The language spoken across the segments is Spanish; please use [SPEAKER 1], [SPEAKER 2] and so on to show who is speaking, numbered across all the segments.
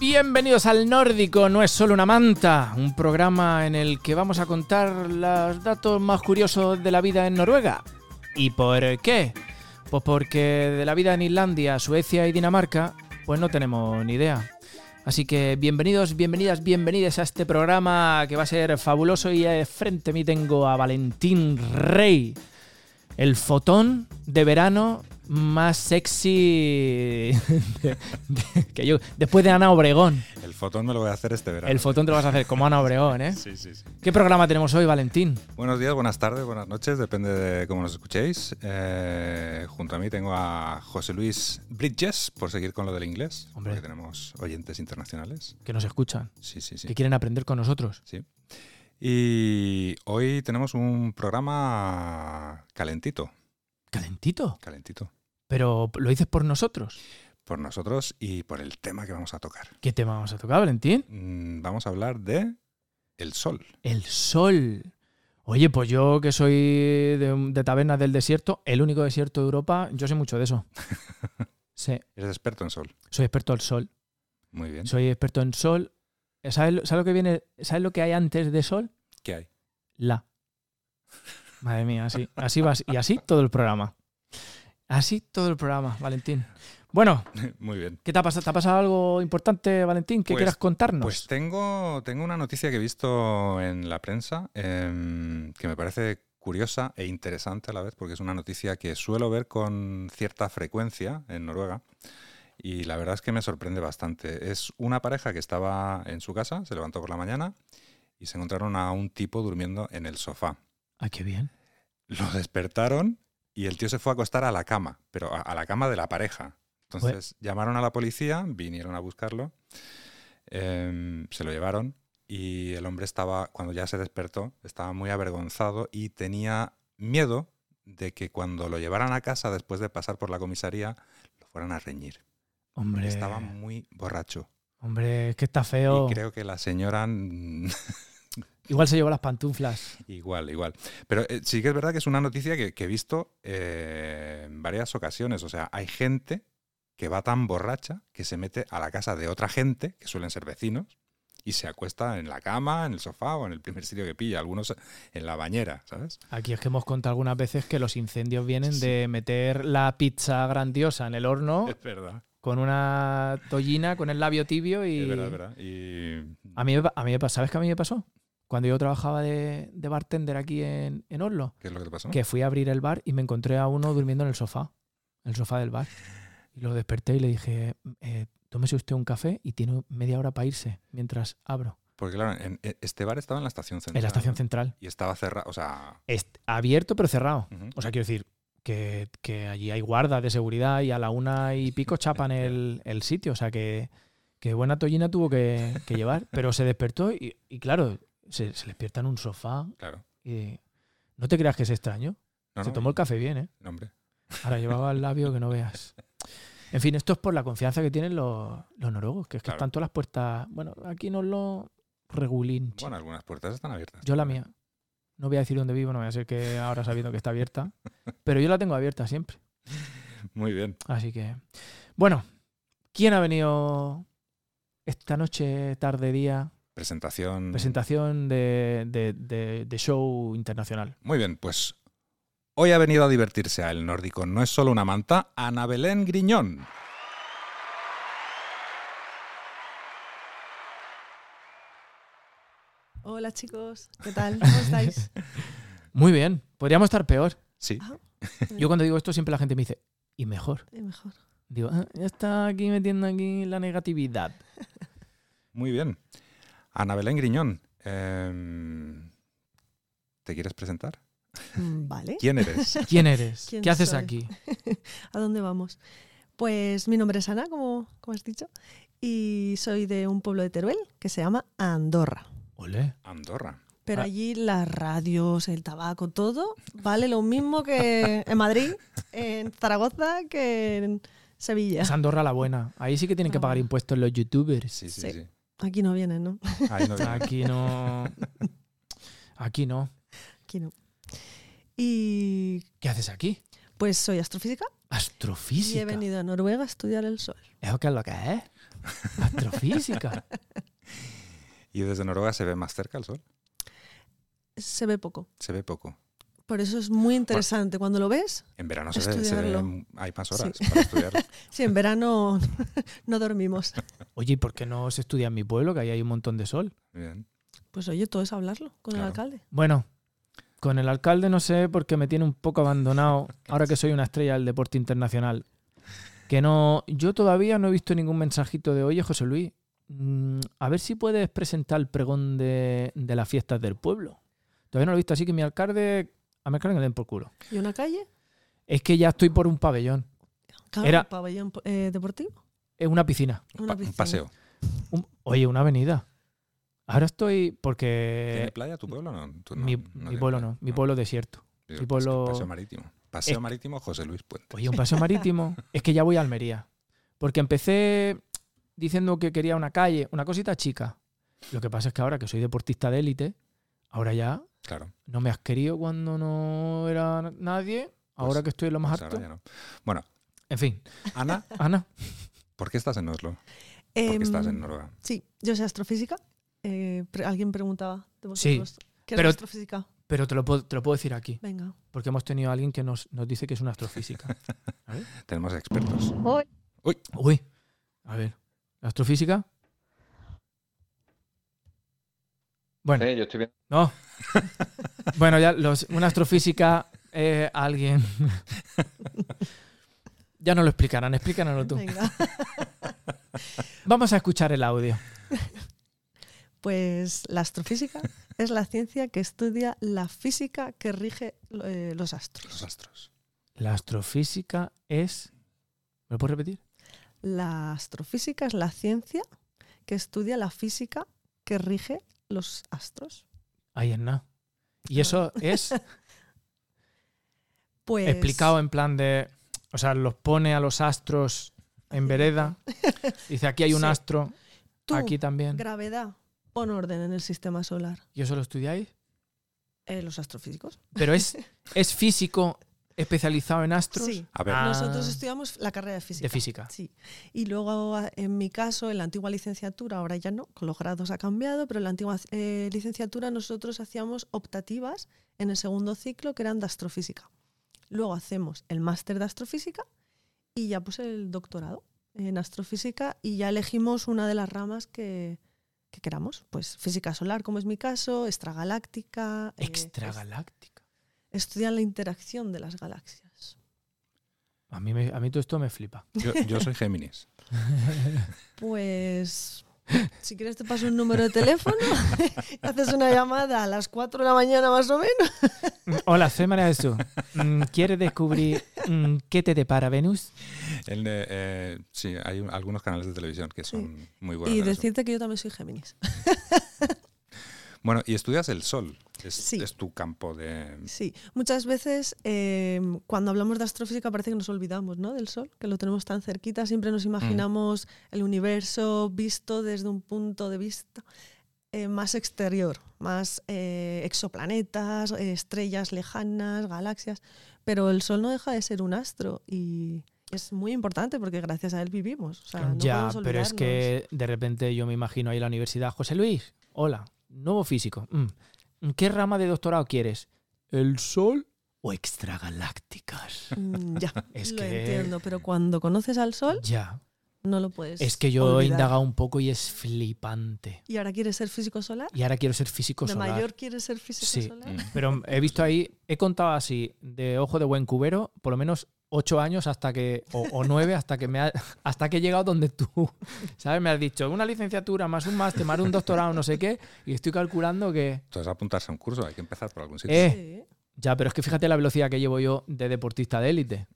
[SPEAKER 1] Bienvenidos al Nórdico, no es solo una manta, un programa en el que vamos a contar los datos más curiosos de la vida en Noruega. ¿Y por qué? Pues porque de la vida en Islandia, Suecia y Dinamarca, pues no tenemos ni idea. Así que bienvenidos, bienvenidas, bienvenidas a este programa que va a ser fabuloso y eh, frente a mí tengo a Valentín Rey, el fotón de verano más sexy de- de- que yo, después de Ana Obregón.
[SPEAKER 2] El fotón me lo voy a hacer este verano.
[SPEAKER 1] El fotón te lo vas a hacer como Ana Obregón, ¿eh?
[SPEAKER 2] Sí, sí, sí.
[SPEAKER 1] ¿Qué programa tenemos hoy, Valentín?
[SPEAKER 2] Buenos días, buenas tardes, buenas noches, depende de cómo nos escuchéis. Eh, junto a mí tengo a José Luis Bridges, por seguir con lo del inglés,
[SPEAKER 1] Hombre.
[SPEAKER 2] porque tenemos oyentes internacionales.
[SPEAKER 1] Que nos escuchan,
[SPEAKER 2] Sí, sí,
[SPEAKER 1] que
[SPEAKER 2] sí.
[SPEAKER 1] quieren aprender con nosotros.
[SPEAKER 2] sí. Y hoy tenemos un programa calentito,
[SPEAKER 1] Calentito.
[SPEAKER 2] calentito,
[SPEAKER 1] Pero lo dices por nosotros.
[SPEAKER 2] por nosotros y por el tema que vamos a tocar.
[SPEAKER 1] ¿Qué tema vamos a tocar, Valentín?
[SPEAKER 2] Mm, Vamos a hablar de el sol.
[SPEAKER 1] El sol. Oye, pues yo que soy de, de tabernas del desierto, el único desierto de Europa, yo sé mucho de eso. Sí,
[SPEAKER 2] Eres experto en sol.
[SPEAKER 1] soy experto del sol.
[SPEAKER 2] Muy bien.
[SPEAKER 1] Soy experto en sol. ¿Sabes, lo- sabes lo que viene? ¿Sabes lo que hay antes de sol?
[SPEAKER 2] ¿Qué hay?
[SPEAKER 1] La. Madre mía, así, así vas. Y así todo el programa. Así todo el programa, Valentín. Bueno,
[SPEAKER 2] Muy bien.
[SPEAKER 1] ¿qué te ha pasado? ¿Te ha pasado algo importante, Valentín, que
[SPEAKER 2] Pues-
[SPEAKER 1] quieras contarnos?
[SPEAKER 2] Pues tengo, tengo una noticia que he visto en la prensa em, que me parece curiosa e interesante a la vez, porque es una noticia que suelo ver con cierta frecuencia en Noruega. Y la verdad es que me sorprende bastante. Es una pareja que estaba en su casa, se levantó por la mañana y se encontraron a un tipo durmiendo en el sofá.
[SPEAKER 1] Ay, qué bien.
[SPEAKER 2] Lo despertaron y el tío se fue a acostar a la cama, pero a, a la cama de la pareja. Entonces llamaron a la policía, vinieron a buscarlo, em, se lo llevaron y el hombre estaba, cuando ya se despertó, estaba muy avergonzado y tenía miedo de que cuando lo llevaran a casa después de pasar por la comisaría lo fueran a reñir.
[SPEAKER 1] Hombre,
[SPEAKER 2] Estaba muy borracho.
[SPEAKER 1] hombre, es que está feo.
[SPEAKER 2] Y creo que la señora mm,
[SPEAKER 1] Igual se llevó las pantuflas.
[SPEAKER 2] Igual, igual. Pero eh, sí que es verdad que es una noticia que, que he visto eh, en varias ocasiones. O sea, hay gente que va tan borracha que se mete a la casa de otra gente, que suelen ser vecinos, y se acuesta en la cama, en el sofá o en el primer sitio que pilla. Algunos en la bañera, ¿sabes?
[SPEAKER 1] Aquí es que hemos contado algunas veces que los incendios vienen
[SPEAKER 2] Sí.
[SPEAKER 1] de meter la pizza grandiosa en el horno
[SPEAKER 2] Es verdad.
[SPEAKER 1] con una tollina, con el labio tibio y... Ah.
[SPEAKER 2] Es verdad, es verdad. Y
[SPEAKER 1] A mí, me pa- a mí me pa- ¿sabes qué a mí me pasó? Cuando yo trabajaba de, de bartender aquí en, en Oslo,
[SPEAKER 2] ¿qué es lo que te pasó?
[SPEAKER 1] que fui a abrir el bar y me encontré a uno durmiendo en el sofá, en el sofá del bar. Y lo desperté y le dije, eh, tómese usted un café y tiene media hora para irse mientras abro.
[SPEAKER 2] Porque claro, en- en- este bar estaba en la estación central.
[SPEAKER 1] En la estación
[SPEAKER 2] ¿no?
[SPEAKER 1] central.
[SPEAKER 2] Y estaba cerrado. O sea,
[SPEAKER 1] Est- abierto pero cerrado.
[SPEAKER 2] ujú.
[SPEAKER 1] O sea, quiero decir que, que allí hay guardas de seguridad y a la una y pico chapan el, el sitio. O sea, que, que buena tollina tuvo que, que llevar. Pero se despertó y, y claro, se, se despierta en un sofá.
[SPEAKER 2] claro.
[SPEAKER 1] Y no te creas que es extraño.
[SPEAKER 2] No,
[SPEAKER 1] Se
[SPEAKER 2] no,
[SPEAKER 1] tomó el café bien, ¿eh?
[SPEAKER 2] no, hombre.
[SPEAKER 1] Ahora llevaba el labio que no veas. En fin, esto es por la confianza que tienen los, los noruegos, que es que
[SPEAKER 2] Claro.
[SPEAKER 1] están todas las puertas. Bueno, aquí no lo regulín. chico.
[SPEAKER 2] Bueno, algunas puertas están abiertas.
[SPEAKER 1] Yo la mía. No voy a decir dónde vivo, no voy a ser que ahora sabiendo que está abierta. Pero yo la tengo abierta siempre.
[SPEAKER 2] Muy bien.
[SPEAKER 1] Así que. Bueno, ¿quién ha venido esta noche, tarde, día?
[SPEAKER 2] Presentación.
[SPEAKER 1] Presentación de, de- de- de show internacional.
[SPEAKER 2] Muy bien, pues hoy ha venido a divertirse a El Nórdico. No es solo una manta, Ana Belén Griñón.
[SPEAKER 3] Hola chicos, ¿qué tal? ¿Cómo estáis?
[SPEAKER 1] Muy bien. Podríamos estar peor.
[SPEAKER 2] Sí,
[SPEAKER 3] Ah,
[SPEAKER 1] Yo cuando digo esto siempre la gente me dice, y mejor.
[SPEAKER 3] eh, mejor.
[SPEAKER 1] Digo, "Ah, ya está aquí metiendo aquí la negatividad.
[SPEAKER 2] muy bien. Ana Belén Griñón, em, ¿te quieres presentar?
[SPEAKER 3] Mm, Vale,
[SPEAKER 2] ¿Quién eres?
[SPEAKER 1] ¿Quién eres?
[SPEAKER 3] ¿Quién
[SPEAKER 1] ¿Qué haces
[SPEAKER 3] soy?
[SPEAKER 1] aquí?
[SPEAKER 3] ¿a dónde vamos? Pues mi nombre es Ana, como, como has dicho, y soy de un pueblo de Teruel que se llama Andorra. Ah.
[SPEAKER 1] Ole.
[SPEAKER 2] Andorra.
[SPEAKER 3] Pero
[SPEAKER 1] Ah.
[SPEAKER 3] allí las radios, el tabaco, todo vale lo mismo que en Madrid, en Zaragoza, que en Sevilla.
[SPEAKER 1] Es Andorra la buena. Ahí sí que
[SPEAKER 3] Ah.
[SPEAKER 1] tienen que pagar impuestos los youtubers.
[SPEAKER 2] Sí, sí, sí.
[SPEAKER 3] Sí. Aquí no vienen, ¿no?
[SPEAKER 2] Ahí no viene.
[SPEAKER 1] Aquí no. Aquí no.
[SPEAKER 3] Aquí no. Y
[SPEAKER 1] ¿Qué haces aquí?
[SPEAKER 3] pues soy astrofísica
[SPEAKER 1] Astrofísica.
[SPEAKER 3] y he venido a Noruega a estudiar el sol.
[SPEAKER 1] ¿Eso qué es lo que es? Astrofísica.
[SPEAKER 2] Y desde Noruega se ve más cerca el Sol.
[SPEAKER 3] Se ve poco.
[SPEAKER 2] Se ve poco.
[SPEAKER 3] Por eso es muy interesante. Cuando lo ves,
[SPEAKER 2] En verano se ve, se
[SPEAKER 3] Estudiarlo.
[SPEAKER 2] ve- hay más horas para estudiarlo.
[SPEAKER 3] sí, en verano no dormimos.
[SPEAKER 1] Oye, ¿y por qué no se estudia en mi pueblo? Que ahí hay un montón de sol.
[SPEAKER 2] Bien.
[SPEAKER 3] Pues oye, todo es hablarlo con
[SPEAKER 2] Claro.
[SPEAKER 3] el alcalde.
[SPEAKER 1] Bueno, con el alcalde no sé porque me tiene un poco abandonado ahora que soy una estrella del deporte internacional. Que no, yo todavía no he visto ningún mensajito de oye, José Luis, mm, a ver si puedes presentar el pregón de, de las fiestas del pueblo. Todavía no lo he visto, así que mi alcalde, a mi alcalde que le den por culo.
[SPEAKER 3] ¿Y una calle?
[SPEAKER 1] Es que ya estoy por un pabellón,
[SPEAKER 3] Claro,
[SPEAKER 1] Era-
[SPEAKER 3] un pabellón eh, deportivo.
[SPEAKER 1] es una piscina.
[SPEAKER 2] Un,
[SPEAKER 3] Una
[SPEAKER 2] pa- un
[SPEAKER 3] piscina.
[SPEAKER 2] paseo.
[SPEAKER 1] Un- oye, una avenida. Ahora estoy
[SPEAKER 2] ¿Tiene
[SPEAKER 1] porque
[SPEAKER 2] playa tu pueblo? No, tú no-
[SPEAKER 1] Eh, mi,
[SPEAKER 2] no
[SPEAKER 1] mi
[SPEAKER 2] tiene
[SPEAKER 1] pueblo
[SPEAKER 2] playa.
[SPEAKER 1] no, mi pueblo desierto.
[SPEAKER 2] Digo,
[SPEAKER 1] mi
[SPEAKER 2] pues que
[SPEAKER 1] pueblo-
[SPEAKER 2] Paseo marítimo. Paseo
[SPEAKER 1] Es-
[SPEAKER 2] marítimo José Luis Puente.
[SPEAKER 1] Oye, Pues un paseo marítimo. es que ya voy a Almería. Porque empecé diciendo que quería una calle, una cosita chica. Lo que pasa es que ahora que soy deportista de élite, ahora ya
[SPEAKER 2] Claro.
[SPEAKER 1] no me has querido cuando no era nadie. Ahora que estoy en lo más
[SPEAKER 2] pues ahora
[SPEAKER 1] alto.
[SPEAKER 2] ya no. Bueno,
[SPEAKER 1] En fin,
[SPEAKER 2] Ana,
[SPEAKER 1] Ana,
[SPEAKER 2] ¿por qué estás en Oslo? ¿Por
[SPEAKER 3] Em,
[SPEAKER 2] qué estás en Noruega?
[SPEAKER 3] Sí, yo soy astrofísica. Eh, pre- alguien preguntaba de vosotros. ¿Qué
[SPEAKER 1] pero-
[SPEAKER 3] es astrofísica?
[SPEAKER 1] pero te lo, puedo, te lo puedo decir aquí,
[SPEAKER 3] Venga.
[SPEAKER 1] porque hemos tenido a alguien que nos, nos dice que es una astrofísica.
[SPEAKER 2] Tenemos expertos.
[SPEAKER 1] Uy, a ver, ¿astrofísica? Bueno,
[SPEAKER 4] Sí, Eh, yo estoy viendo.
[SPEAKER 1] No. bueno, ya los, una astrofísica, eh, alguien. ya no lo explicarán, explícanoslo tú.
[SPEAKER 3] Venga.
[SPEAKER 1] Vamos a escuchar el audio.
[SPEAKER 3] Pues la astrofísica es la ciencia que estudia la física que rige eh, los astros.
[SPEAKER 2] Los astros.
[SPEAKER 1] La astrofísica es. ¿Me lo puedes repetir?
[SPEAKER 3] La astrofísica es la ciencia que estudia la física que rige los astros.
[SPEAKER 1] Ahí es nada. Y eso es
[SPEAKER 3] Pues
[SPEAKER 1] explicado en plan de. O sea, los pone a los astros en vereda. Dice, aquí hay un
[SPEAKER 3] Sí.
[SPEAKER 1] astro,
[SPEAKER 3] tú,
[SPEAKER 1] aquí también.
[SPEAKER 3] gravedad, pon orden en el sistema solar.
[SPEAKER 1] ¿Y eso lo estudiáis?
[SPEAKER 3] Eh, los astrofísicos.
[SPEAKER 1] Pero es, es físico especializado en astros.
[SPEAKER 3] Sí.
[SPEAKER 2] A ver,
[SPEAKER 1] Ah.
[SPEAKER 3] Nosotros estudiamos la carrera de física.
[SPEAKER 1] De física.
[SPEAKER 3] Sí. Y luego, a- en mi caso, en la antigua licenciatura, ahora ya no, con los grados ha cambiado, pero en la antigua eh, licenciatura nosotros hacíamos optativas en el segundo ciclo que eran de astrofísica. Luego hacemos el máster de astrofísica y ya pues el doctorado en astrofísica y ya elegimos una de las ramas que, que queramos. Pues física solar, como es mi caso, extragaláctica. eh,
[SPEAKER 1] Extragaláctica.
[SPEAKER 3] es- estudian la interacción de las galaxias.
[SPEAKER 1] A mí, me- a mí todo esto me flipa.
[SPEAKER 2] yo, yo soy Géminis.
[SPEAKER 3] Pues si quieres te paso un número de teléfono, haces una llamada a las 4 de la mañana más o menos.
[SPEAKER 1] Hola, soy María Jesús. Mm, ¿Quieres descubrir mm, qué te depara Venus?
[SPEAKER 2] El de, eh, sí, hay un- algunos canales de televisión que son muy buenos.
[SPEAKER 3] y
[SPEAKER 2] en eso.
[SPEAKER 3] decirte que yo también soy Géminis.
[SPEAKER 2] Bueno, y estudias el sol. Es,
[SPEAKER 3] Sí.
[SPEAKER 2] es tu campo de...
[SPEAKER 3] Sí, muchas veces eh, cuando hablamos de astrofísica parece que nos olvidamos ¿no? del Sol, que lo tenemos tan cerquita, siempre
[SPEAKER 1] Mm.
[SPEAKER 3] nos imaginamos el universo visto desde un punto de vista eh, más exterior, más eh, exoplanetas, eh, estrellas lejanas, galaxias, pero el Sol no deja de ser un astro y es muy importante porque gracias a él vivimos. o sea, Ah, no
[SPEAKER 1] ya,
[SPEAKER 3] podemos
[SPEAKER 1] pero es
[SPEAKER 3] olvidarnos.
[SPEAKER 1] que de repente yo me imagino ahí en la universidad. José Luis, hola, nuevo físico. Mm, ¿Qué rama de doctorado quieres? ¿El sol o extragalácticas?
[SPEAKER 3] Mm, Ya,
[SPEAKER 1] Es
[SPEAKER 3] lo
[SPEAKER 1] que-
[SPEAKER 3] entiendo, pero cuando conoces al Sol
[SPEAKER 1] Ya.
[SPEAKER 3] no lo puedes.
[SPEAKER 1] Es que yo he
[SPEAKER 3] olvidar.
[SPEAKER 1] indagado un poco y es flipante.
[SPEAKER 3] ¿Y ahora quieres ser físico solar?
[SPEAKER 1] Y ahora quiero ser físico
[SPEAKER 3] ¿De
[SPEAKER 1] solar.
[SPEAKER 3] mayor quieres ser físico
[SPEAKER 1] Sí.
[SPEAKER 3] solar?
[SPEAKER 2] Mm.
[SPEAKER 1] Pero he visto ahí, he contado así, de ojo de buen cubero, por lo menos ocho años hasta que, o, o nueve, hasta que me ha- hasta que he llegado donde tú, ¿sabes? Me has dicho una licenciatura más un máster más un doctorado, no sé qué, y estoy calculando que.
[SPEAKER 2] Entonces apuntarse a un curso, hay que empezar por algún sitio.
[SPEAKER 1] Eh,
[SPEAKER 3] Sí.
[SPEAKER 1] ya, pero es que fíjate la velocidad que llevo yo de deportista de élite.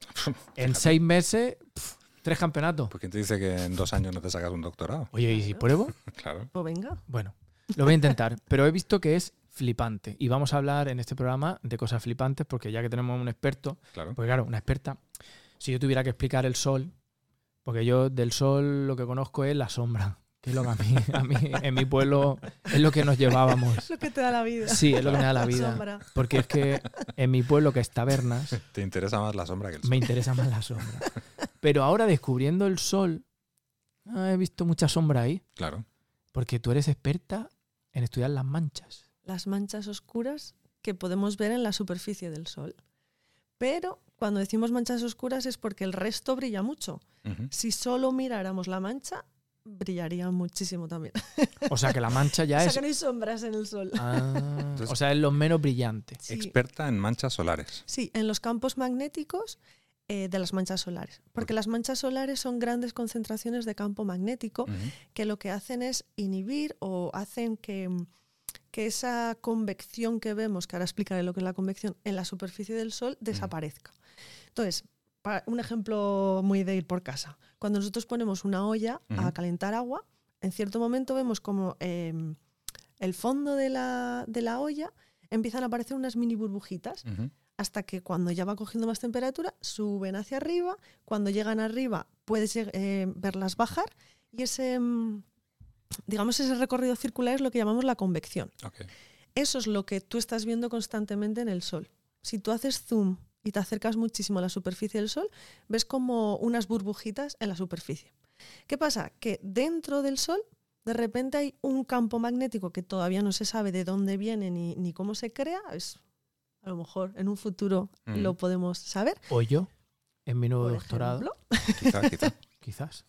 [SPEAKER 1] En seis meses, pf, tres campeonatos.
[SPEAKER 2] Porque te dice que en dos años no te sacas un doctorado.
[SPEAKER 1] Oye, ¿y si pruebo?
[SPEAKER 2] Claro.
[SPEAKER 3] Pues venga.
[SPEAKER 1] Bueno, lo voy a intentar, pero he visto que es flipante. Y vamos a hablar en este programa de cosas flipantes, porque ya que tenemos un experto,
[SPEAKER 2] Claro.
[SPEAKER 3] Pues
[SPEAKER 1] Porque claro, una experta, si yo tuviera que explicar el sol, porque yo del sol lo que conozco es la sombra, que es lo que a mí, a mí en mi pueblo es lo que nos llevábamos.
[SPEAKER 3] Es lo que te da la vida.
[SPEAKER 1] Sí, es lo que me da la vida.
[SPEAKER 3] Sombra.
[SPEAKER 1] Porque es que en mi pueblo, que es tabernas,
[SPEAKER 2] Te interesa más la sombra que el sol.
[SPEAKER 1] me interesa más la sombra. Pero ahora descubriendo el sol, "Ah, he visto mucha sombra ahí.
[SPEAKER 2] Claro.
[SPEAKER 1] Porque tú eres experta en estudiar las manchas.
[SPEAKER 3] las manchas oscuras que podemos ver en la superficie del Sol. Pero cuando decimos manchas oscuras es porque el resto brilla mucho.
[SPEAKER 2] Ujú.
[SPEAKER 3] Si solo miráramos la mancha, brillaría muchísimo también.
[SPEAKER 1] O sea que la mancha ya
[SPEAKER 3] o sea
[SPEAKER 1] es.
[SPEAKER 3] que no hay sombras en el Sol.
[SPEAKER 1] Ah, o sea, es lo menos brillante.
[SPEAKER 3] Sí.
[SPEAKER 2] Experta en manchas solares.
[SPEAKER 3] Sí, en los campos magnéticos eh, de las manchas solares. Porque las manchas solares son grandes concentraciones de campo magnético
[SPEAKER 2] Ujú.
[SPEAKER 3] que lo que hacen es inhibir o hacen que, mm, que esa convección que vemos, que ahora explicaré lo que es la convección, en la superficie del Sol desaparezca. Entonces, pa- un ejemplo muy de ir por casa. Cuando nosotros ponemos una olla a
[SPEAKER 2] Ujú.
[SPEAKER 3] calentar agua, en cierto momento vemos como em, el fondo de la, de la olla empiezan a aparecer unas mini burbujitas
[SPEAKER 2] Ujú.
[SPEAKER 3] hasta que cuando ya va cogiendo más temperatura, suben hacia arriba. Cuando llegan arriba, puedes lleg- eh, verlas bajar. Y ese, mm, digamos, ese recorrido circular es lo que llamamos la convección.
[SPEAKER 2] Ok.
[SPEAKER 3] Eso es lo que tú estás viendo constantemente en el Sol. Si tú haces zoom y te acercas muchísimo a la superficie del Sol, ves como unas burbujitas en la superficie. ¿Qué pasa? Que dentro del Sol, de repente hay un campo magnético que todavía no se sabe de dónde viene ni, ni cómo se crea. Es, a lo mejor en un futuro
[SPEAKER 2] Mm.
[SPEAKER 3] lo podemos saber.
[SPEAKER 1] O yo, en mi nuevo
[SPEAKER 3] Por
[SPEAKER 1] doctorado,
[SPEAKER 3] ejemplo,
[SPEAKER 2] Quizá, quizá.
[SPEAKER 1] quizás.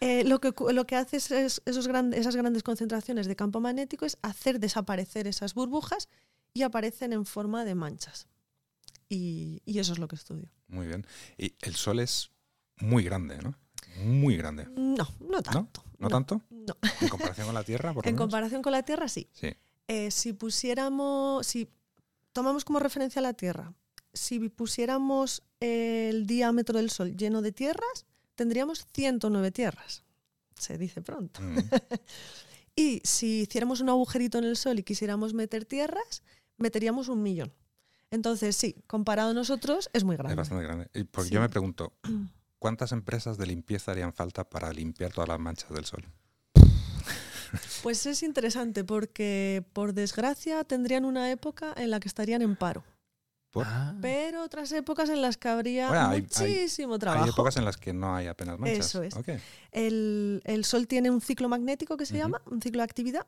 [SPEAKER 3] Eh, lo que, ocu- lo que hace es, es- esos gran- esas grandes concentraciones de campo magnético es hacer desaparecer esas burbujas y aparecen en forma de manchas. Y, y eso es lo que estudio.
[SPEAKER 2] Muy bien. Y el sol es muy grande, ¿no? Muy grande.
[SPEAKER 3] No, no tanto.
[SPEAKER 2] ¿No tanto?
[SPEAKER 3] no.
[SPEAKER 2] En comparación con la Tierra, por lo
[SPEAKER 3] En
[SPEAKER 2] menos.
[SPEAKER 3] comparación con la Tierra, sí.
[SPEAKER 2] Sí.
[SPEAKER 3] Eh, si pusiéramos, si tomamos como referencia la Tierra, si pusiéramos el diámetro del Sol lleno de tierras, tendríamos 109 tierras. Se dice pronto.
[SPEAKER 2] Mm.
[SPEAKER 3] Y si hiciéramos un agujerito en el sol y quisiéramos meter tierras, meteríamos un millón. Entonces, sí, comparado a nosotros, es muy
[SPEAKER 2] Es
[SPEAKER 3] grande.
[SPEAKER 2] bastante grande. Y Porque
[SPEAKER 3] Sí.
[SPEAKER 2] yo me pregunto, ¿cuántas empresas de limpieza harían falta para limpiar todas las manchas del sol?
[SPEAKER 3] Pues es interesante porque, por desgracia, tendrían una época en la que estarían en paro,
[SPEAKER 2] Por-
[SPEAKER 1] Ah,
[SPEAKER 3] pero otras épocas en las que habría
[SPEAKER 2] Bueno, hay-
[SPEAKER 3] muchísimo
[SPEAKER 2] Hay
[SPEAKER 3] trabajo.
[SPEAKER 2] épocas en las que no hay apenas manchas.
[SPEAKER 3] Eso es.
[SPEAKER 2] Ok.
[SPEAKER 3] El, el sol tiene un ciclo magnético que se
[SPEAKER 2] Ujú.
[SPEAKER 3] llama, un ciclo de actividad,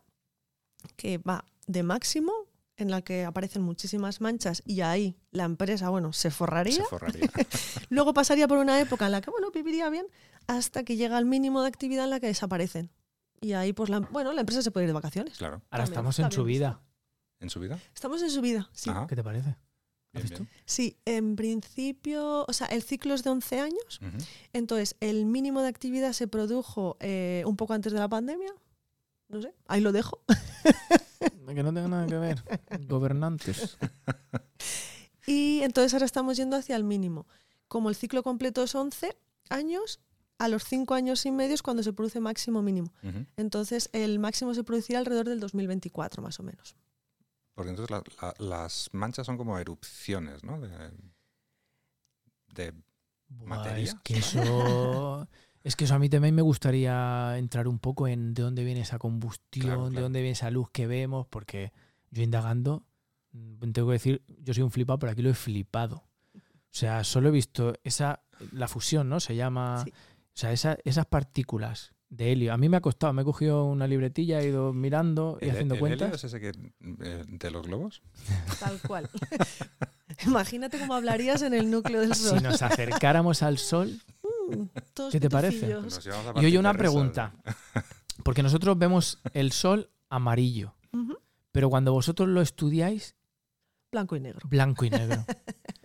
[SPEAKER 3] que va de máximo, en la que aparecen muchísimas manchas y ahí la empresa, bueno, se forraría.
[SPEAKER 2] Se forraría.
[SPEAKER 3] Luego pasaría por una época en la que, bueno, viviría bien, hasta que llega al mínimo de actividad en la que desaparecen. Y ahí, pues, la, bueno, la empresa se puede ir de vacaciones.
[SPEAKER 2] claro.
[SPEAKER 1] ahora
[SPEAKER 3] También,
[SPEAKER 1] estamos en
[SPEAKER 3] también
[SPEAKER 1] su vida.
[SPEAKER 2] ¿En su vida?
[SPEAKER 3] Estamos en subida, sí.
[SPEAKER 2] Ajá.
[SPEAKER 1] ¿Qué te parece?
[SPEAKER 2] Bien,
[SPEAKER 1] ¿Haces tú?
[SPEAKER 2] bien.
[SPEAKER 3] Sí, en principio, o sea, el ciclo es de 11 años.
[SPEAKER 2] Ujú.
[SPEAKER 3] Entonces, el mínimo de actividad se produjo eh, un poco antes de la pandemia. No sé, ahí lo dejo.
[SPEAKER 1] Que no tenga nada que ver. Gobernantes.
[SPEAKER 3] Y entonces ahora estamos yendo hacia el mínimo. Como el ciclo completo es 11 años, a los 5 años y medio es cuando se produce máximo mínimo.
[SPEAKER 2] Ujú.
[SPEAKER 3] Entonces, el máximo se producirá alrededor del 2024, más o menos.
[SPEAKER 2] Porque entonces la- la- las manchas son como erupciones, ¿no? De, de-
[SPEAKER 1] Buah,
[SPEAKER 2] ¿Materia?
[SPEAKER 1] es que eso. Es que eso a mí también me gustaría entrar un poco en de dónde viene esa combustión,
[SPEAKER 2] Claro,
[SPEAKER 1] de
[SPEAKER 2] claro.
[SPEAKER 1] dónde viene esa luz que vemos, porque yo indagando, mm, tengo que decir, yo soy un flipado, pero aquí lo he flipado. O sea, solo he visto esa. La fusión, ¿no? Se llama.
[SPEAKER 3] Sí.
[SPEAKER 1] O sea, esa- esas partículas de helio. A mí me ha costado, me he cogido una libretilla, he ido mirando y
[SPEAKER 2] el-
[SPEAKER 1] haciendo
[SPEAKER 2] el helio
[SPEAKER 1] cuentas.
[SPEAKER 2] es ese que, eh, de los globos?
[SPEAKER 3] Tal cual. Imagínate cómo hablarías en el núcleo del
[SPEAKER 1] Si
[SPEAKER 3] Sol.
[SPEAKER 1] nos acercáramos al sol,
[SPEAKER 3] Mm, todos
[SPEAKER 1] ¿Qué te parece?
[SPEAKER 3] pitufillos.
[SPEAKER 2] Nos íbamos a
[SPEAKER 1] Y
[SPEAKER 2] partir
[SPEAKER 1] oye,
[SPEAKER 2] de
[SPEAKER 1] una
[SPEAKER 2] risas.
[SPEAKER 1] pregunta. Porque nosotros vemos el sol amarillo,
[SPEAKER 3] Ujú.
[SPEAKER 1] pero cuando vosotros lo estudiáis,
[SPEAKER 3] Blanco y negro.
[SPEAKER 1] blanco y negro.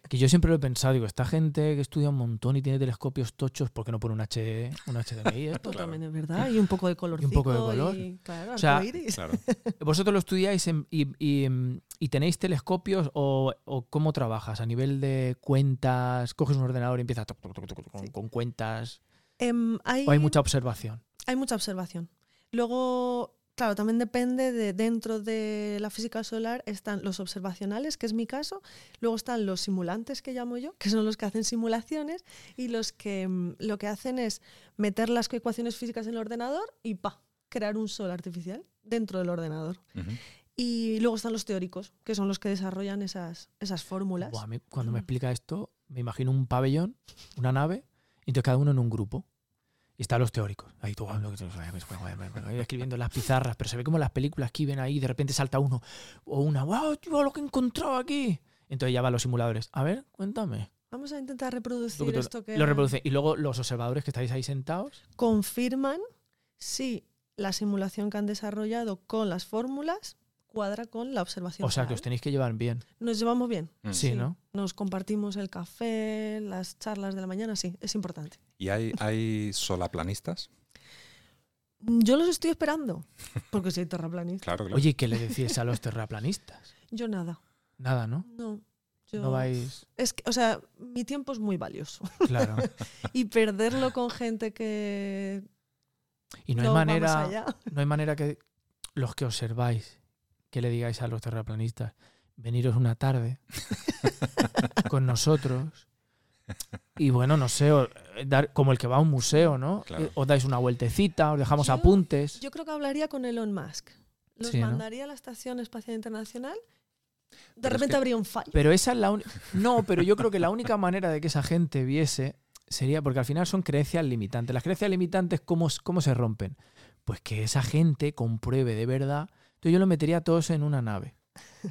[SPEAKER 1] Que yo siempre lo he pensado, digo, esta gente que estudia un montón y tiene telescopios tochos, ¿por qué no pone un, H, un HDMI? esto?
[SPEAKER 3] Esto también es verdad. Y un poco de color.
[SPEAKER 1] Y un poco de color.
[SPEAKER 3] claro,
[SPEAKER 1] O sea,
[SPEAKER 3] arcoíris.
[SPEAKER 2] Claro.
[SPEAKER 1] ¿Vosotros lo estudiáis en- y, y, mm, y tenéis telescopios o, o cómo trabajas? ¿A nivel de cuentas? ¿Coges un ordenador y empiezas toc, toc, toc, toc, con,
[SPEAKER 3] Sí.
[SPEAKER 1] con cuentas?
[SPEAKER 3] Em, hay,
[SPEAKER 1] ¿O hay mucha observación?
[SPEAKER 3] hay mucha observación. Luego, claro, también depende de dentro de la física solar están los observacionales, que es mi caso. Luego están los simulantes que llamo yo, que son los que hacen simulaciones y los que mm, lo que hacen es meter las ecuaciones físicas en el ordenador y pa, crear un sol artificial dentro del ordenador.
[SPEAKER 2] Ujú.
[SPEAKER 3] Y luego están los teóricos, que son los que desarrollan esas, esas fórmulas.
[SPEAKER 1] Buah, a mí cuando me explica esto, me imagino un pabellón, una nave, y entonces cada uno en un grupo. Y están los teóricos. Ahí tú, escribiendo en las pizarras, pero se ve como las películas que ven ahí, de repente salta uno o una, wow, tío, lo que he encontrado aquí. Entonces ya van los simuladores. A ver, cuéntame.
[SPEAKER 3] Vamos a intentar reproducir
[SPEAKER 1] Tú- tú-
[SPEAKER 3] esto que
[SPEAKER 1] Lo reproducen. Y luego los observadores que estáis ahí sentados.
[SPEAKER 3] confirman si la simulación que han desarrollado con las fórmulas cuadra con la observación.
[SPEAKER 1] O sea, que
[SPEAKER 3] real.
[SPEAKER 1] os tenéis que llevar bien.
[SPEAKER 3] Nos llevamos bien.
[SPEAKER 2] Mm.
[SPEAKER 1] Sí, ¿no?
[SPEAKER 3] Nos compartimos el café, las charlas de la mañana, sí, es importante.
[SPEAKER 2] ¿Y hay, hay solaplanistas?
[SPEAKER 3] Yo los estoy esperando, porque soy terraplanista.
[SPEAKER 2] Claro, claro.
[SPEAKER 1] Oye, ¿y ¿qué le decís a los terraplanistas?
[SPEAKER 3] Yo nada,
[SPEAKER 1] Nada, ¿no?
[SPEAKER 3] no. Yo,
[SPEAKER 1] No vais.
[SPEAKER 3] Es que, o sea, mi tiempo es muy valioso.
[SPEAKER 1] Claro.
[SPEAKER 3] Y perderlo con gente que
[SPEAKER 1] Y no
[SPEAKER 3] no
[SPEAKER 1] hay
[SPEAKER 3] va más
[SPEAKER 1] manera.
[SPEAKER 3] allá.
[SPEAKER 1] No hay manera que los que observáis, que le digáis a los terraplanistas, veniros una tarde con nosotros. Y bueno, no sé, o- eh, dar, como el que va a un museo, ¿no?
[SPEAKER 2] Claro.
[SPEAKER 1] Eh, Os dais una vueltecita, os dejamos
[SPEAKER 3] Yo-
[SPEAKER 1] apuntes.
[SPEAKER 3] Yo creo que hablaría con Elon Musk. Los
[SPEAKER 1] Sí, ¿no?
[SPEAKER 3] mandaría a la Estación Espacial Internacional. De
[SPEAKER 2] Pero es
[SPEAKER 3] repente
[SPEAKER 2] que-
[SPEAKER 3] habría un fallo.
[SPEAKER 1] Pero esa es la única. No, pero yo creo que la única manera de que esa gente viese sería. Porque al final son creencias limitantes. Las creencias limitantes, ¿cómo, s- cómo se rompen? Pues que esa gente compruebe de verdad. Entonces yo lo metería a todos en una nave.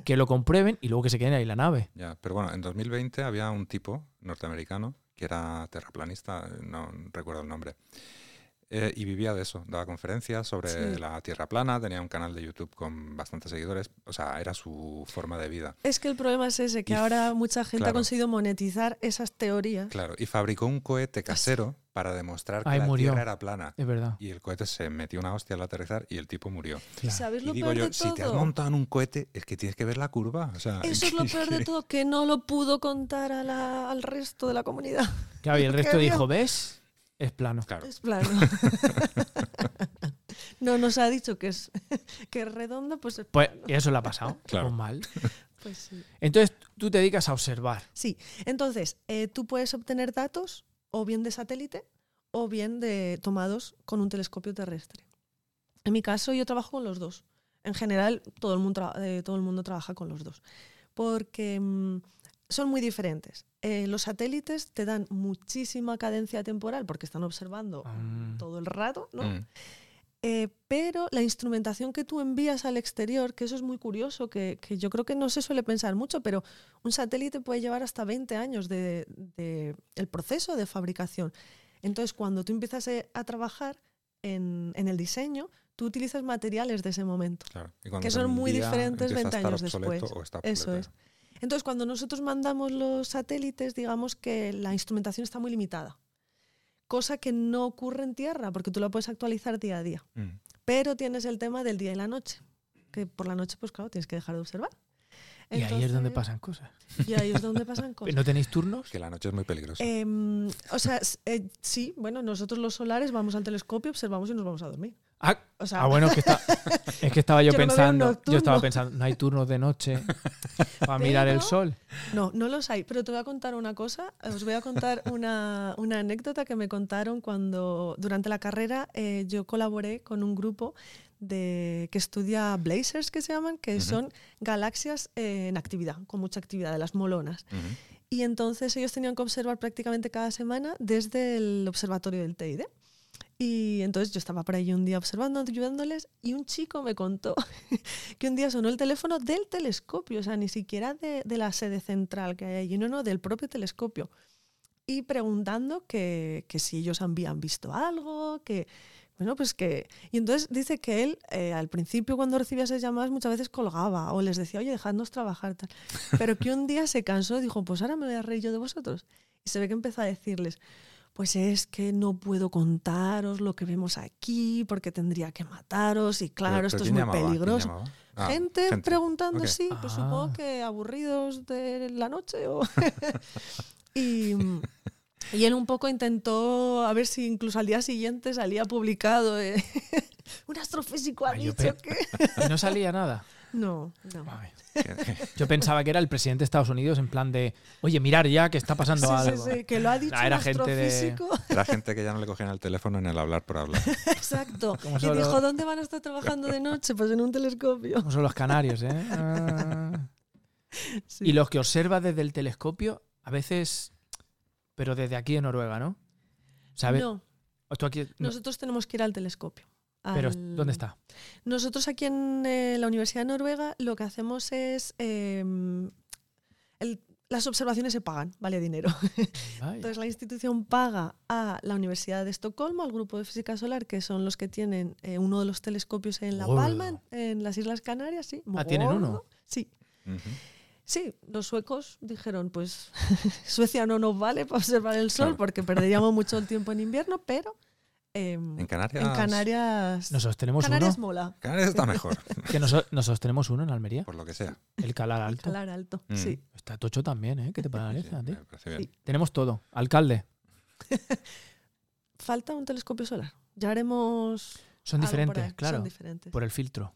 [SPEAKER 1] Que lo comprueben y luego que se queden ahí en la nave.
[SPEAKER 2] Ya, pero bueno, en 2020 había un tipo norteamericano que era terraplanista, no recuerdo el nombre, eh, y vivía de eso, daba conferencias sobre
[SPEAKER 3] Sí.
[SPEAKER 2] la Tierra plana, tenía un canal de YouTube con bastantes seguidores, o sea, era su forma de vida.
[SPEAKER 3] Es que el problema es ese, que
[SPEAKER 2] Y-
[SPEAKER 3] ahora mucha gente ha
[SPEAKER 2] claro.
[SPEAKER 3] conseguido monetizar esas teorías.
[SPEAKER 2] Claro, y fabricó un cohete casero para demostrar que
[SPEAKER 1] Ahí
[SPEAKER 2] la
[SPEAKER 1] murió.
[SPEAKER 2] Tierra era plana.
[SPEAKER 1] Es verdad.
[SPEAKER 2] Y el cohete se metió una hostia al aterrizar y el tipo murió.
[SPEAKER 1] Claro.
[SPEAKER 3] ¿Sabéis
[SPEAKER 2] Y
[SPEAKER 3] lo
[SPEAKER 2] digo
[SPEAKER 3] peor
[SPEAKER 2] yo,
[SPEAKER 3] de todo?
[SPEAKER 2] si te has montado en un cohete, es que tienes que ver la curva. O sea,
[SPEAKER 3] Eso es lo peor de todo, que no lo pudo contar a la- al resto de la comunidad.
[SPEAKER 1] Claro, y el
[SPEAKER 3] ¿Qué
[SPEAKER 1] resto
[SPEAKER 3] había?
[SPEAKER 1] dijo, ¿ves? Es plano.
[SPEAKER 2] Claro,
[SPEAKER 3] Es plano. no nos ha dicho que es, que es redondo, pues es
[SPEAKER 1] Pues
[SPEAKER 3] plano.
[SPEAKER 1] eso le ha pasado.
[SPEAKER 2] Claro.
[SPEAKER 1] Pues mal.
[SPEAKER 3] Pues sí.
[SPEAKER 1] Entonces tú te dedicas a observar.
[SPEAKER 3] Sí, entonces eh, tú puedes obtener datos o bien de satélite o bien de tomados con un telescopio terrestre. En mi caso yo trabajo con los dos. En general todo el mundo, tra- eh, todo el mundo trabaja con los dos porque mm, son muy diferentes. Eh, los satélites te dan muchísima cadencia temporal porque están observando
[SPEAKER 1] Mm,
[SPEAKER 3] todo el rato, ¿no?
[SPEAKER 2] Mm,
[SPEAKER 3] Eh, pero la instrumentación que tú envías al exterior, que eso es muy curioso, que, que yo creo que no se suele pensar mucho, pero un satélite puede llevar hasta 20 años de, de- el proceso de fabricación. Entonces, cuando tú empiezas eh, a trabajar en, en el diseño, tú utilizas materiales de ese momento.
[SPEAKER 2] claro. Y cuando
[SPEAKER 3] Que
[SPEAKER 2] se
[SPEAKER 3] son muy
[SPEAKER 2] envía,
[SPEAKER 3] diferentes
[SPEAKER 2] empieza a
[SPEAKER 3] 20
[SPEAKER 2] estar
[SPEAKER 3] años después.
[SPEAKER 2] obsoleto o está
[SPEAKER 3] Eso
[SPEAKER 2] obsoleto.
[SPEAKER 3] es. Entonces, cuando nosotros mandamos los satélites, digamos que la instrumentación está muy limitada, cosa que no ocurre en Tierra, porque tú la puedes actualizar día a día.
[SPEAKER 2] Mm.
[SPEAKER 3] Pero tienes el tema del día y la noche, que por la noche, pues claro, tienes que dejar de observar.
[SPEAKER 1] y ahí es donde
[SPEAKER 3] Entonces,
[SPEAKER 1] pasan cosas.
[SPEAKER 3] Y ahí es donde pasan cosas.
[SPEAKER 1] ¿No tenéis turnos?
[SPEAKER 2] Que la noche es muy peligrosa.
[SPEAKER 3] Em, o sea, s- eh, sí, bueno, nosotros los solares vamos al telescopio, observamos y nos vamos a dormir.
[SPEAKER 1] Ah,
[SPEAKER 3] O sea,
[SPEAKER 1] ah, bueno, es que, está- es que estaba yo,
[SPEAKER 3] Yo no me veo
[SPEAKER 1] pensando. yo
[SPEAKER 3] nocturno.
[SPEAKER 1] estaba pensando, no hay turnos de noche para mirar el
[SPEAKER 3] Pero-
[SPEAKER 1] sol.
[SPEAKER 3] no, no los hay. Pero te voy a contar una cosa, os voy a contar una, una anécdota que me contaron cuando, durante la carrera, eh, yo colaboré con un grupo de, que estudia blazers, que se llaman, que
[SPEAKER 2] Ujú.
[SPEAKER 3] son galaxias eh, en actividad, con mucha actividad, de las molonas.
[SPEAKER 2] Ujú.
[SPEAKER 3] Y entonces ellos tenían que observar prácticamente cada semana desde el observatorio del Teide. Y entonces yo estaba por ahí un día observando, ayudándoles, y un chico me contó que un día sonó el teléfono del telescopio, o sea, ni siquiera de, de la sede central que hay allí, no, no, del propio telescopio. Y preguntando que, que si ellos habían visto algo, que, bueno, pues que... Y entonces dice que él, eh, al principio cuando recibía esas llamadas, muchas veces colgaba o les decía, oye, dejadnos trabajar, tal. Pero que un día se cansó y dijo, pues ahora me voy a reír yo de vosotros. Y se ve que empezó a decirles, pues es que no puedo contaros lo que vemos aquí porque tendría que mataros y claro,
[SPEAKER 2] Pero-
[SPEAKER 3] esto
[SPEAKER 2] pero
[SPEAKER 3] es
[SPEAKER 2] ¿quién
[SPEAKER 3] muy
[SPEAKER 2] llamaba? ¿Quién
[SPEAKER 3] peligroso.
[SPEAKER 2] llamaba? Ah,
[SPEAKER 3] gente, preguntando,
[SPEAKER 2] Ok.
[SPEAKER 3] sí, pues supongo
[SPEAKER 1] Ah.
[SPEAKER 3] que aburridos de la noche o... y, y él un poco intentó a ver si incluso al día siguiente salía publicado eh, un astrofísico ha
[SPEAKER 1] Ay, yo Ah,
[SPEAKER 3] dicho
[SPEAKER 1] pe-
[SPEAKER 3] que...
[SPEAKER 1] Y no salía nada.
[SPEAKER 3] No, no.
[SPEAKER 1] Vale.
[SPEAKER 2] Que-
[SPEAKER 1] Yo pensaba que era el presidente de Estados Unidos en plan de, oye, mirar ya que está pasando
[SPEAKER 3] Sí, sí,
[SPEAKER 1] algo.
[SPEAKER 3] sí, que lo ha dicho
[SPEAKER 1] Ah, era
[SPEAKER 3] un
[SPEAKER 1] gente de-
[SPEAKER 3] astrofísico.
[SPEAKER 2] Era gente que ya no le cogían el teléfono en el hablar por hablar.
[SPEAKER 3] Exacto.
[SPEAKER 1] Como
[SPEAKER 3] Y
[SPEAKER 1] solo-
[SPEAKER 3] dijo, ¿dónde van a estar trabajando de noche? Pues en un telescopio.
[SPEAKER 1] Como son los canarios, ¿eh? Ah.
[SPEAKER 3] Sí.
[SPEAKER 1] Y los que observa desde el telescopio, a veces, pero desde aquí en Noruega, ¿no? ¿Sabes?
[SPEAKER 3] No,
[SPEAKER 1] ¿Tú aquí? no,
[SPEAKER 3] Nosotros tenemos que ir al telescopio.
[SPEAKER 1] pero
[SPEAKER 3] al-
[SPEAKER 1] ¿dónde está?
[SPEAKER 3] Nosotros aquí en eh, la Universidad de Noruega lo que hacemos es... eh, el- las observaciones se pagan, vale dinero.
[SPEAKER 1] Vaya.
[SPEAKER 3] Entonces la institución paga a la Universidad de Estocolmo, al grupo de física solar, que son los que tienen eh, uno de los telescopios en La
[SPEAKER 1] Gordo.
[SPEAKER 3] Palma, en, en las Islas Canarias, sí. muy
[SPEAKER 1] Ah, ¿tienen uno?
[SPEAKER 3] gordo. Sí.
[SPEAKER 2] Ujú.
[SPEAKER 3] Sí, los suecos dijeron, pues Suecia no nos vale para observar el sol
[SPEAKER 2] Claro.
[SPEAKER 3] porque perderíamos mucho el tiempo en invierno, pero eh,
[SPEAKER 2] En
[SPEAKER 3] en,
[SPEAKER 2] Canarias.
[SPEAKER 3] Canarias...
[SPEAKER 1] Nosotros tenemos
[SPEAKER 3] Canarias
[SPEAKER 1] uno.
[SPEAKER 3] mola,
[SPEAKER 2] Canarias está mejor,
[SPEAKER 1] Que noso- nosotros tenemos uno en Almería.
[SPEAKER 2] por lo que sea.
[SPEAKER 1] El Calar Alto.
[SPEAKER 3] calar alto,
[SPEAKER 2] Mm.
[SPEAKER 3] sí.
[SPEAKER 1] Está tocho también, ¿eh? ¿Qué te
[SPEAKER 2] Ah, Sí,
[SPEAKER 1] parece a ti?
[SPEAKER 2] me parece bien.
[SPEAKER 1] Tenemos todo. Alcalde.
[SPEAKER 3] Falta un telescopio solar. Ya haremos...
[SPEAKER 1] Son
[SPEAKER 3] algo por
[SPEAKER 1] diferentes,
[SPEAKER 3] ahí, son
[SPEAKER 1] claro.
[SPEAKER 3] diferentes.
[SPEAKER 1] Por el filtro.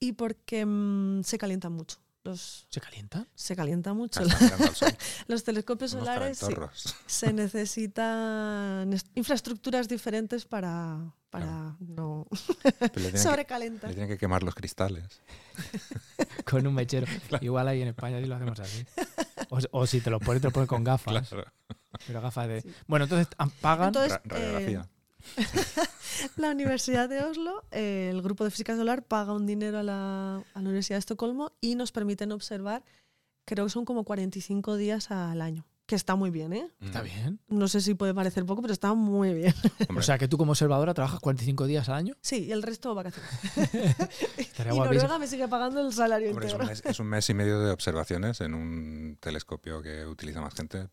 [SPEAKER 3] Y porque mm, se calientan mucho. Los,
[SPEAKER 1] ¿Se calienta?
[SPEAKER 3] se calienta mucho.
[SPEAKER 2] Ah, está mirando al sol,
[SPEAKER 3] Los telescopios
[SPEAKER 2] unos
[SPEAKER 3] solares sí,
[SPEAKER 2] calentorros.
[SPEAKER 3] se necesitan est- infraestructuras diferentes para, para no
[SPEAKER 2] Pero Le tienen, que,
[SPEAKER 3] sobrecalentar.
[SPEAKER 2] le tienen que quemar los cristales.
[SPEAKER 1] Con un mechero. Igual ahí en España sí lo hacemos así. O, o si te lo pones, te lo pones con gafas.
[SPEAKER 2] Claro.
[SPEAKER 1] Pero gafas de.
[SPEAKER 3] Sí.
[SPEAKER 1] Bueno, entonces ah, pagan.
[SPEAKER 3] Entonces,
[SPEAKER 2] Ra- radiografía.
[SPEAKER 3] eh, la Universidad de Oslo, eh, el grupo de física solar, paga un dinero a la, a la Universidad de Estocolmo y nos permiten observar, creo que son como 45 días al año, que está muy bien, ¿eh?
[SPEAKER 2] Mm.
[SPEAKER 1] Está bien.
[SPEAKER 3] No sé si puede parecer poco, pero está muy bien.
[SPEAKER 2] Hombre,
[SPEAKER 1] O sea, que tú como observadora trabajas 45 días al año.
[SPEAKER 3] Sí, y el resto vacaciones.
[SPEAKER 1] Estaría
[SPEAKER 3] Y
[SPEAKER 1] guapísimo.
[SPEAKER 3] Noruega me sigue pagando el salario
[SPEAKER 2] hombre, es, un
[SPEAKER 3] entero.
[SPEAKER 2] mes, es un mes y medio de observaciones en un telescopio que utiliza más gente.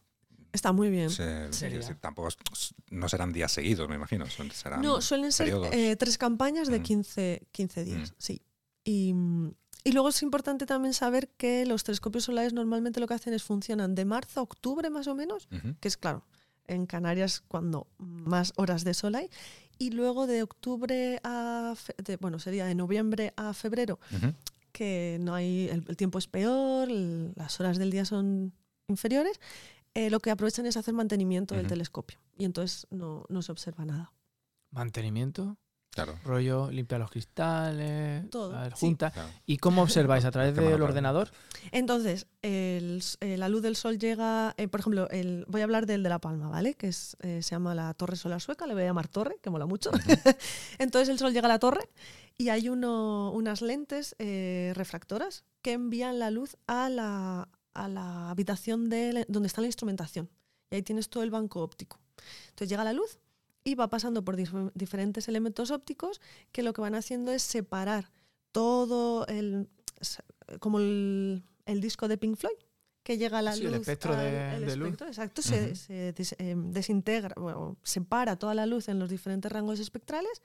[SPEAKER 3] Está muy bien.
[SPEAKER 2] Se- quiero
[SPEAKER 1] Sería.
[SPEAKER 2] decir, tampoco es- no serán días seguidos, me imagino. son- serán-
[SPEAKER 3] No, suelen ser
[SPEAKER 2] periodos.
[SPEAKER 3] eh, tres campañas de
[SPEAKER 2] Mm.
[SPEAKER 3] 15, 15 días,
[SPEAKER 2] Mm.
[SPEAKER 3] sí. Y, mm, y luego es importante también saber que los telescopios solares normalmente lo que hacen es funcionan de marzo a octubre más o menos,
[SPEAKER 2] Ujú.
[SPEAKER 3] que es claro, en Canarias cuando más horas de sol hay, y luego de octubre a, fe- de- bueno, sería de noviembre a febrero,
[SPEAKER 2] Ujú.
[SPEAKER 3] que no hay, el, el tiempo es peor, el- las horas del día son inferiores, eh, lo que aprovechan es hacer mantenimiento del
[SPEAKER 2] Ujú.
[SPEAKER 3] telescopio y entonces no, no se observa nada.
[SPEAKER 1] Mantenimiento,
[SPEAKER 2] Claro.
[SPEAKER 1] rollo, limpiar los cristales,
[SPEAKER 3] Todo,
[SPEAKER 1] a ver,
[SPEAKER 3] sí.
[SPEAKER 1] junta.
[SPEAKER 2] claro.
[SPEAKER 1] ¿Y cómo observáis? ¿A través
[SPEAKER 2] Qué mala
[SPEAKER 1] del
[SPEAKER 2] tarde.
[SPEAKER 1] ordenador?
[SPEAKER 3] Entonces, el s- eh, la luz del sol llega, eh, por ejemplo, el, voy a hablar del de La Palma, ¿vale? Que es, eh, se llama la Torre Solar Sueca, le voy a llamar Torre, que mola mucho. Entonces el sol llega a la torre y hay uno- unas lentes eh, refractoras que envían la luz a la, a la habitación de la- donde está la instrumentación. Y ahí tienes todo el banco óptico. Entonces llega la luz y va pasando por dif- diferentes elementos ópticos que lo que van haciendo es separar todo el, s- como el, el disco de Pink Floyd que llega a la
[SPEAKER 1] Sí, el
[SPEAKER 3] luz
[SPEAKER 1] espectro
[SPEAKER 3] al-
[SPEAKER 1] de-
[SPEAKER 3] el
[SPEAKER 1] de luz.
[SPEAKER 3] espectro, exacto se,
[SPEAKER 2] Ujú.
[SPEAKER 3] se des- em, desintegra bueno, separa toda la luz en los diferentes rangos espectrales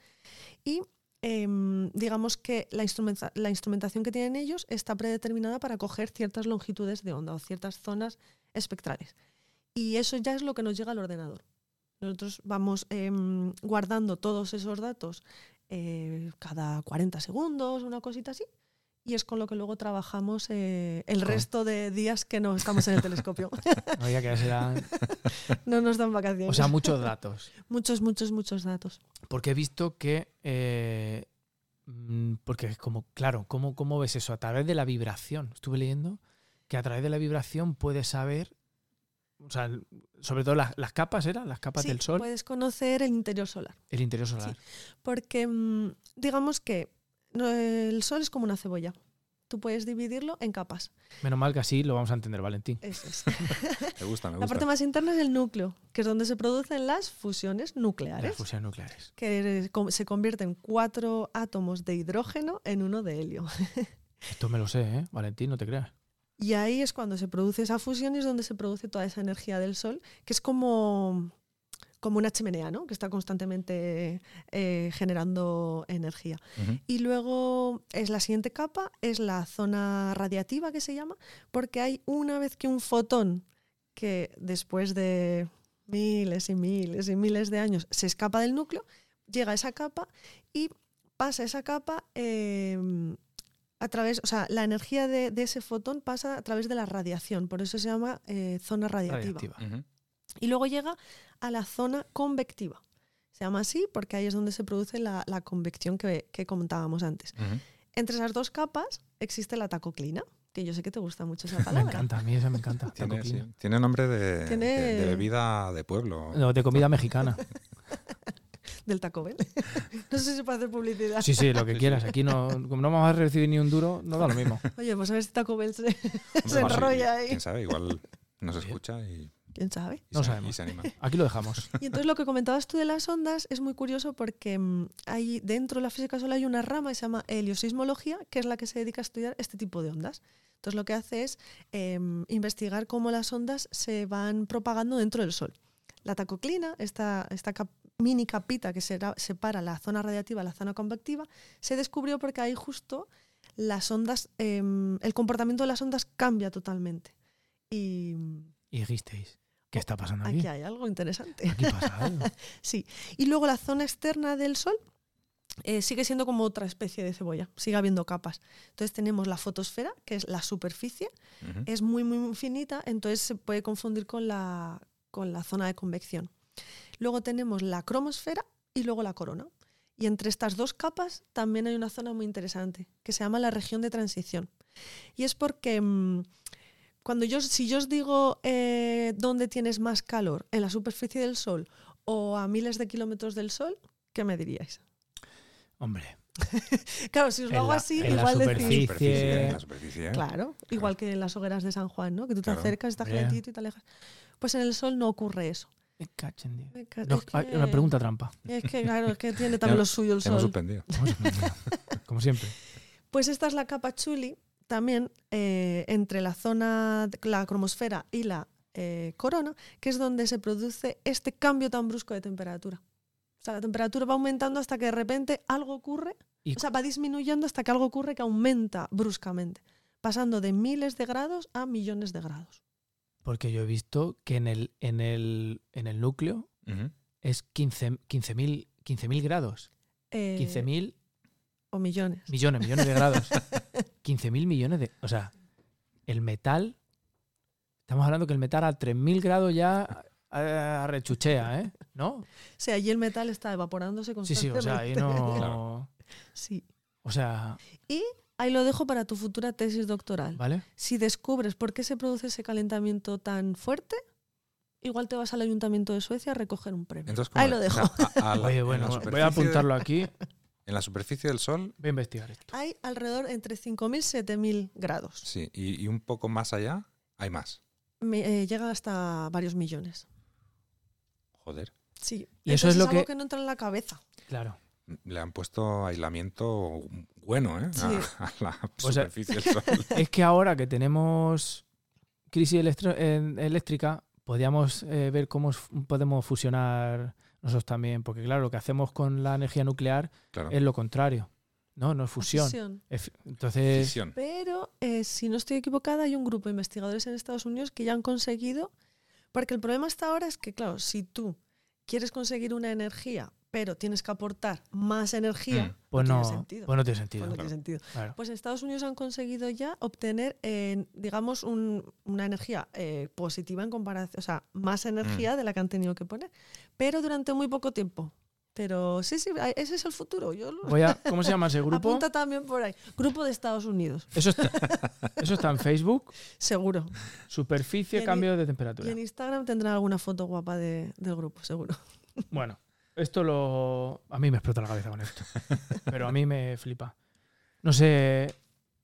[SPEAKER 3] y em, digamos que la, instrumenta- la instrumentación que tienen ellos está predeterminada para coger ciertas longitudes de onda o ciertas zonas espectrales. Y eso ya es lo que nos llega al ordenador. Nosotros vamos em, guardando todos esos datos eh, cada 40 segundos, una cosita así, y es con lo que luego trabajamos eh, el
[SPEAKER 1] Ah.
[SPEAKER 3] resto de días que no estamos en el telescopio.
[SPEAKER 1] Oiga, que serán-
[SPEAKER 3] no nos dan vacaciones.
[SPEAKER 1] O sea, muchos datos.
[SPEAKER 3] muchos, muchos, muchos datos.
[SPEAKER 1] Porque he visto que. eh, mm, porque es como, claro, ¿cómo, ¿cómo ves eso? A través de la vibración. Estuve leyendo que a través de la vibración puedes saber. O sea, el- sobre todo las, las capas, ¿eran? Las capas
[SPEAKER 3] Sí,
[SPEAKER 1] del sol,
[SPEAKER 3] Puedes conocer el interior solar.
[SPEAKER 1] el interior solar.
[SPEAKER 3] Porque mm, digamos que no, el sol es como una cebolla. Tú puedes dividirlo en capas.
[SPEAKER 1] Menos mal que así lo vamos a entender, Valentín.
[SPEAKER 3] Eso es.
[SPEAKER 2] Me gusta, me
[SPEAKER 3] La parte
[SPEAKER 2] gusta.
[SPEAKER 3] más interna es el núcleo, que es donde se producen las fusiones
[SPEAKER 1] Las
[SPEAKER 3] nucleares,
[SPEAKER 1] fusiones nucleares.
[SPEAKER 3] que eh, com- se convierten cuatro átomos de hidrógeno en uno de helio.
[SPEAKER 1] Esto me lo sé, ¿eh? Valentín, no te creas.
[SPEAKER 3] Y ahí es cuando se produce esa fusión y es donde se produce toda esa energía del sol, que es como, como una chimenea, ¿no? Que está constantemente eh, generando energía.
[SPEAKER 2] Ujú.
[SPEAKER 3] Y luego es la siguiente capa, es la zona radiativa que se llama, porque hay una vez que un fotón que después de miles y miles y miles de años se escapa del núcleo, llega a esa capa y pasa esa capa eh, a través, o sea, la energía de, de ese fotón pasa a través de la radiación, por eso se llama eh, zona radiativa.
[SPEAKER 1] Radiactiva.
[SPEAKER 2] Ujú.
[SPEAKER 3] Y luego llega a la zona convectiva. Se llama así porque ahí es donde se produce la, la convección que, que comentábamos antes.
[SPEAKER 2] Ujú.
[SPEAKER 3] Entre esas dos capas existe la tacoclina, que yo sé que te gusta mucho esa
[SPEAKER 1] Me
[SPEAKER 3] palabra.
[SPEAKER 1] encanta, a mí esa me encanta.
[SPEAKER 2] Tiene, sí,
[SPEAKER 1] Tacoclina.
[SPEAKER 2] tiene nombre de,
[SPEAKER 3] Tiene-
[SPEAKER 2] de- de bebida de pueblo.
[SPEAKER 1] No, de comida mexicana.
[SPEAKER 3] del Taco Bell. no sé si se puede hacer publicidad.
[SPEAKER 1] Sí, sí, lo que quieras. Aquí no, como no vamos a recibir ni un duro, no da lo mismo.
[SPEAKER 3] Oye, pues a ver si Taco Bell se,
[SPEAKER 2] Hombre,
[SPEAKER 3] se
[SPEAKER 2] no sé,
[SPEAKER 3] enrolla ahí.
[SPEAKER 2] Quién sabe, igual nos escucha y,
[SPEAKER 3] ¿Quién sabe?
[SPEAKER 2] y
[SPEAKER 1] No
[SPEAKER 2] se,
[SPEAKER 1] sabemos.
[SPEAKER 2] y se anima.
[SPEAKER 1] Aquí lo dejamos.
[SPEAKER 3] Y entonces lo que comentabas tú de las ondas es muy curioso porque mm, hay, dentro de la física solar hay una rama que se llama helioseismología, que es la que se dedica a estudiar este tipo de ondas. Entonces lo que hace es em, investigar cómo las ondas se van propagando dentro del Sol. La tacoclina, esta, esta cap- mini capita que será- separa la zona radiativa de la zona convectiva, se descubrió porque ahí justo las ondas, em, el comportamiento de las ondas cambia totalmente. Y mm,
[SPEAKER 1] Y dijisteis, ¿qué está pasando aquí?
[SPEAKER 3] aquí hay algo interesante.
[SPEAKER 1] Aquí pasa algo.
[SPEAKER 3] Sí, y luego la zona externa del Sol eh, sigue siendo como otra especie de cebolla, sigue habiendo capas. Entonces tenemos la fotosfera, que es la superficie,
[SPEAKER 2] Ujú.
[SPEAKER 3] es muy, muy infinita, entonces se puede confundir con la, con la zona de convección. Luego tenemos la cromosfera y luego la corona. Y entre estas dos capas también hay una zona muy interesante, que se llama la región de transición. Y es porque mm, cuando yo, si yo os digo eh, dónde tienes más calor, en la superficie del Sol o a miles de kilómetros del Sol, ¿qué me diríais?
[SPEAKER 1] Hombre,
[SPEAKER 3] Claro, si os
[SPEAKER 1] En
[SPEAKER 3] lo hago
[SPEAKER 1] la-
[SPEAKER 3] así,
[SPEAKER 1] en la
[SPEAKER 3] igual
[SPEAKER 1] superficie.
[SPEAKER 3] decís...
[SPEAKER 2] Superficie, la superficie.
[SPEAKER 3] Claro, igual que en las hogueras de San Juan, ¿no? Que tú te
[SPEAKER 2] ¿Eh? Claro.
[SPEAKER 3] acercas, estás
[SPEAKER 1] Hombre.
[SPEAKER 3] calentito y te alejas. Pues en el sol no ocurre eso.
[SPEAKER 1] me cacho en Dios.
[SPEAKER 3] Me ca-
[SPEAKER 1] No,
[SPEAKER 3] es
[SPEAKER 1] hay
[SPEAKER 3] que-
[SPEAKER 1] Una pregunta trampa.
[SPEAKER 3] Es que, claro, es que tiene también
[SPEAKER 2] Ya-
[SPEAKER 3] lo suyo el
[SPEAKER 2] Hemos
[SPEAKER 3] sol.
[SPEAKER 2] suspendido.
[SPEAKER 1] Como siempre.
[SPEAKER 3] Pues esta es la capa chuli, también eh, entre la zona, de- la cromosfera y la eh, corona, que es donde se produce este cambio tan brusco de temperatura. O sea, la temperatura va aumentando hasta que de repente algo ocurre,
[SPEAKER 1] Y-
[SPEAKER 3] o sea, va disminuyendo hasta que algo ocurre que aumenta bruscamente, pasando de miles de grados a millones de grados.
[SPEAKER 1] Porque yo he visto que en el, en el, en el núcleo
[SPEAKER 2] Ujú.
[SPEAKER 1] es 15 15.000 15.000 grados.
[SPEAKER 3] Eh,
[SPEAKER 1] 15.000
[SPEAKER 3] o millones.
[SPEAKER 1] millones, millones de grados. 15.000 millones de... O sea, el metal... Estamos hablando que el metal a 3.000 grados ya eh, rechuchea, ¿eh? ¿No?
[SPEAKER 3] O sea, allí el metal está evaporándose
[SPEAKER 1] Sí, sí,
[SPEAKER 3] constantemente.
[SPEAKER 1] o sea, ahí no...
[SPEAKER 3] Sí.
[SPEAKER 1] O sea,
[SPEAKER 3] Ahí lo dejo para tu futura tesis doctoral.
[SPEAKER 1] ¿vale?
[SPEAKER 3] Si descubres por qué se produce ese calentamiento tan fuerte, igual te vas al ayuntamiento de Suecia a recoger un premio.
[SPEAKER 2] Entonces, ¿cómo
[SPEAKER 3] Ahí
[SPEAKER 2] es?
[SPEAKER 3] lo
[SPEAKER 2] O
[SPEAKER 3] dejo.
[SPEAKER 2] sea, a- a la-
[SPEAKER 1] Oye,
[SPEAKER 2] en
[SPEAKER 1] bueno,
[SPEAKER 2] la
[SPEAKER 1] voy a
[SPEAKER 2] superficie-
[SPEAKER 1] apuntarlo aquí.
[SPEAKER 2] En la superficie del sol,
[SPEAKER 1] Voy a investigar esto.
[SPEAKER 3] Hay alrededor entre 5.000 y 7.000 grados.
[SPEAKER 2] sí, y, y un poco más allá, hay más.
[SPEAKER 3] Me- eh, llega hasta varios millones.
[SPEAKER 2] Joder.
[SPEAKER 3] Sí.
[SPEAKER 1] Y eso es
[SPEAKER 3] Entonces
[SPEAKER 1] lo
[SPEAKER 3] algo
[SPEAKER 1] que-
[SPEAKER 3] que no entra en la cabeza.
[SPEAKER 1] Claro.
[SPEAKER 2] Le han puesto aislamiento bueno, ¿eh?
[SPEAKER 3] Sí.
[SPEAKER 2] A, a la
[SPEAKER 1] O sea-
[SPEAKER 2] superficie del sol.
[SPEAKER 1] Es que ahora que tenemos crisis electro- en- eléctrica, podríamos eh, ver cómo s- podemos fusionar nosotros también. Porque claro, lo que hacemos con la energía nuclear
[SPEAKER 2] Claro.
[SPEAKER 1] es lo contrario. No, no es
[SPEAKER 3] Pues
[SPEAKER 1] fusión.
[SPEAKER 3] Fisión.
[SPEAKER 1] Es- Entonces,
[SPEAKER 2] Fisión.
[SPEAKER 3] Pero eh, si no estoy equivocada, hay un grupo de investigadores en Estados Unidos que ya han conseguido, porque el problema hasta ahora es que, claro, si tú quieres conseguir una energía, pero tienes que aportar más energía,
[SPEAKER 1] pues no,
[SPEAKER 3] tiene sentido.
[SPEAKER 1] pues no tiene
[SPEAKER 3] pues
[SPEAKER 1] sentido.
[SPEAKER 3] no tiene sentido.
[SPEAKER 1] claro.
[SPEAKER 3] Pues en Estados Unidos han conseguido ya obtener, eh, digamos, un- una energía eh, positiva en comparación, o sea, más energía de la que han tenido que poner, pero durante muy poco tiempo. Pero sí, sí, a- ese es el futuro. Yo lo-
[SPEAKER 1] Voy a, ¿Cómo se llama ese grupo?
[SPEAKER 3] Apunta también por ahí. Grupo de Estados Unidos,
[SPEAKER 1] Eso está, eso está en Facebook.
[SPEAKER 3] seguro.
[SPEAKER 1] Superficie,
[SPEAKER 3] Y en-
[SPEAKER 1] cambio de
[SPEAKER 3] Y
[SPEAKER 1] temperatura.
[SPEAKER 3] en Instagram tendrán alguna foto guapa de- del grupo, seguro.
[SPEAKER 1] Bueno, esto lo. A mí me explota la cabeza con esto. Pero a mí me flipa. No sé.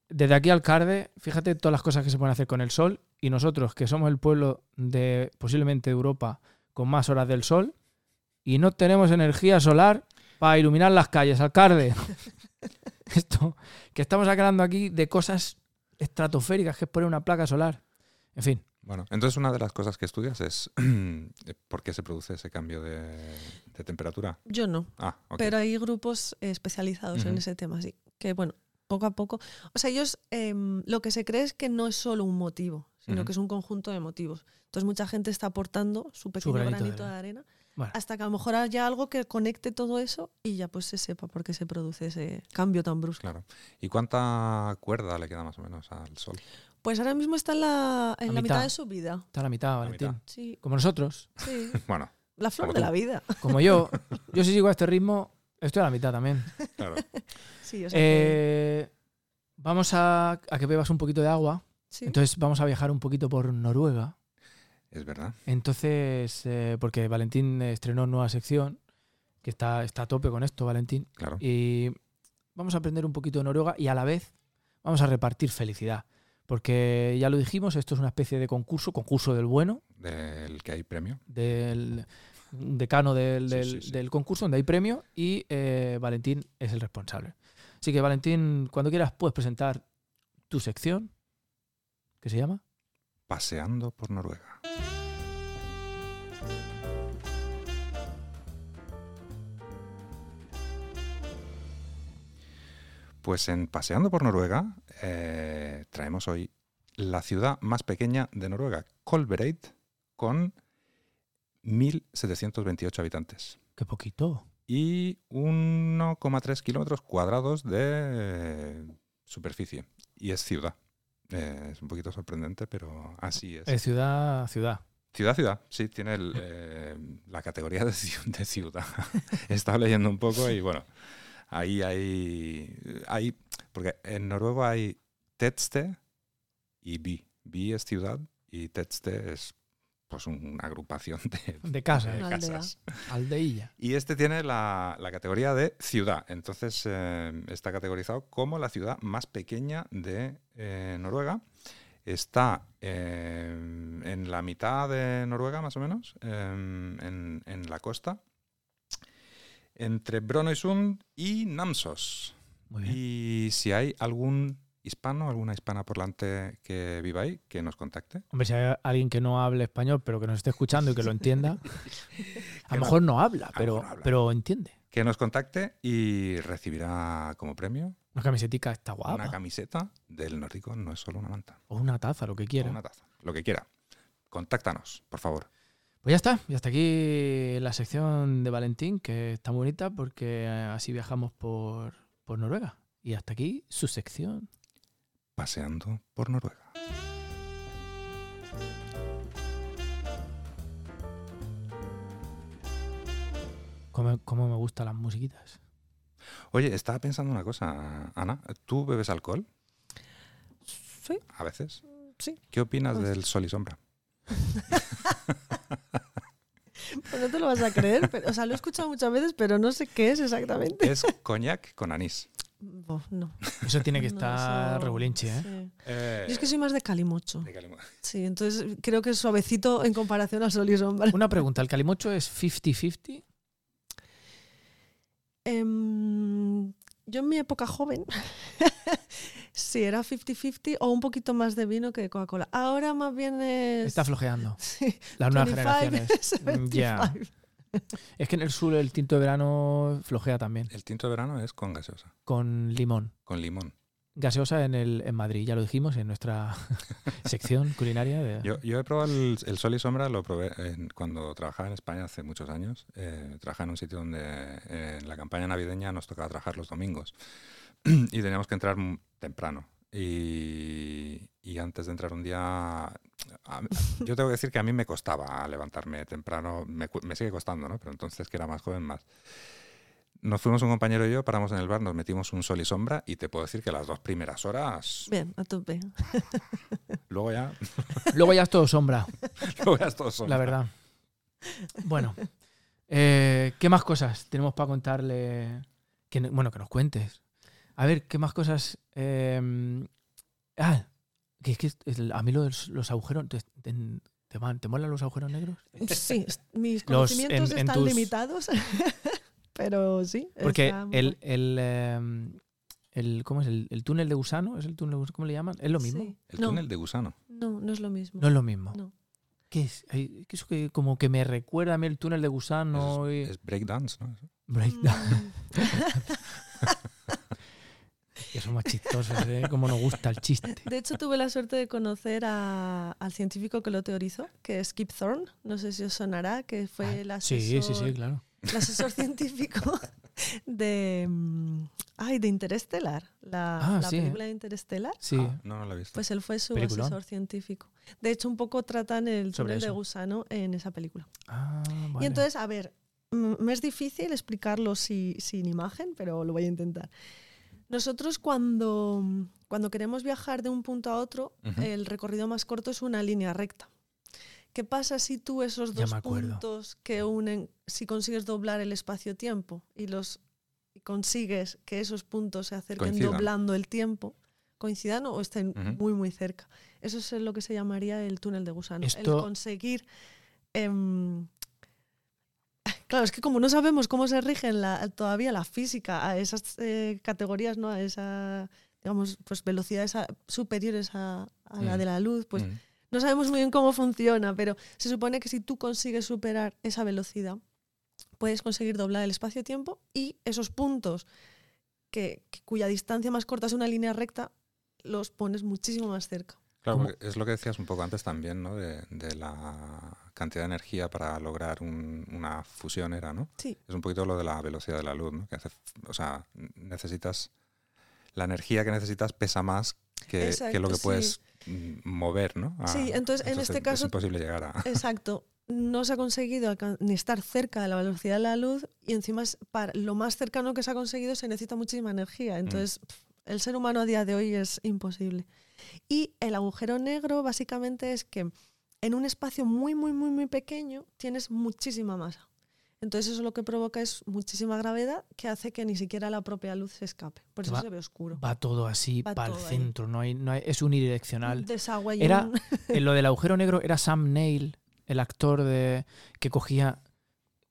[SPEAKER 1] Desde aquí, alcalde, fíjate todas las cosas que se pueden hacer con el sol. Y nosotros, que somos el pueblo de posiblemente de Europa con más horas del sol, y no tenemos energía solar para iluminar las calles, alcalde. Esto, que estamos aclarando aquí de cosas estratosféricas, que es poner una placa solar. En fin,
[SPEAKER 2] Bueno, entonces una de las cosas que estudias es eh, por qué se produce ese cambio de, de temperatura.
[SPEAKER 3] Yo no,
[SPEAKER 2] Ah, ok.
[SPEAKER 3] pero hay grupos eh, especializados en
[SPEAKER 2] Ujú.
[SPEAKER 3] ese tema, sí. Que bueno, poco a poco. O sea, ellos em, lo que se cree es que no es solo un motivo, sino
[SPEAKER 2] Ujú.
[SPEAKER 3] que es un conjunto de motivos. Entonces, mucha gente está aportando su pequeño
[SPEAKER 1] granito
[SPEAKER 3] granito,
[SPEAKER 1] de
[SPEAKER 3] de arena
[SPEAKER 1] Bueno.
[SPEAKER 3] hasta que a lo mejor haya algo que conecte todo eso y ya pues se sepa por qué se produce ese cambio tan brusco.
[SPEAKER 2] Claro. ¿Y cuánta cuerda le queda más o menos al sol?
[SPEAKER 3] Pues ahora mismo está en la, en
[SPEAKER 1] A
[SPEAKER 3] la mitad.
[SPEAKER 1] mitad.
[SPEAKER 3] de su vida.
[SPEAKER 1] está a la mitad,
[SPEAKER 2] La
[SPEAKER 1] Valentín.
[SPEAKER 2] mitad.
[SPEAKER 3] Sí,
[SPEAKER 1] Como nosotros.
[SPEAKER 3] sí.
[SPEAKER 2] Bueno,
[SPEAKER 3] La flor
[SPEAKER 2] Como
[SPEAKER 3] de
[SPEAKER 2] tú.
[SPEAKER 3] la vida.
[SPEAKER 1] Como yo, yo si sigo a este ritmo, estoy a la mitad también.
[SPEAKER 2] claro.
[SPEAKER 3] Sí, o sea que-
[SPEAKER 1] Eh, vamos a, a que bebas un poquito de agua.
[SPEAKER 3] sí.
[SPEAKER 1] Entonces vamos a viajar un poquito por Noruega.
[SPEAKER 2] Es verdad.
[SPEAKER 1] Entonces, eh, porque Valentín estrenó nueva sección que está, está a tope con esto, Valentín.
[SPEAKER 2] Claro.
[SPEAKER 1] Y vamos a aprender un poquito de Noruega y a la vez vamos a repartir felicidad. Porque ya lo dijimos, esto es una especie de concurso, concurso del bueno,
[SPEAKER 2] Del que hay premio.
[SPEAKER 1] del un decano del,
[SPEAKER 2] Sí,
[SPEAKER 1] del,
[SPEAKER 2] sí, sí.
[SPEAKER 1] del concurso donde hay premio y eh, Valentín es el responsable. Así que Valentín, cuando quieras puedes presentar tu sección, que se llama
[SPEAKER 2] Paseando por Noruega. Pues en Paseando por Noruega eh, traemos hoy la ciudad más pequeña de Noruega, Kolbereit, con 1.728 habitantes
[SPEAKER 1] Qué poquito.
[SPEAKER 2] y 1,3 kilómetros cuadrados de superficie. Y es ciudad. Eh, es un poquito sorprendente, pero así es.
[SPEAKER 1] Es Eh, ciudad, ciudad.
[SPEAKER 2] Ciudad, ciudad, sí, tiene el, eh, la categoría de, ci- de ciudad. Estaba leyendo un poco y bueno, ahí hay, hay, porque en noruego hay Tetste y Bi. Bi es ciudad y Tetste es pues una agrupación de,
[SPEAKER 1] De
[SPEAKER 2] de
[SPEAKER 1] casa, eh,
[SPEAKER 3] Una aldea.
[SPEAKER 2] casas.
[SPEAKER 1] aldeilla.
[SPEAKER 2] Y este tiene la, la categoría de ciudad. Entonces eh, está categorizado como la ciudad más pequeña de eh, Noruega. Está eh, en la mitad de Noruega, más o menos, eh, en, en la costa, entre Brønnøysund y Namsos.
[SPEAKER 1] Muy bien.
[SPEAKER 2] Y si hay algún hispano, alguna hispana porlante que viva ahí, que nos contacte.
[SPEAKER 1] Hombre, si hay alguien que no hable español, pero que nos esté escuchando y que lo entienda, a
[SPEAKER 2] Que
[SPEAKER 1] lo
[SPEAKER 2] no-
[SPEAKER 1] mejor no habla,
[SPEAKER 2] lo
[SPEAKER 1] pero,
[SPEAKER 2] mejor no habla.
[SPEAKER 1] pero entiende.
[SPEAKER 2] Que nos contacte y recibirá como premio
[SPEAKER 1] Una camisetica está
[SPEAKER 2] una
[SPEAKER 1] guapa.
[SPEAKER 2] camiseta del nórdico, no es solo una manta.
[SPEAKER 1] o una taza, lo que
[SPEAKER 2] o
[SPEAKER 1] quiera.
[SPEAKER 2] una taza, lo que quiera. Contáctanos, por favor.
[SPEAKER 1] Pues ya está, y hasta aquí la sección de Valentín, que está bonita porque eh, así viajamos por, por Noruega. Y hasta aquí su sección.
[SPEAKER 2] Paseando por Noruega.
[SPEAKER 1] Cómo, cómo me gustan las musiquitas.
[SPEAKER 2] Oye, estaba pensando una cosa, Ana. ¿Tú bebes alcohol
[SPEAKER 3] Sí,
[SPEAKER 2] a veces?
[SPEAKER 3] sí.
[SPEAKER 2] ¿Qué opinas
[SPEAKER 3] Pues-
[SPEAKER 2] del sol y sombra?
[SPEAKER 3] Pues no te lo vas a creer, pero, o sea, lo he escuchado muchas veces, pero no sé qué es exactamente.
[SPEAKER 2] Es coñac con anís.
[SPEAKER 3] Bo, no.
[SPEAKER 1] Eso tiene que
[SPEAKER 3] No,
[SPEAKER 1] estar
[SPEAKER 3] eso-
[SPEAKER 1] regulinche, ¿eh?
[SPEAKER 3] sí.
[SPEAKER 2] Eh,
[SPEAKER 3] Yo es que soy más de calimocho.
[SPEAKER 2] de Calima-
[SPEAKER 3] Sí, entonces creo que es suavecito en comparación al sol y sombra.
[SPEAKER 1] Una pregunta, ¿el calimocho es 50-50?
[SPEAKER 3] Em, yo en mi época joven, sí, era 50-50 o un poquito más de vino que de Coca-Cola. Ahora más bien es...
[SPEAKER 1] Está flojeando.
[SPEAKER 3] sí,
[SPEAKER 1] Las nuevas
[SPEAKER 3] 25,
[SPEAKER 1] generaciones. Mm, ya.
[SPEAKER 3] 75.
[SPEAKER 1] Es que en el sur el tinto de verano flojea también,
[SPEAKER 2] El tinto de verano es con gaseosa,
[SPEAKER 1] con limón.
[SPEAKER 2] con limón.
[SPEAKER 1] Gaseosa en, el, en Madrid, ya lo dijimos en nuestra sección culinaria. De...
[SPEAKER 2] Yo, yo he probado el, el sol y sombra, lo probé en- cuando trabajaba en España hace muchos años. Eh, trabajaba en un sitio donde eh, en la campaña navideña nos tocaba trabajar los domingos y teníamos que entrar m- temprano. Y, y antes de entrar un día, a- yo tengo que decir que a mí me costaba levantarme temprano, me, cu- me sigue costando, ¿no? Pero entonces que era más joven más. Nos fuimos un compañero y yo, paramos en el bar, nos metimos un sol y sombra y te puedo decir que las dos primeras horas,
[SPEAKER 3] Bien, a tope.
[SPEAKER 2] luego ya,
[SPEAKER 1] Luego ya es todo sombra.
[SPEAKER 2] luego ya es todo sombra.
[SPEAKER 1] La verdad. Bueno, eh, ¿qué más cosas tenemos para contarle? Que, no- bueno, que nos cuentes. A ver, ¿qué más cosas? eh, ah, que es que es el- a mí lo de los, los agujeros. ¿Te, te, te man- te molan los agujeros negros?
[SPEAKER 3] Sí, es- mis
[SPEAKER 1] Los-
[SPEAKER 3] conocimientos
[SPEAKER 1] en- en
[SPEAKER 3] están
[SPEAKER 1] tus-
[SPEAKER 3] limitados, pero sí.
[SPEAKER 1] Porque
[SPEAKER 3] está muy
[SPEAKER 1] el,
[SPEAKER 3] guay.
[SPEAKER 1] el, eh, el- ¿Cómo es? El, el túnel de gusano. ¿Es el túnel de gusano? ¿Cómo le llaman? ¿Es lo mismo?
[SPEAKER 3] Sí.
[SPEAKER 2] El
[SPEAKER 3] No,
[SPEAKER 2] túnel de gusano.
[SPEAKER 3] no, no es lo mismo.
[SPEAKER 1] No es lo mismo.
[SPEAKER 3] No.
[SPEAKER 1] ¿Qué es? Ay, que Eso que como que me recuerda a mí el túnel de gusano
[SPEAKER 2] es,
[SPEAKER 1] y.
[SPEAKER 2] es breakdance, ¿no? Eso.
[SPEAKER 1] Breakdown.
[SPEAKER 3] Mm,
[SPEAKER 1] Que son más chistosos, ¿eh? Como nos gusta el chiste.
[SPEAKER 3] De hecho, tuve la suerte de conocer a- al científico que lo teorizó, que es Kip Thorne. No sé si os sonará, que
[SPEAKER 1] Ah,
[SPEAKER 3] fue el
[SPEAKER 1] Sí,
[SPEAKER 3] asesor,
[SPEAKER 1] sí, sí, claro.
[SPEAKER 3] el asesor científico de, mm, ay, de Interestelar, la,
[SPEAKER 1] Ah,
[SPEAKER 3] la
[SPEAKER 1] sí, ¿eh?
[SPEAKER 3] película de Interestelar.
[SPEAKER 1] Sí.
[SPEAKER 2] Ah, no, no lo he visto.
[SPEAKER 3] Pues él fue su
[SPEAKER 1] Peliculón.
[SPEAKER 3] asesor científico. De hecho, un poco tratan el
[SPEAKER 1] Sobre
[SPEAKER 3] túnel de
[SPEAKER 1] eso.
[SPEAKER 3] gusano en esa película.
[SPEAKER 1] Ah, vale.
[SPEAKER 3] Y entonces, a ver, mm, me es difícil explicarlo si- sin imagen, pero lo voy a intentar. Nosotros cuando, cuando queremos viajar de un punto a otro,
[SPEAKER 2] Ujú.
[SPEAKER 3] el recorrido más corto es una línea recta, ¿Qué pasa si tú esos
[SPEAKER 1] Ya
[SPEAKER 3] dos
[SPEAKER 1] me acuerdo.
[SPEAKER 3] puntos que unen, si consigues doblar el espacio-tiempo y los y consigues que esos puntos se acerquen
[SPEAKER 2] Coincidan.
[SPEAKER 3] doblando el tiempo, coincidan o estén
[SPEAKER 2] Ujú.
[SPEAKER 3] muy muy cerca? Eso es lo que se llamaría el túnel de gusano.
[SPEAKER 1] Esto-
[SPEAKER 3] El conseguir em, Claro, es que como no sabemos cómo se rigen la- todavía la física a esas eh, categorías, ¿no? A esa, digamos, pues velocidades a- superiores a, a la
[SPEAKER 2] Mm.
[SPEAKER 3] de la luz, pues
[SPEAKER 2] Mm.
[SPEAKER 3] no sabemos muy bien cómo funciona, pero se supone que si tú consigues superar esa velocidad, puedes conseguir doblar el espacio-tiempo y esos puntos que, que- cuya distancia más corta es una línea recta, los pones muchísimo más cerca.
[SPEAKER 2] Claro,
[SPEAKER 1] ¿Cómo?
[SPEAKER 2] porque es lo que decías un poco antes también, ¿no? De, de la cantidad de energía para lograr un- una fusión era, ¿no?
[SPEAKER 3] Sí.
[SPEAKER 2] Es un poquito lo de la velocidad de la luz, ¿no? Que hace, o sea, necesitas... La energía que necesitas pesa más que, que lo
[SPEAKER 3] Exacto,
[SPEAKER 2] que
[SPEAKER 3] sí.
[SPEAKER 2] puedes mm, mover, ¿no? A-
[SPEAKER 3] Sí, entonces, en este
[SPEAKER 2] Es
[SPEAKER 3] caso-
[SPEAKER 2] imposible llegar a...
[SPEAKER 3] Exacto. No se ha conseguido alcan- ni estar cerca de la velocidad de la luz y encima es para lo más cercano que se ha conseguido se necesita muchísima
[SPEAKER 1] Mm.
[SPEAKER 3] energía. Entonces, pf, el ser humano a día de hoy es imposible. Y el agujero negro básicamente es que en un espacio muy, muy, muy, muy pequeño tienes muchísima masa. Entonces eso lo que provoca es muchísima gravedad que hace que ni siquiera la propia luz se escape. Por eso
[SPEAKER 1] Va-
[SPEAKER 3] se ve oscuro.
[SPEAKER 1] Va todo así
[SPEAKER 3] Va
[SPEAKER 1] para el
[SPEAKER 3] todo ahí.
[SPEAKER 1] centro, no hay, no hay, es unidireccional.
[SPEAKER 3] Un desagüe y
[SPEAKER 1] Era-
[SPEAKER 3] un-
[SPEAKER 1] En lo del agujero negro era Sam Neill, el actor de que cogía,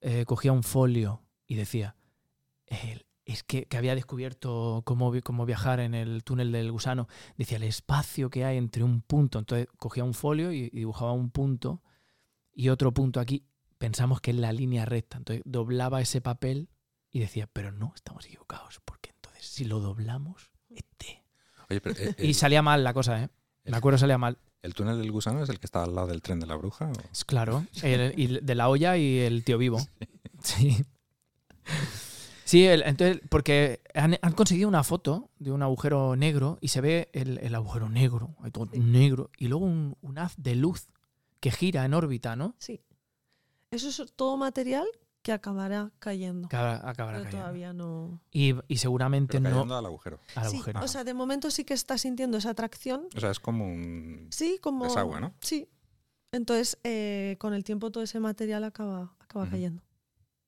[SPEAKER 1] eh, cogía un folio y decía, "El- es que, que había descubierto cómo, vi- cómo viajar en el túnel del gusano. Decía, el espacio que hay entre un punto. Entonces cogía un folio y, y dibujaba un punto y otro punto aquí. Pensamos que es la línea recta. Entonces doblaba ese papel y decía, pero no, estamos equivocados, porque entonces si lo doblamos, este...
[SPEAKER 2] Oye, pero eh,
[SPEAKER 1] Y
[SPEAKER 2] el,
[SPEAKER 1] salía mal la cosa, ¿eh? Me acuerdo salía mal.
[SPEAKER 2] el túnel del gusano es el que está al lado del tren de la bruja? o?
[SPEAKER 1] Es Pues Claro, el- y de la olla y el tío vivo. Sí. Sí, el- entonces, porque han, han conseguido una foto de un agujero negro y se ve el, el agujero negro, ahí todo negro, y luego un, un haz de luz que gira en órbita, ¿no?
[SPEAKER 3] Sí. Eso es todo material que acabará cayendo.
[SPEAKER 1] Que ahora acabará
[SPEAKER 3] pero
[SPEAKER 1] cayendo.
[SPEAKER 3] todavía no.
[SPEAKER 1] Y, y seguramente
[SPEAKER 2] Pero cayendo
[SPEAKER 1] no
[SPEAKER 2] al agujero.
[SPEAKER 1] al
[SPEAKER 3] Sí,
[SPEAKER 1] agujero.
[SPEAKER 3] o sea, de momento sí que está sintiendo esa atracción.
[SPEAKER 2] O sea, es como un...
[SPEAKER 3] Sí, como.
[SPEAKER 2] Desagüe, ¿no?
[SPEAKER 3] Sí. Entonces, eh, con el tiempo todo ese material acaba, acaba
[SPEAKER 2] Ujú.
[SPEAKER 3] cayendo.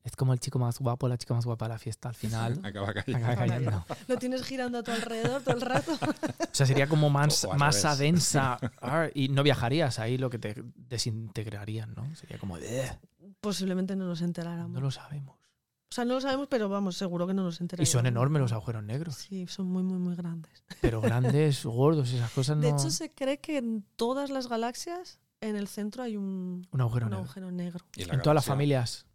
[SPEAKER 1] Es como el chico más guapo, la chica más guapa de la fiesta al final.
[SPEAKER 2] Acaba cayendo.
[SPEAKER 1] acaba cayendo.
[SPEAKER 3] Lo tienes girando a tu alrededor todo el rato.
[SPEAKER 1] O sea, sería como más,
[SPEAKER 2] O al
[SPEAKER 1] masa
[SPEAKER 2] revés.
[SPEAKER 1] densa ar, y no viajarías ahí, lo que te desintegrarían, ¿no? Sería como... "Ugh".
[SPEAKER 3] Posiblemente no nos enteráramos.
[SPEAKER 1] No lo sabemos.
[SPEAKER 3] O sea, no lo sabemos, pero vamos, seguro que no nos enteraremos.
[SPEAKER 1] Y son enormes los agujeros negros.
[SPEAKER 3] Sí, son muy, muy, muy grandes.
[SPEAKER 1] Pero grandes, gordos, esas cosas no.
[SPEAKER 3] De hecho, se cree que en todas las galaxias, en el centro hay un,
[SPEAKER 1] un agujero
[SPEAKER 3] un
[SPEAKER 1] negro.
[SPEAKER 3] agujero negro.
[SPEAKER 2] Y la
[SPEAKER 1] En todas las
[SPEAKER 2] galaxia-
[SPEAKER 1] familias.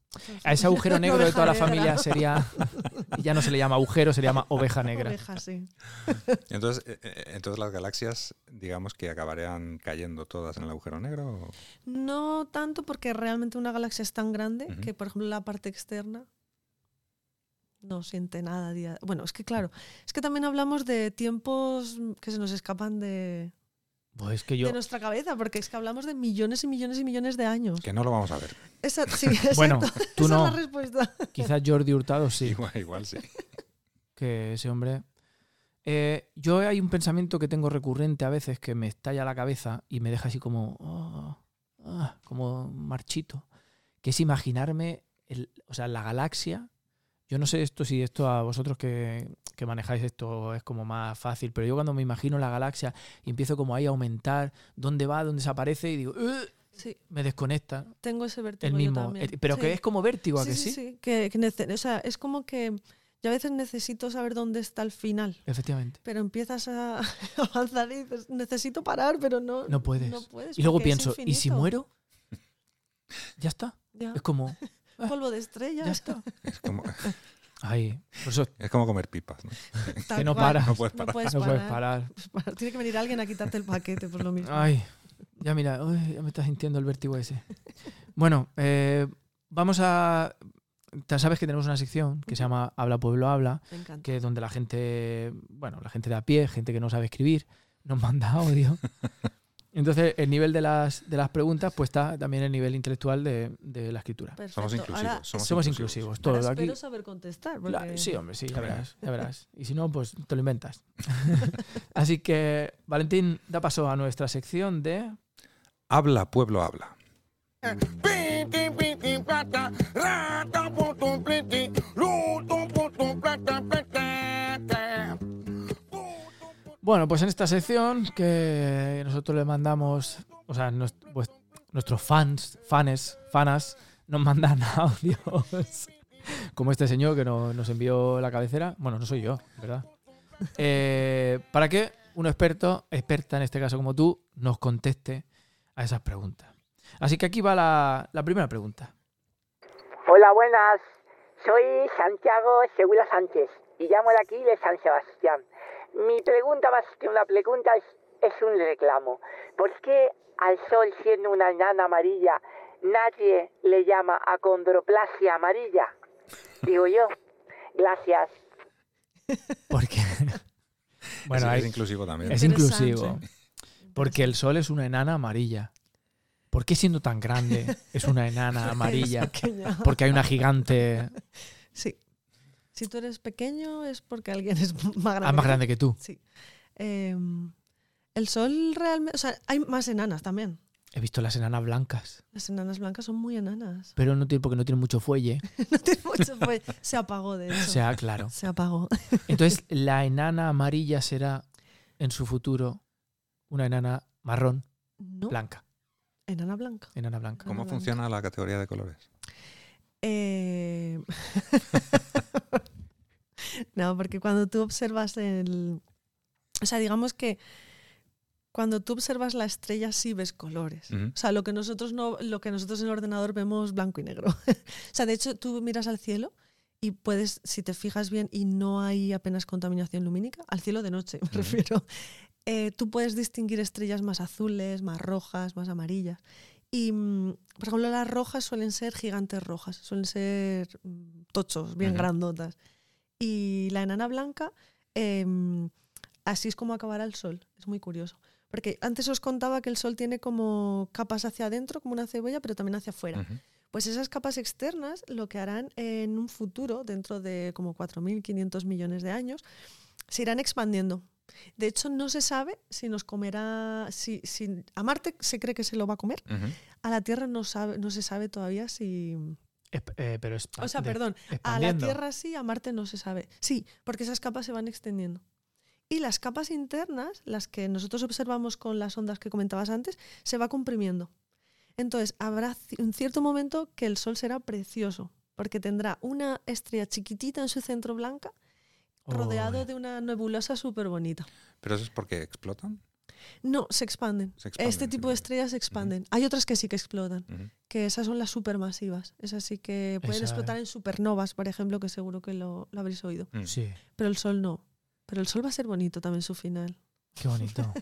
[SPEAKER 1] A ese agujero negro de toda la familia sería. Ya no se le llama agujero, se le llama oveja negra.
[SPEAKER 3] Oveja, sí.
[SPEAKER 2] Entonces, eh, eh, entonces las galaxias, digamos que acabarían cayendo todas en el agujero negro. o-
[SPEAKER 3] No tanto porque realmente una galaxia es tan grande
[SPEAKER 2] Ujú.
[SPEAKER 3] que, por ejemplo, la parte externa no siente nada. día- Bueno, es que claro, es que también hablamos de tiempos mm, que se nos escapan de,
[SPEAKER 1] Pues es que yo.
[SPEAKER 3] de nuestra cabeza, porque es que hablamos de millones y millones y millones de años.
[SPEAKER 2] Que no lo vamos a ver.
[SPEAKER 3] Esa, sí, exacto.
[SPEAKER 1] Bueno, tú
[SPEAKER 3] Esa
[SPEAKER 1] no.
[SPEAKER 3] es la respuesta.
[SPEAKER 1] Quizás Jordi Hurtado sí.
[SPEAKER 2] Igual, igual sí.
[SPEAKER 1] que ese hombre. Eh, yo hay un pensamiento que tengo recurrente a veces que me estalla la cabeza y me deja así como. "Ah, ah", como marchito. Que es imaginarme el- o sea, la galaxia. Yo no sé esto si esto a vosotros que, que manejáis esto es como más fácil, pero yo cuando me imagino la galaxia y empiezo como ahí a aumentar dónde va, dónde desaparece y digo, "Ugh",
[SPEAKER 3] Sí,
[SPEAKER 1] me desconecta
[SPEAKER 3] tengo ese vértigo.
[SPEAKER 1] el
[SPEAKER 3] yo
[SPEAKER 1] mismo.
[SPEAKER 3] también.
[SPEAKER 1] Eh, Pero
[SPEAKER 3] Sí.
[SPEAKER 1] que es como vértigo, ¿a que sí?
[SPEAKER 3] que- que nece- o sea, es como que yo a veces necesito saber dónde está el final.
[SPEAKER 1] Efectivamente.
[SPEAKER 3] pero empiezas a avanzar y dices, necesito parar, pero no,
[SPEAKER 1] No puedes. Y
[SPEAKER 3] porque
[SPEAKER 1] luego
[SPEAKER 3] es
[SPEAKER 1] pienso, ¿y si
[SPEAKER 3] infinito".
[SPEAKER 1] muero? Ya está.
[SPEAKER 3] Ya,
[SPEAKER 1] Es como,
[SPEAKER 3] polvo de estrellas.
[SPEAKER 1] ya está.
[SPEAKER 2] Es como,
[SPEAKER 1] Ahí. Por eso
[SPEAKER 2] es como comer pipas. ¿no?
[SPEAKER 3] tal
[SPEAKER 1] que no
[SPEAKER 3] cual.
[SPEAKER 1] paras.
[SPEAKER 2] No
[SPEAKER 1] No
[SPEAKER 2] puedes parar.
[SPEAKER 3] No puedes,
[SPEAKER 1] puedes
[SPEAKER 3] parar.
[SPEAKER 1] parar.
[SPEAKER 3] Pues para- Tiene que venir alguien a quitarte el paquete, por lo mismo.
[SPEAKER 1] Ay, ya mira, uy, ya me estás sintiendo el vértigo ese. Bueno, eh, vamos a. te- Sabes que tenemos una sección que se llama Habla Pueblo Habla,
[SPEAKER 3] Me encanta.
[SPEAKER 1] que es donde la gente, bueno, la gente de a pie, gente que no sabe escribir, nos manda audio. Entonces, el nivel de las, de las preguntas, pues está también el nivel intelectual de, de la escritura.
[SPEAKER 3] Perfecto.
[SPEAKER 2] Somos inclusivos.
[SPEAKER 3] Ahora,
[SPEAKER 2] somos,
[SPEAKER 1] Somos
[SPEAKER 2] inclusivos.
[SPEAKER 1] inclusivos, todos
[SPEAKER 3] ahora
[SPEAKER 1] aquí.
[SPEAKER 3] espero saber contestar.
[SPEAKER 1] La-
[SPEAKER 3] porque-
[SPEAKER 1] sí, hombre, sí, ya
[SPEAKER 2] Hombre.
[SPEAKER 1] verás, ya verás. Y si no, pues te lo inventas. Así que, Valentín, da paso a nuestra sección de...
[SPEAKER 2] Habla, pueblo, habla.
[SPEAKER 4] Piti, piti, plata, rata, putum, pliti, lutum, putum, plata, plata, plata.
[SPEAKER 1] Bueno, pues en esta sección que nosotros le mandamos, o sea, nos- pues, nuestros fans, fanes, fanas, nos mandan audios. Como este señor que no- nos envió la cabecera. Bueno, no soy yo, ¿verdad? Eh, para que un experto, experta en este caso como tú, nos conteste a esas preguntas. Así que aquí va la, la primera pregunta.
[SPEAKER 5] Hola, buenas. Soy Santiago Segura Sánchez y llamo de aquí de San Sebastián. Mi pregunta, más que una pregunta, es, es un reclamo. ¿Por qué al sol, siendo una enana amarilla, nadie le llama acondroplasia amarilla? Digo yo. Gracias.
[SPEAKER 1] Porque.
[SPEAKER 2] Bueno,
[SPEAKER 1] Bueno, hay-
[SPEAKER 2] es inclusivo también.
[SPEAKER 1] Es
[SPEAKER 3] Interesante.
[SPEAKER 1] inclusivo. Porque el sol es una enana amarilla. ¿Por qué siendo tan grande es una enana amarilla?
[SPEAKER 3] Pequeña.
[SPEAKER 1] Porque hay una gigante
[SPEAKER 3] Sí. Si tú eres pequeño es porque alguien es más grande.
[SPEAKER 1] ah, más
[SPEAKER 3] que tú.
[SPEAKER 1] grande que tú.
[SPEAKER 3] Sí. Eh, el sol realmente. O sea, hay más enanas también.
[SPEAKER 1] He visto las enanas blancas,
[SPEAKER 3] Las enanas blancas son muy enanas.
[SPEAKER 1] pero no tiene, porque no tienen mucho fuelle.
[SPEAKER 3] No tiene mucho fuelle. Se apagó, de
[SPEAKER 1] O
[SPEAKER 3] hecho.
[SPEAKER 1] sea, claro.
[SPEAKER 3] Se apagó.
[SPEAKER 1] Entonces, la enana amarilla será en su futuro una enana marrón,
[SPEAKER 3] No,
[SPEAKER 1] blanca.
[SPEAKER 3] enana blanca.
[SPEAKER 1] Enana blanca.
[SPEAKER 2] ¿Cómo
[SPEAKER 3] Blanca.
[SPEAKER 2] funciona la categoría de colores?
[SPEAKER 3] Eh, no, porque cuando tú observas el... O sea, digamos que cuando tú observas la estrella sí ves colores.
[SPEAKER 2] Ujú.
[SPEAKER 3] O sea, lo que nosotros no, lo que nosotros en el ordenador vemos blanco y negro. o sea, de hecho, tú miras al cielo y puedes, si te fijas bien y no hay apenas contaminación lumínica, al cielo de noche me
[SPEAKER 2] Ujú.
[SPEAKER 3] refiero, eh, tú puedes distinguir estrellas más azules, más rojas, más amarillas. Y, mm, por ejemplo, las rojas suelen ser gigantes rojas, suelen ser mm, tochos, bien
[SPEAKER 2] Ujú.
[SPEAKER 3] grandotas. Y la enana blanca, em, así es como acabará el sol. Es muy curioso. Porque antes os contaba que el sol tiene como capas hacia adentro, como una cebolla, pero también hacia afuera.
[SPEAKER 2] Ujú.
[SPEAKER 3] Pues esas capas externas lo que harán en un futuro, dentro de como 4.500 millones de años, se irán expandiendo. De hecho, no se sabe si nos comerá, si, si- a Marte se cree que se lo va a comer,
[SPEAKER 2] Ujú.
[SPEAKER 3] a la Tierra no, sabe, no se sabe todavía si...
[SPEAKER 1] Es- eh, pero es
[SPEAKER 2] Ah,
[SPEAKER 3] O sea, perdón, a la
[SPEAKER 1] expandiendo.
[SPEAKER 3] Tierra sí, a Marte no se sabe. Sí, porque esas capas se van extendiendo. Y las capas internas, las que nosotros observamos con las ondas que comentabas antes, se va comprimiendo. Entonces, habrá ci- un cierto momento que el Sol será precioso, porque tendrá una estrella chiquitita en su centro blanca,
[SPEAKER 1] Oh,
[SPEAKER 3] rodeado de una nebulosa súper bonita.
[SPEAKER 2] Pero eso es porque explotan.
[SPEAKER 3] No, se expanden.
[SPEAKER 2] Se expanden,
[SPEAKER 3] Este
[SPEAKER 2] se
[SPEAKER 3] tipo
[SPEAKER 2] expanden.
[SPEAKER 3] de estrellas se expanden. Hay otras que sí que explotan,
[SPEAKER 2] Ujú.
[SPEAKER 3] que esas son las supermasivas. Esas sí que pueden
[SPEAKER 1] Esa- eh.
[SPEAKER 3] explotar en supernovas, por ejemplo, que seguro que lo- lo habréis oído.
[SPEAKER 2] Mm.
[SPEAKER 1] Sí,
[SPEAKER 3] Pero el sol no. Pero el sol va a ser bonito también su final.
[SPEAKER 1] qué bonito.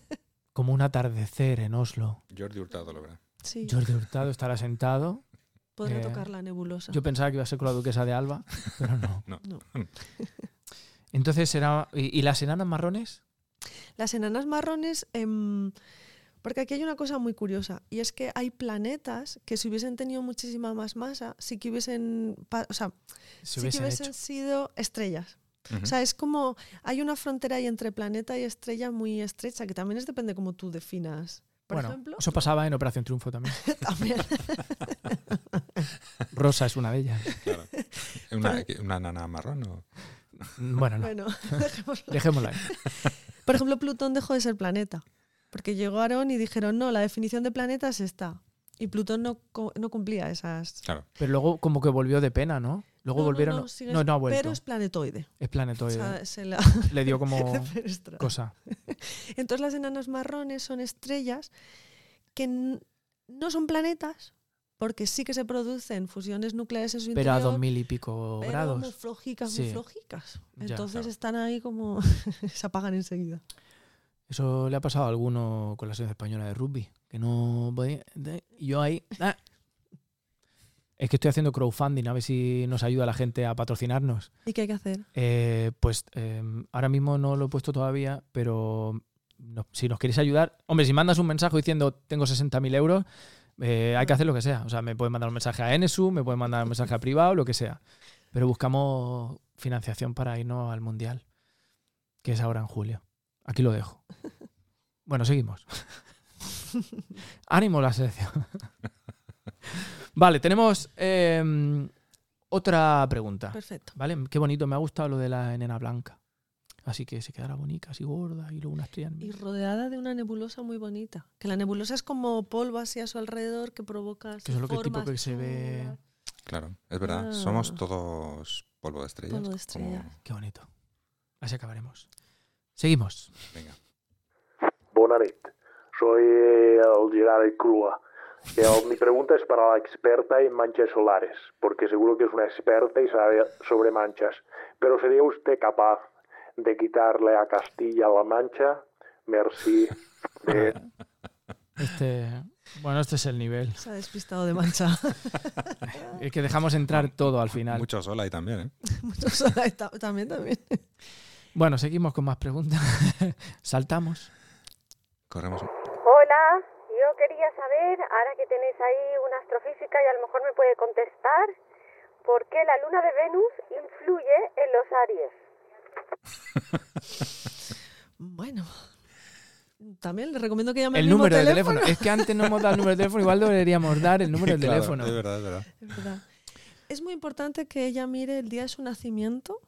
[SPEAKER 1] Como un atardecer en Oslo.
[SPEAKER 2] Jordi Hurtado lo verá.
[SPEAKER 3] Sí,
[SPEAKER 1] Jordi Hurtado estará sentado
[SPEAKER 3] podrá
[SPEAKER 1] eh,
[SPEAKER 3] tocar la nebulosa.
[SPEAKER 1] Yo pensaba que iba a ser con la duquesa de Alba, pero no.
[SPEAKER 2] No.
[SPEAKER 3] No.
[SPEAKER 1] Entonces será. ¿Y, y las enanas marrones?
[SPEAKER 3] Las enanas marrones, em, porque aquí hay una cosa muy curiosa, y es que hay planetas que si hubiesen tenido muchísima más masa, sí que hubiesen, pa- o sea,
[SPEAKER 1] Se
[SPEAKER 3] sí que
[SPEAKER 1] hubiesen
[SPEAKER 3] hubiesen
[SPEAKER 1] hecho.
[SPEAKER 3] sido estrellas.
[SPEAKER 2] Ujú.
[SPEAKER 3] O sea, es como, hay una frontera ahí entre planeta y estrella muy estrecha, que también es depende cómo tú definas. Por
[SPEAKER 1] bueno,
[SPEAKER 3] ejemplo,
[SPEAKER 1] eso pasaba en Operación Triunfo también.
[SPEAKER 3] también.
[SPEAKER 1] Rosa es una de ellas.
[SPEAKER 2] Claro. Una, una nana marrón o
[SPEAKER 1] Bueno, no.
[SPEAKER 3] bueno, dejémoslo.
[SPEAKER 1] Dejémosla ahí.
[SPEAKER 3] Por ejemplo, Plutón dejó de ser planeta, porque llegaron y dijeron, no, la definición de planeta es esta. Y Plutón no, co- no cumplía esas...
[SPEAKER 1] Pero luego, como que volvió de pena, ¿no? Luego
[SPEAKER 3] No, no,
[SPEAKER 1] volvieron.
[SPEAKER 3] no,
[SPEAKER 1] No no,
[SPEAKER 3] sigue-
[SPEAKER 1] no, ha vuelto.
[SPEAKER 3] Pero es planetoide.
[SPEAKER 1] Es
[SPEAKER 3] O
[SPEAKER 1] planetoide.
[SPEAKER 3] sea, se la-
[SPEAKER 1] Le dio como
[SPEAKER 3] Pero-
[SPEAKER 1] cosa.
[SPEAKER 3] Entonces las enanas marrones son estrellas que n- no son planetas, porque sí que se producen fusiones nucleares en su
[SPEAKER 1] Pero a
[SPEAKER 3] interior,
[SPEAKER 1] dos mil y pico
[SPEAKER 3] pero muy
[SPEAKER 1] grados.
[SPEAKER 3] flojicas,
[SPEAKER 1] Sí.
[SPEAKER 3] muy flojicas.
[SPEAKER 1] Ya,
[SPEAKER 3] Entonces
[SPEAKER 2] claro.
[SPEAKER 3] están ahí como... se apagan enseguida.
[SPEAKER 1] Eso le ha pasado a alguno con la selección española de rugby. Que no. voy- de- y Yo ahí. ah. Es que estoy haciendo crowdfunding, a ver si nos ayuda la gente a patrocinarnos.
[SPEAKER 3] ¿Y qué hay que hacer?
[SPEAKER 1] Eh, pues eh, ahora mismo no lo he puesto todavía, pero no- si nos queréis ayudar, hombre, si mandas un mensaje diciendo tengo 60.000 euros, eh, hay que hacer lo que sea. O sea, me pueden mandar un mensaje a Enesu, me pueden mandar un mensaje a privado, lo que sea. Pero buscamos financiación para irnos al Mundial, que es ahora en julio. Aquí lo dejo. Bueno, seguimos. Ánimo la selección. Vale, tenemos eh, otra pregunta.
[SPEAKER 3] Perfecto.
[SPEAKER 1] ¿Vale? Qué bonito, me ha gustado lo de la nena blanca. Así que se quedará bonita, así gorda, y luego una estrella en
[SPEAKER 3] Y
[SPEAKER 1] medio.
[SPEAKER 3] rodeada de una nebulosa muy bonita. Que la nebulosa es como polvo así a su alrededor que provoca. así
[SPEAKER 1] Que es lo que tipo
[SPEAKER 3] formas
[SPEAKER 1] que se ve-
[SPEAKER 3] chulas.
[SPEAKER 2] Claro, es verdad.
[SPEAKER 3] Ah.
[SPEAKER 2] Somos todos polvo de estrellas.
[SPEAKER 3] Polvo de
[SPEAKER 2] como-
[SPEAKER 3] estrellas.
[SPEAKER 1] Qué bonito. Así acabaremos. Seguimos.
[SPEAKER 2] Venga.
[SPEAKER 6] Bonarit, soy eh, el Gerard Crua. Eh, mi pregunta es para la experta en manchas solares, porque seguro que es una experta y sabe sobre manchas. Pero ¿sería usted capaz de quitarle a Castilla la mancha? Merci. eh, De...
[SPEAKER 1] Este, bueno, este es el nivel.
[SPEAKER 3] Se ha despistado de mancha.
[SPEAKER 1] Es que dejamos entrar todo al final.
[SPEAKER 2] Mucho sol ahí también, ¿eh?
[SPEAKER 3] Mucho sol. Ta- también, también.
[SPEAKER 1] Bueno, seguimos con más preguntas. Saltamos.
[SPEAKER 2] Corremos. un-
[SPEAKER 7] Hola, yo quería saber, ahora que tenéis ahí una astrofísica y a lo mejor me puede contestar, ¿por qué la luna de Venus influye en los Aries?
[SPEAKER 3] Bueno. También le recomiendo que llame
[SPEAKER 1] El
[SPEAKER 3] al mismo
[SPEAKER 1] número de
[SPEAKER 3] teléfono.
[SPEAKER 1] teléfono. Es que antes no hemos dado el número de teléfono, igual deberíamos dar el número de
[SPEAKER 2] Claro,
[SPEAKER 1] teléfono.
[SPEAKER 2] Es verdad, es verdad.
[SPEAKER 3] Es verdad. Es muy importante que ella mire el día de su nacimiento,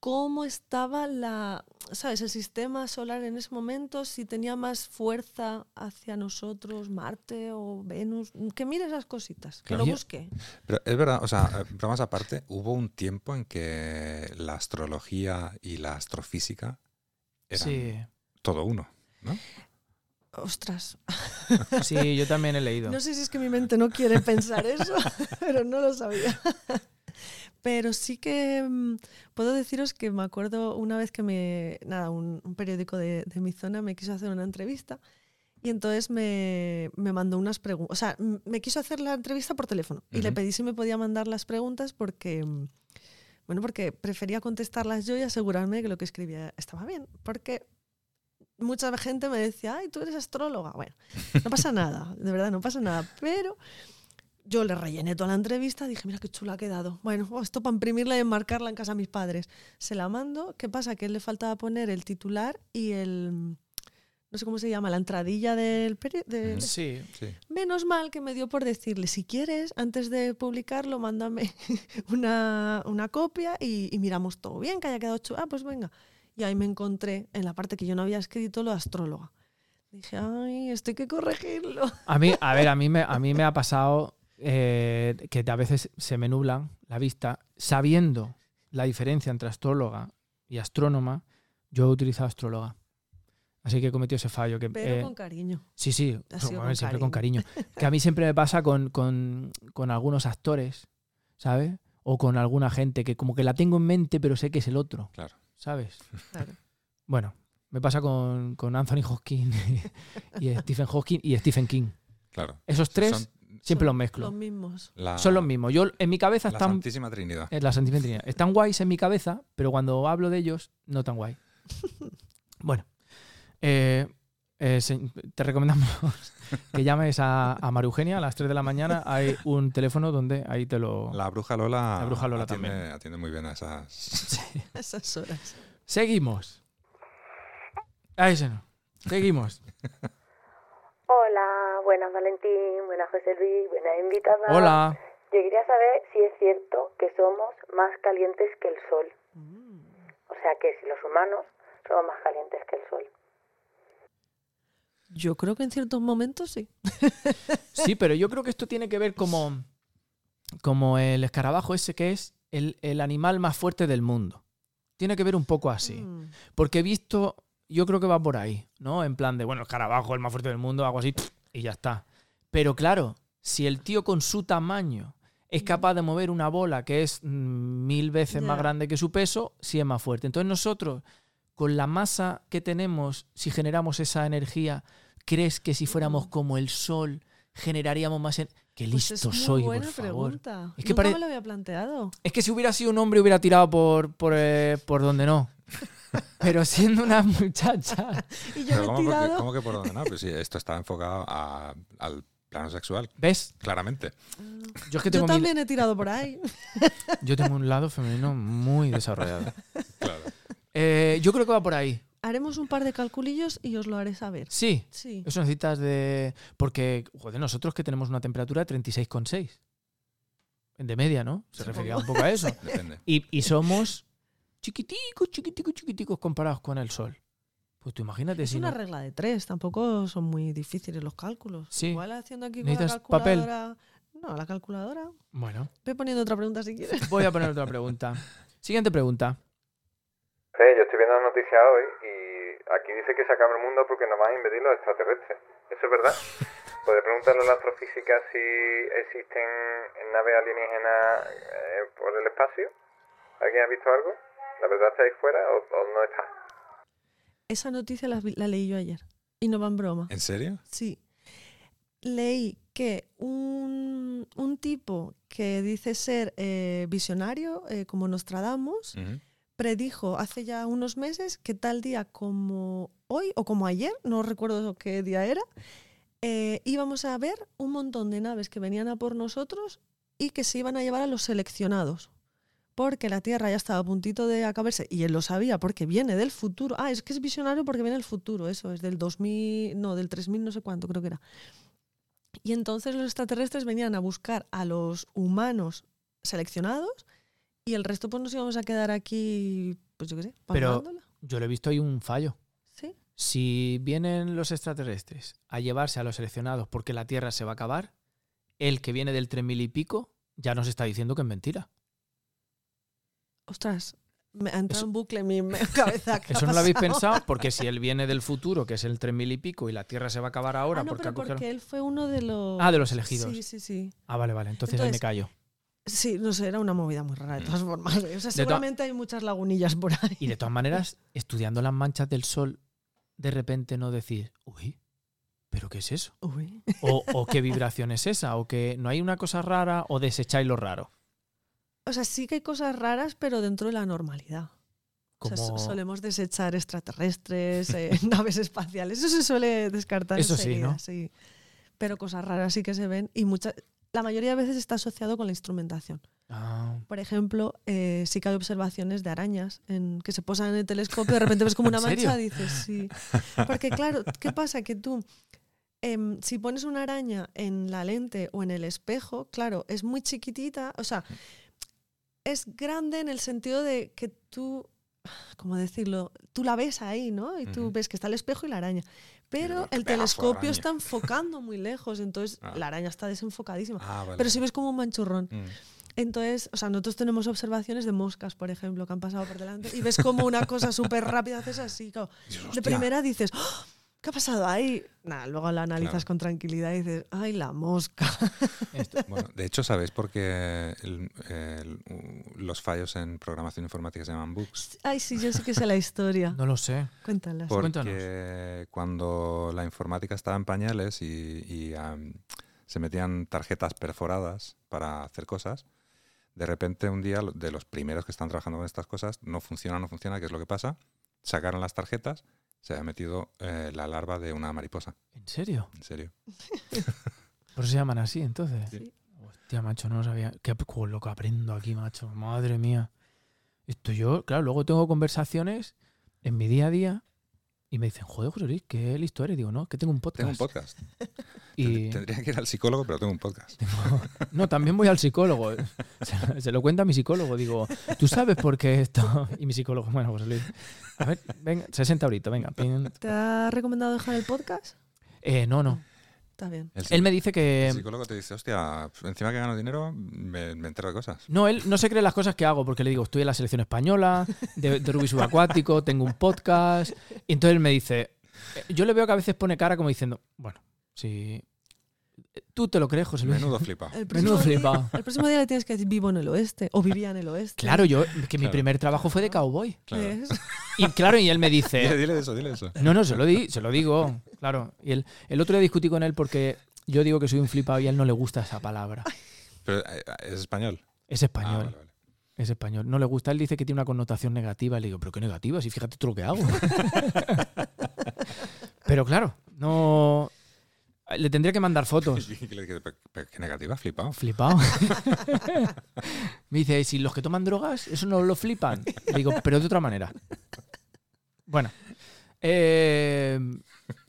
[SPEAKER 3] cómo estaba la, ¿sabes? el sistema solar en ese momento, si tenía más fuerza hacia nosotros, Marte o Venus, que mire esas cositas, que
[SPEAKER 1] Claro.
[SPEAKER 3] lo
[SPEAKER 1] Yo-
[SPEAKER 3] busque.
[SPEAKER 2] Pero es verdad, o sea, eh, bromas aparte, hubo un tiempo en que la astrología y la astrofísica eran
[SPEAKER 1] Sí,
[SPEAKER 2] todo uno.
[SPEAKER 3] Ostras,
[SPEAKER 1] sí, yo también he leído.
[SPEAKER 3] no sé si es que mi mente no quiere pensar eso, pero no lo sabía. Pero sí que mm, puedo deciros que me acuerdo una vez que me, nada, un, un periódico de, de mi zona me quiso hacer una entrevista y entonces me, me mandó unas preguntas, o sea, m- me quiso hacer la entrevista por teléfono y le
[SPEAKER 2] Ujú.
[SPEAKER 3] pedí si me podía mandar las preguntas porque, mm, bueno, porque prefería contestarlas yo y asegurarme de que lo que escribía estaba bien, porque mucha gente me decía, ay, tú eres astróloga, bueno, no pasa nada, de verdad no pasa nada, pero yo le rellené toda la entrevista, dije, mira qué chula ha quedado. Bueno, oh, esto para imprimirla y enmarcarla en casa a mis padres. Se la mando, ¿qué pasa? Que le faltaba poner el titular y el, no sé cómo se llama, la entradilla del peri- de-
[SPEAKER 1] Sí,
[SPEAKER 2] Sí.
[SPEAKER 3] Menos mal que me dio por decirle, si quieres, antes de publicarlo, mándame una, una copia y, y miramos todo bien, que haya quedado chulo. Ah, pues venga. Y ahí me encontré en la parte que yo no había escrito lo de astróloga. Dije, ay, esto hay que corregirlo.
[SPEAKER 1] A mí, a ver, a mí me, a mí me ha pasado eh, que a veces se me nublan la vista. Sabiendo la diferencia entre astróloga y astrónoma, yo he utilizado astróloga. Así que he cometido ese fallo. Que,
[SPEAKER 3] Pero
[SPEAKER 1] eh,
[SPEAKER 3] con cariño.
[SPEAKER 1] sí, sí,
[SPEAKER 3] ha
[SPEAKER 1] a
[SPEAKER 3] sido con
[SPEAKER 1] ver, siempre con cariño. Que a mí siempre me pasa con, con- con algunos actores, ¿sabes? O con alguna gente que como que la tengo en mente, pero sé que es el otro,
[SPEAKER 2] Claro.
[SPEAKER 1] ¿sabes?
[SPEAKER 3] Claro.
[SPEAKER 1] Bueno, me pasa con, con Anthony Hopkins y, y Stephen Hopkins y Stephen King.
[SPEAKER 2] Claro.
[SPEAKER 1] Esos tres
[SPEAKER 2] Son
[SPEAKER 1] siempre
[SPEAKER 3] Son
[SPEAKER 1] los mezclo.
[SPEAKER 3] Los mismos.
[SPEAKER 2] la-
[SPEAKER 1] Son los mismos. Yo en mi cabeza
[SPEAKER 2] La
[SPEAKER 1] están
[SPEAKER 2] Santísima Trinidad.
[SPEAKER 1] eh, la Santísima Trinidad. Están guays en mi cabeza, pero cuando hablo de ellos no tan guay. Bueno, eh, eh, se- te recomendamos que llames a, a Marugenia a las 3 de la mañana. Hay un teléfono donde ahí te lo
[SPEAKER 2] La bruja Lola,
[SPEAKER 1] La bruja Lola
[SPEAKER 2] atiende,
[SPEAKER 1] también.
[SPEAKER 2] atiende muy bien a esas.
[SPEAKER 3] A esas horas.
[SPEAKER 1] Seguimos. Ahí se no. Seguimos.
[SPEAKER 7] Hola, buenas Valentín, buenas José Luis, buenas invitada.
[SPEAKER 1] Hola.
[SPEAKER 7] Yo quería saber si es cierto que somos más calientes que el sol. O sea, que si los humanos somos más calientes que el sol.
[SPEAKER 3] Yo creo que en ciertos momentos sí.
[SPEAKER 1] Sí, pero yo creo que esto tiene que ver como, como el escarabajo ese que es el, el animal más fuerte del mundo. Tiene que ver un poco así.
[SPEAKER 3] Mm.
[SPEAKER 1] Porque he visto, yo creo que va por ahí, ¿no? En plan de, bueno, el carabajo, el más fuerte del mundo, hago así y ya está. Pero claro, si el tío con su tamaño es capaz de mover una bola que es mm, mil veces más
[SPEAKER 3] Ya.
[SPEAKER 1] grande que su peso, sí es más fuerte. Entonces nosotros, con la masa que tenemos, si generamos esa energía, ¿crees que si fuéramos
[SPEAKER 3] Mm. que
[SPEAKER 1] como el sol generaríamos más... en- ¡Qué
[SPEAKER 3] Pues
[SPEAKER 1] listo
[SPEAKER 3] es muy
[SPEAKER 1] soy, por
[SPEAKER 3] buena
[SPEAKER 1] favor!
[SPEAKER 3] pregunta.
[SPEAKER 1] Es que
[SPEAKER 3] Nunca
[SPEAKER 1] pare-
[SPEAKER 3] me lo había planteado.
[SPEAKER 1] Es que si hubiera sido un hombre hubiera tirado por, por, eh, por donde no. Pero siendo una muchacha...
[SPEAKER 3] Y yo
[SPEAKER 2] Pero
[SPEAKER 3] me
[SPEAKER 2] ¿cómo,
[SPEAKER 3] he
[SPEAKER 2] por qué-
[SPEAKER 3] tirado.
[SPEAKER 2] cómo que por dónde? No, pues sí, esto está enfocado a- al plano sexual,
[SPEAKER 1] ¿Ves?
[SPEAKER 2] claramente.
[SPEAKER 1] Yo es que
[SPEAKER 3] Yo
[SPEAKER 1] tengo, mi-
[SPEAKER 3] también he tirado por ahí.
[SPEAKER 1] yo tengo un lado femenino muy desarrollado.
[SPEAKER 2] Claro.
[SPEAKER 1] Eh, yo creo que va por ahí.
[SPEAKER 3] Haremos un par de calculillos y os lo haré saber.
[SPEAKER 1] Sí.
[SPEAKER 3] Sí.
[SPEAKER 1] Eso necesitas de. Porque, joder, nosotros que tenemos una temperatura de 36,6. De media, ¿no? Se
[SPEAKER 2] Sí.
[SPEAKER 1] refería un poco a eso.
[SPEAKER 2] Depende.
[SPEAKER 1] Y, y somos chiquiticos, chiquiticos, chiquiticos comparados con el sol. Pues tú imagínate
[SPEAKER 3] Es
[SPEAKER 1] si
[SPEAKER 3] una
[SPEAKER 1] no-
[SPEAKER 3] regla de tres, tampoco son muy difíciles los cálculos.
[SPEAKER 1] Sí.
[SPEAKER 3] Igual haciendo aquí con la
[SPEAKER 1] ¿Necesitas papel?
[SPEAKER 3] calculadora. No, la calculadora.
[SPEAKER 1] Bueno,
[SPEAKER 3] Ve poniendo otra pregunta si quieres.
[SPEAKER 1] voy a poner otra pregunta. Siguiente pregunta.
[SPEAKER 8] Eh, yo estoy viendo la noticia hoy y aquí dice que se acaba el mundo porque nos van a invadir los extraterrestres. ¿Eso es verdad? Podría preguntarle a la astrofísica si existen naves alienígenas eh, por el espacio. ¿Alguien ha visto algo? ¿La verdad está ahí fuera o, o no está?
[SPEAKER 3] Esa noticia la, vi- la leí yo ayer. Y no va en broma.
[SPEAKER 2] ¿En serio?
[SPEAKER 3] Sí. Leí que un, un tipo que dice ser eh, visionario, eh, como Nostradamus,
[SPEAKER 2] Ujú.
[SPEAKER 3] predijo hace ya unos meses que tal día como hoy o como ayer, no recuerdo qué día era, eh, íbamos a ver un montón de naves que venían a por nosotros y que se iban a llevar a los seleccionados. Porque la Tierra ya estaba a puntito de acabarse y él lo sabía porque viene del futuro. Ah, es que es visionario porque viene del futuro, eso, es del 2000, no, del 3000 no sé cuánto creo que era. Y entonces los extraterrestres venían a buscar a los humanos seleccionados y el resto pues nos íbamos a quedar aquí, pues yo qué sé,
[SPEAKER 1] Pero-
[SPEAKER 3] pagándola.
[SPEAKER 1] Yo lo he visto, hay un fallo.
[SPEAKER 3] Sí,
[SPEAKER 1] Si vienen los extraterrestres a llevarse a los seleccionados porque la Tierra se va a acabar, el que viene del 3000 y pico ya nos está diciendo que es mentira.
[SPEAKER 3] ostras, me ha entrado
[SPEAKER 1] Eso-
[SPEAKER 3] en bucle mi mi cabeza. ¿qué ha
[SPEAKER 1] Eso no lo habéis
[SPEAKER 3] pasado?
[SPEAKER 1] pensado porque si él viene del futuro, que es el 3000 y pico, y la Tierra se va a acabar ahora
[SPEAKER 3] Ah, no,
[SPEAKER 1] porque
[SPEAKER 3] pero
[SPEAKER 1] ha cogido-
[SPEAKER 3] porque él fue uno de los...
[SPEAKER 1] Ah, de los elegidos.
[SPEAKER 3] Sí, sí, sí.
[SPEAKER 1] Ah, vale, vale. Entonces, ahí me
[SPEAKER 3] Entonces,
[SPEAKER 1] callo.
[SPEAKER 3] Sí, no sé, era una movida muy rara de todas formas. ¿eh? O sea,
[SPEAKER 1] todas-
[SPEAKER 3] seguramente hay muchas lagunillas por ahí.
[SPEAKER 1] Mm. Y de todas maneras, estudiando las manchas del sol, de repente no decir, uy, ¿pero qué es eso?
[SPEAKER 3] Uy.
[SPEAKER 1] O, o qué vibración es esa, o que no hay una cosa rara, o desecháis lo raro.
[SPEAKER 3] O sea, sí que hay cosas raras, pero dentro de la normalidad. O
[SPEAKER 1] Como...
[SPEAKER 3] sea, so- solemos desechar extraterrestres, eh, naves espaciales. Eso se suele descartar
[SPEAKER 1] Eso sí,
[SPEAKER 3] enseguida,
[SPEAKER 1] ¿no?
[SPEAKER 3] sí. Pero cosas raras sí que se ven y muchas... La mayoría de veces está asociado con la instrumentación.
[SPEAKER 1] Ah,
[SPEAKER 3] Por ejemplo, eh, sí que hay observaciones de arañas en, que se posan en el telescopio, de repente ves como
[SPEAKER 1] ¿En
[SPEAKER 3] una
[SPEAKER 1] serio?
[SPEAKER 3] mancha y dices, sí. Porque claro, ¿qué pasa? Que tú, em, si pones una araña en la lente o en el espejo, claro, es muy chiquitita, o sea, es grande en el sentido de que tú, ¿cómo decirlo? Tú la ves ahí, ¿no? Y tú
[SPEAKER 2] Ujú.
[SPEAKER 3] ves que está el espejo y la araña. Pero
[SPEAKER 2] luego, pedazo
[SPEAKER 3] el
[SPEAKER 2] de
[SPEAKER 3] telescopio
[SPEAKER 2] araña.
[SPEAKER 3] está enfocando muy lejos, entonces
[SPEAKER 2] Ah.
[SPEAKER 3] la araña está desenfocadísima.
[SPEAKER 2] Ah, vale.
[SPEAKER 3] Pero si ves como un manchurrón.
[SPEAKER 2] Mm.
[SPEAKER 3] Entonces, o sea, nosotros tenemos observaciones de moscas, por ejemplo, que han pasado por delante y ves como una cosa súper rápida haces así. Como,
[SPEAKER 2] Dices,
[SPEAKER 3] de
[SPEAKER 2] "Hostia".
[SPEAKER 3] primera dices, "¡Ah! ¿qué ha pasado ahí? Nada, luego la analizas
[SPEAKER 2] Claro.
[SPEAKER 3] con tranquilidad y dices, ¡ay, la mosca!
[SPEAKER 2] Bueno, de hecho, ¿sabéis por qué el- el- u- los fallos en programación informática se llaman bugs?
[SPEAKER 3] Ay, sí, yo sí que sé la historia.
[SPEAKER 1] no lo sé.
[SPEAKER 3] Cuéntala.
[SPEAKER 2] Porque
[SPEAKER 1] cuéntanos.
[SPEAKER 2] cuando la informática estaba en pañales y, y, am, se metían tarjetas perforadas para hacer cosas, de repente un día lo- de los primeros que están trabajando con estas cosas, no funciona, no funciona, ¿qué es lo que pasa? Sacaron las tarjetas, se había metido eh, la larva de una mariposa,
[SPEAKER 1] ¿En serio?
[SPEAKER 2] en serio.
[SPEAKER 1] ¿Por eso se llaman así, entonces?
[SPEAKER 3] Sí.
[SPEAKER 1] Hostia, macho, no lo sabía. Qué ap- con lo que aprendo aquí, macho. Madre mía. Esto yo, claro, luego tengo conversaciones en mi día a día y me dicen, joder, José Luis, qué listo eres. Digo, no, que tengo un podcast.
[SPEAKER 2] Tengo un podcast.
[SPEAKER 1] Y...
[SPEAKER 2] Tendría que ir al psicólogo, pero tengo un podcast.
[SPEAKER 1] No, también voy al psicólogo. Se, se lo cuenta a mi psicólogo. Digo, ¿tú sabes por qué esto? Y mi psicólogo, bueno, José Luis. A ver, venga, 60 ahorita, venga. pin.
[SPEAKER 3] ¿Te ha recomendado dejar el podcast?
[SPEAKER 1] Eh, no, no.
[SPEAKER 3] Está bien.
[SPEAKER 2] El
[SPEAKER 1] Él me em, dice
[SPEAKER 2] El
[SPEAKER 1] que.
[SPEAKER 2] psicólogo te dice, hostia, encima que gano dinero, me, me entero de cosas.
[SPEAKER 1] No, él no se cree las cosas que hago, porque le digo, estoy en la selección española, de, de rugby subacuático, tengo un podcast. Y entonces él me dice. eh, Yo le veo que a veces pone cara como diciendo, bueno, si. Tú te lo crees, José Luis.
[SPEAKER 2] Menudo flipa.
[SPEAKER 3] El próximo,
[SPEAKER 1] Menudo
[SPEAKER 3] día,
[SPEAKER 1] flipado.
[SPEAKER 3] el próximo día le tienes que decir, vivo en el oeste o vivía en el oeste.
[SPEAKER 1] Claro, yo, que mi
[SPEAKER 2] Claro.
[SPEAKER 1] primer trabajo fue de cowboy.
[SPEAKER 2] Claro.
[SPEAKER 3] ¿Ves?
[SPEAKER 1] Y claro, y él me
[SPEAKER 2] Dile,
[SPEAKER 1] dice,
[SPEAKER 2] dile eso, dile eso.
[SPEAKER 1] No, no, se lo, di, se lo digo, claro. Y el, el otro día discutí con él porque yo digo que soy un flipado y a él no le gusta esa palabra.
[SPEAKER 2] Pero eh, es español.
[SPEAKER 1] Es
[SPEAKER 2] Ah,
[SPEAKER 1] español,
[SPEAKER 2] vale, vale.
[SPEAKER 1] es español. No le gusta, él dice que tiene una connotación negativa. Le digo, pero qué negativa, si fíjate tú lo que hago. pero claro, no... Le tendría que mandar fotos.
[SPEAKER 2] Y le dije, "Pero- pero qué negativa, flipado.
[SPEAKER 1] Flipado. Me dice, si los que toman drogas, eso no lo flipan. Le digo, pero de otra manera. Bueno, Eh,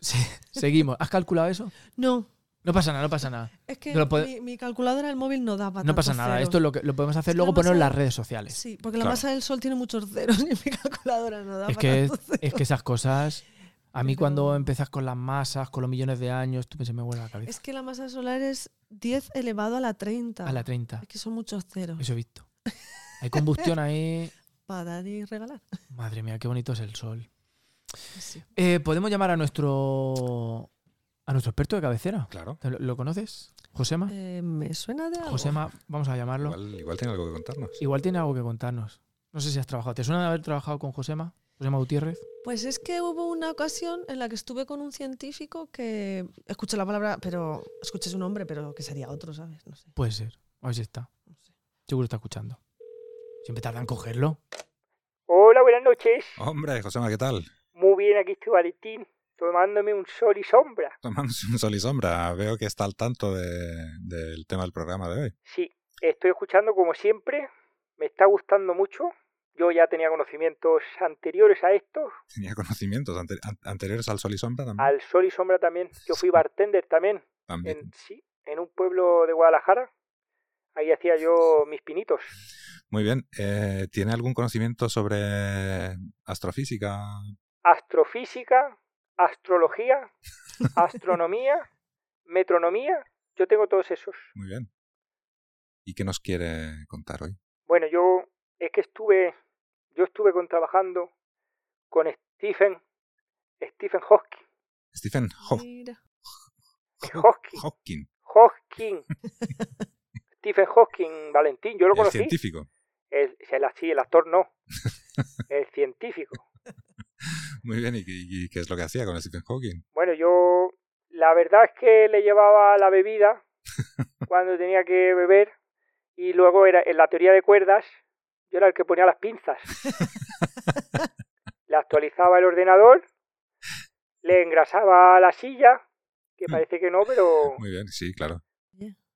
[SPEAKER 1] sí, seguimos. ¿Has calculado eso?
[SPEAKER 3] No,
[SPEAKER 1] No pasa nada, no pasa nada.
[SPEAKER 3] es que
[SPEAKER 1] No lo puede-
[SPEAKER 3] mi, mi calculadora del móvil no daba
[SPEAKER 1] No pasa nada. Esto es lo que lo podemos hacer
[SPEAKER 3] Es que
[SPEAKER 1] luego
[SPEAKER 3] además
[SPEAKER 1] ponerlo en
[SPEAKER 3] hay-
[SPEAKER 1] las redes sociales.
[SPEAKER 3] Sí, porque la
[SPEAKER 2] Claro.
[SPEAKER 3] masa del sol tiene muchos ceros y mi calculadora no daba
[SPEAKER 1] Es que,
[SPEAKER 3] tantos ceros.
[SPEAKER 1] es que esas cosas. A mí
[SPEAKER 3] Pero-
[SPEAKER 1] cuando empezas con las masas, con los millones de años, tú se me vuelve la cabeza.
[SPEAKER 3] Es que la masa solar es 10 elevado a la 30.
[SPEAKER 1] A la 30.
[SPEAKER 3] Es que son muchos ceros
[SPEAKER 1] Eso he visto. Hay combustión ahí.
[SPEAKER 3] para dar y regalar.
[SPEAKER 1] Madre mía, qué bonito es el sol.
[SPEAKER 3] Sí.
[SPEAKER 1] Eh, Podemos llamar a nuestro. a nuestro experto de cabecera.
[SPEAKER 2] Claro.
[SPEAKER 1] ¿Lo, lo conoces? ¿Josema?
[SPEAKER 3] Eh, me suena de algo.
[SPEAKER 1] Josema, vamos a llamarlo. Igual.
[SPEAKER 2] Igual, igual tiene algo que contarnos.
[SPEAKER 1] tiene algo que contarnos. No sé si has trabajado. ¿Te suena de haber trabajado con Josema? Josema Gutiérrez.
[SPEAKER 3] Pues es que hubo una ocasión en la que estuve con un científico que escuché la palabra, pero escuché su nombre, pero que sería otro, ¿sabes? No sé.
[SPEAKER 1] Puede ser. A ver si está.
[SPEAKER 3] No sé.
[SPEAKER 1] Seguro está escuchando. Siempre tardan en cogerlo.
[SPEAKER 5] Hola, buenas noches.
[SPEAKER 2] Hombre, Josema, ¿qué tal?
[SPEAKER 5] Muy bien, aquí estoy Valentín, tomándome un sol y sombra.
[SPEAKER 2] Tomándose un sol y sombra. Veo que está al tanto de- del tema del programa de hoy.
[SPEAKER 5] Sí, estoy escuchando como siempre, me está gustando mucho. Yo ya tenía conocimientos anteriores a estos,
[SPEAKER 2] Tenía conocimientos ante- an- anteriores al sol y sombra también.
[SPEAKER 5] al sol y sombra también. Yo fui bartender también,
[SPEAKER 2] También.
[SPEAKER 5] en, sí, en un pueblo de Guadalajara. Ahí hacía yo mis pinitos.
[SPEAKER 2] Muy bien. Eh, ¿Tiene algún conocimiento sobre astrofísica?
[SPEAKER 5] Astrofísica, astrología, astronomía, metronomía, yo tengo todos esos.
[SPEAKER 2] Muy bien. ¿Y qué nos quiere contar hoy?
[SPEAKER 5] Bueno, yo es que estuve, yo estuve con trabajando con Stephen, Stephen Hawking,
[SPEAKER 2] Stephen Haw-
[SPEAKER 3] Mira.
[SPEAKER 5] Hawking,
[SPEAKER 2] Hawking,
[SPEAKER 5] Hawking, Stephen Hawking, Valentín, yo lo
[SPEAKER 2] el
[SPEAKER 5] conocí,
[SPEAKER 2] científico.
[SPEAKER 5] el, el, sí, el actor no, el científico.
[SPEAKER 2] Muy bien. ¿Y, qué- y qué es lo que hacía con Stephen Hawking?
[SPEAKER 5] Bueno, yo la verdad es que le llevaba la bebida cuando tenía que beber y luego era en la teoría de cuerdas yo era el que ponía las pinzas. Le actualizaba el ordenador, le engrasaba la silla, que parece que no, pero
[SPEAKER 2] Muy bien, sí, claro.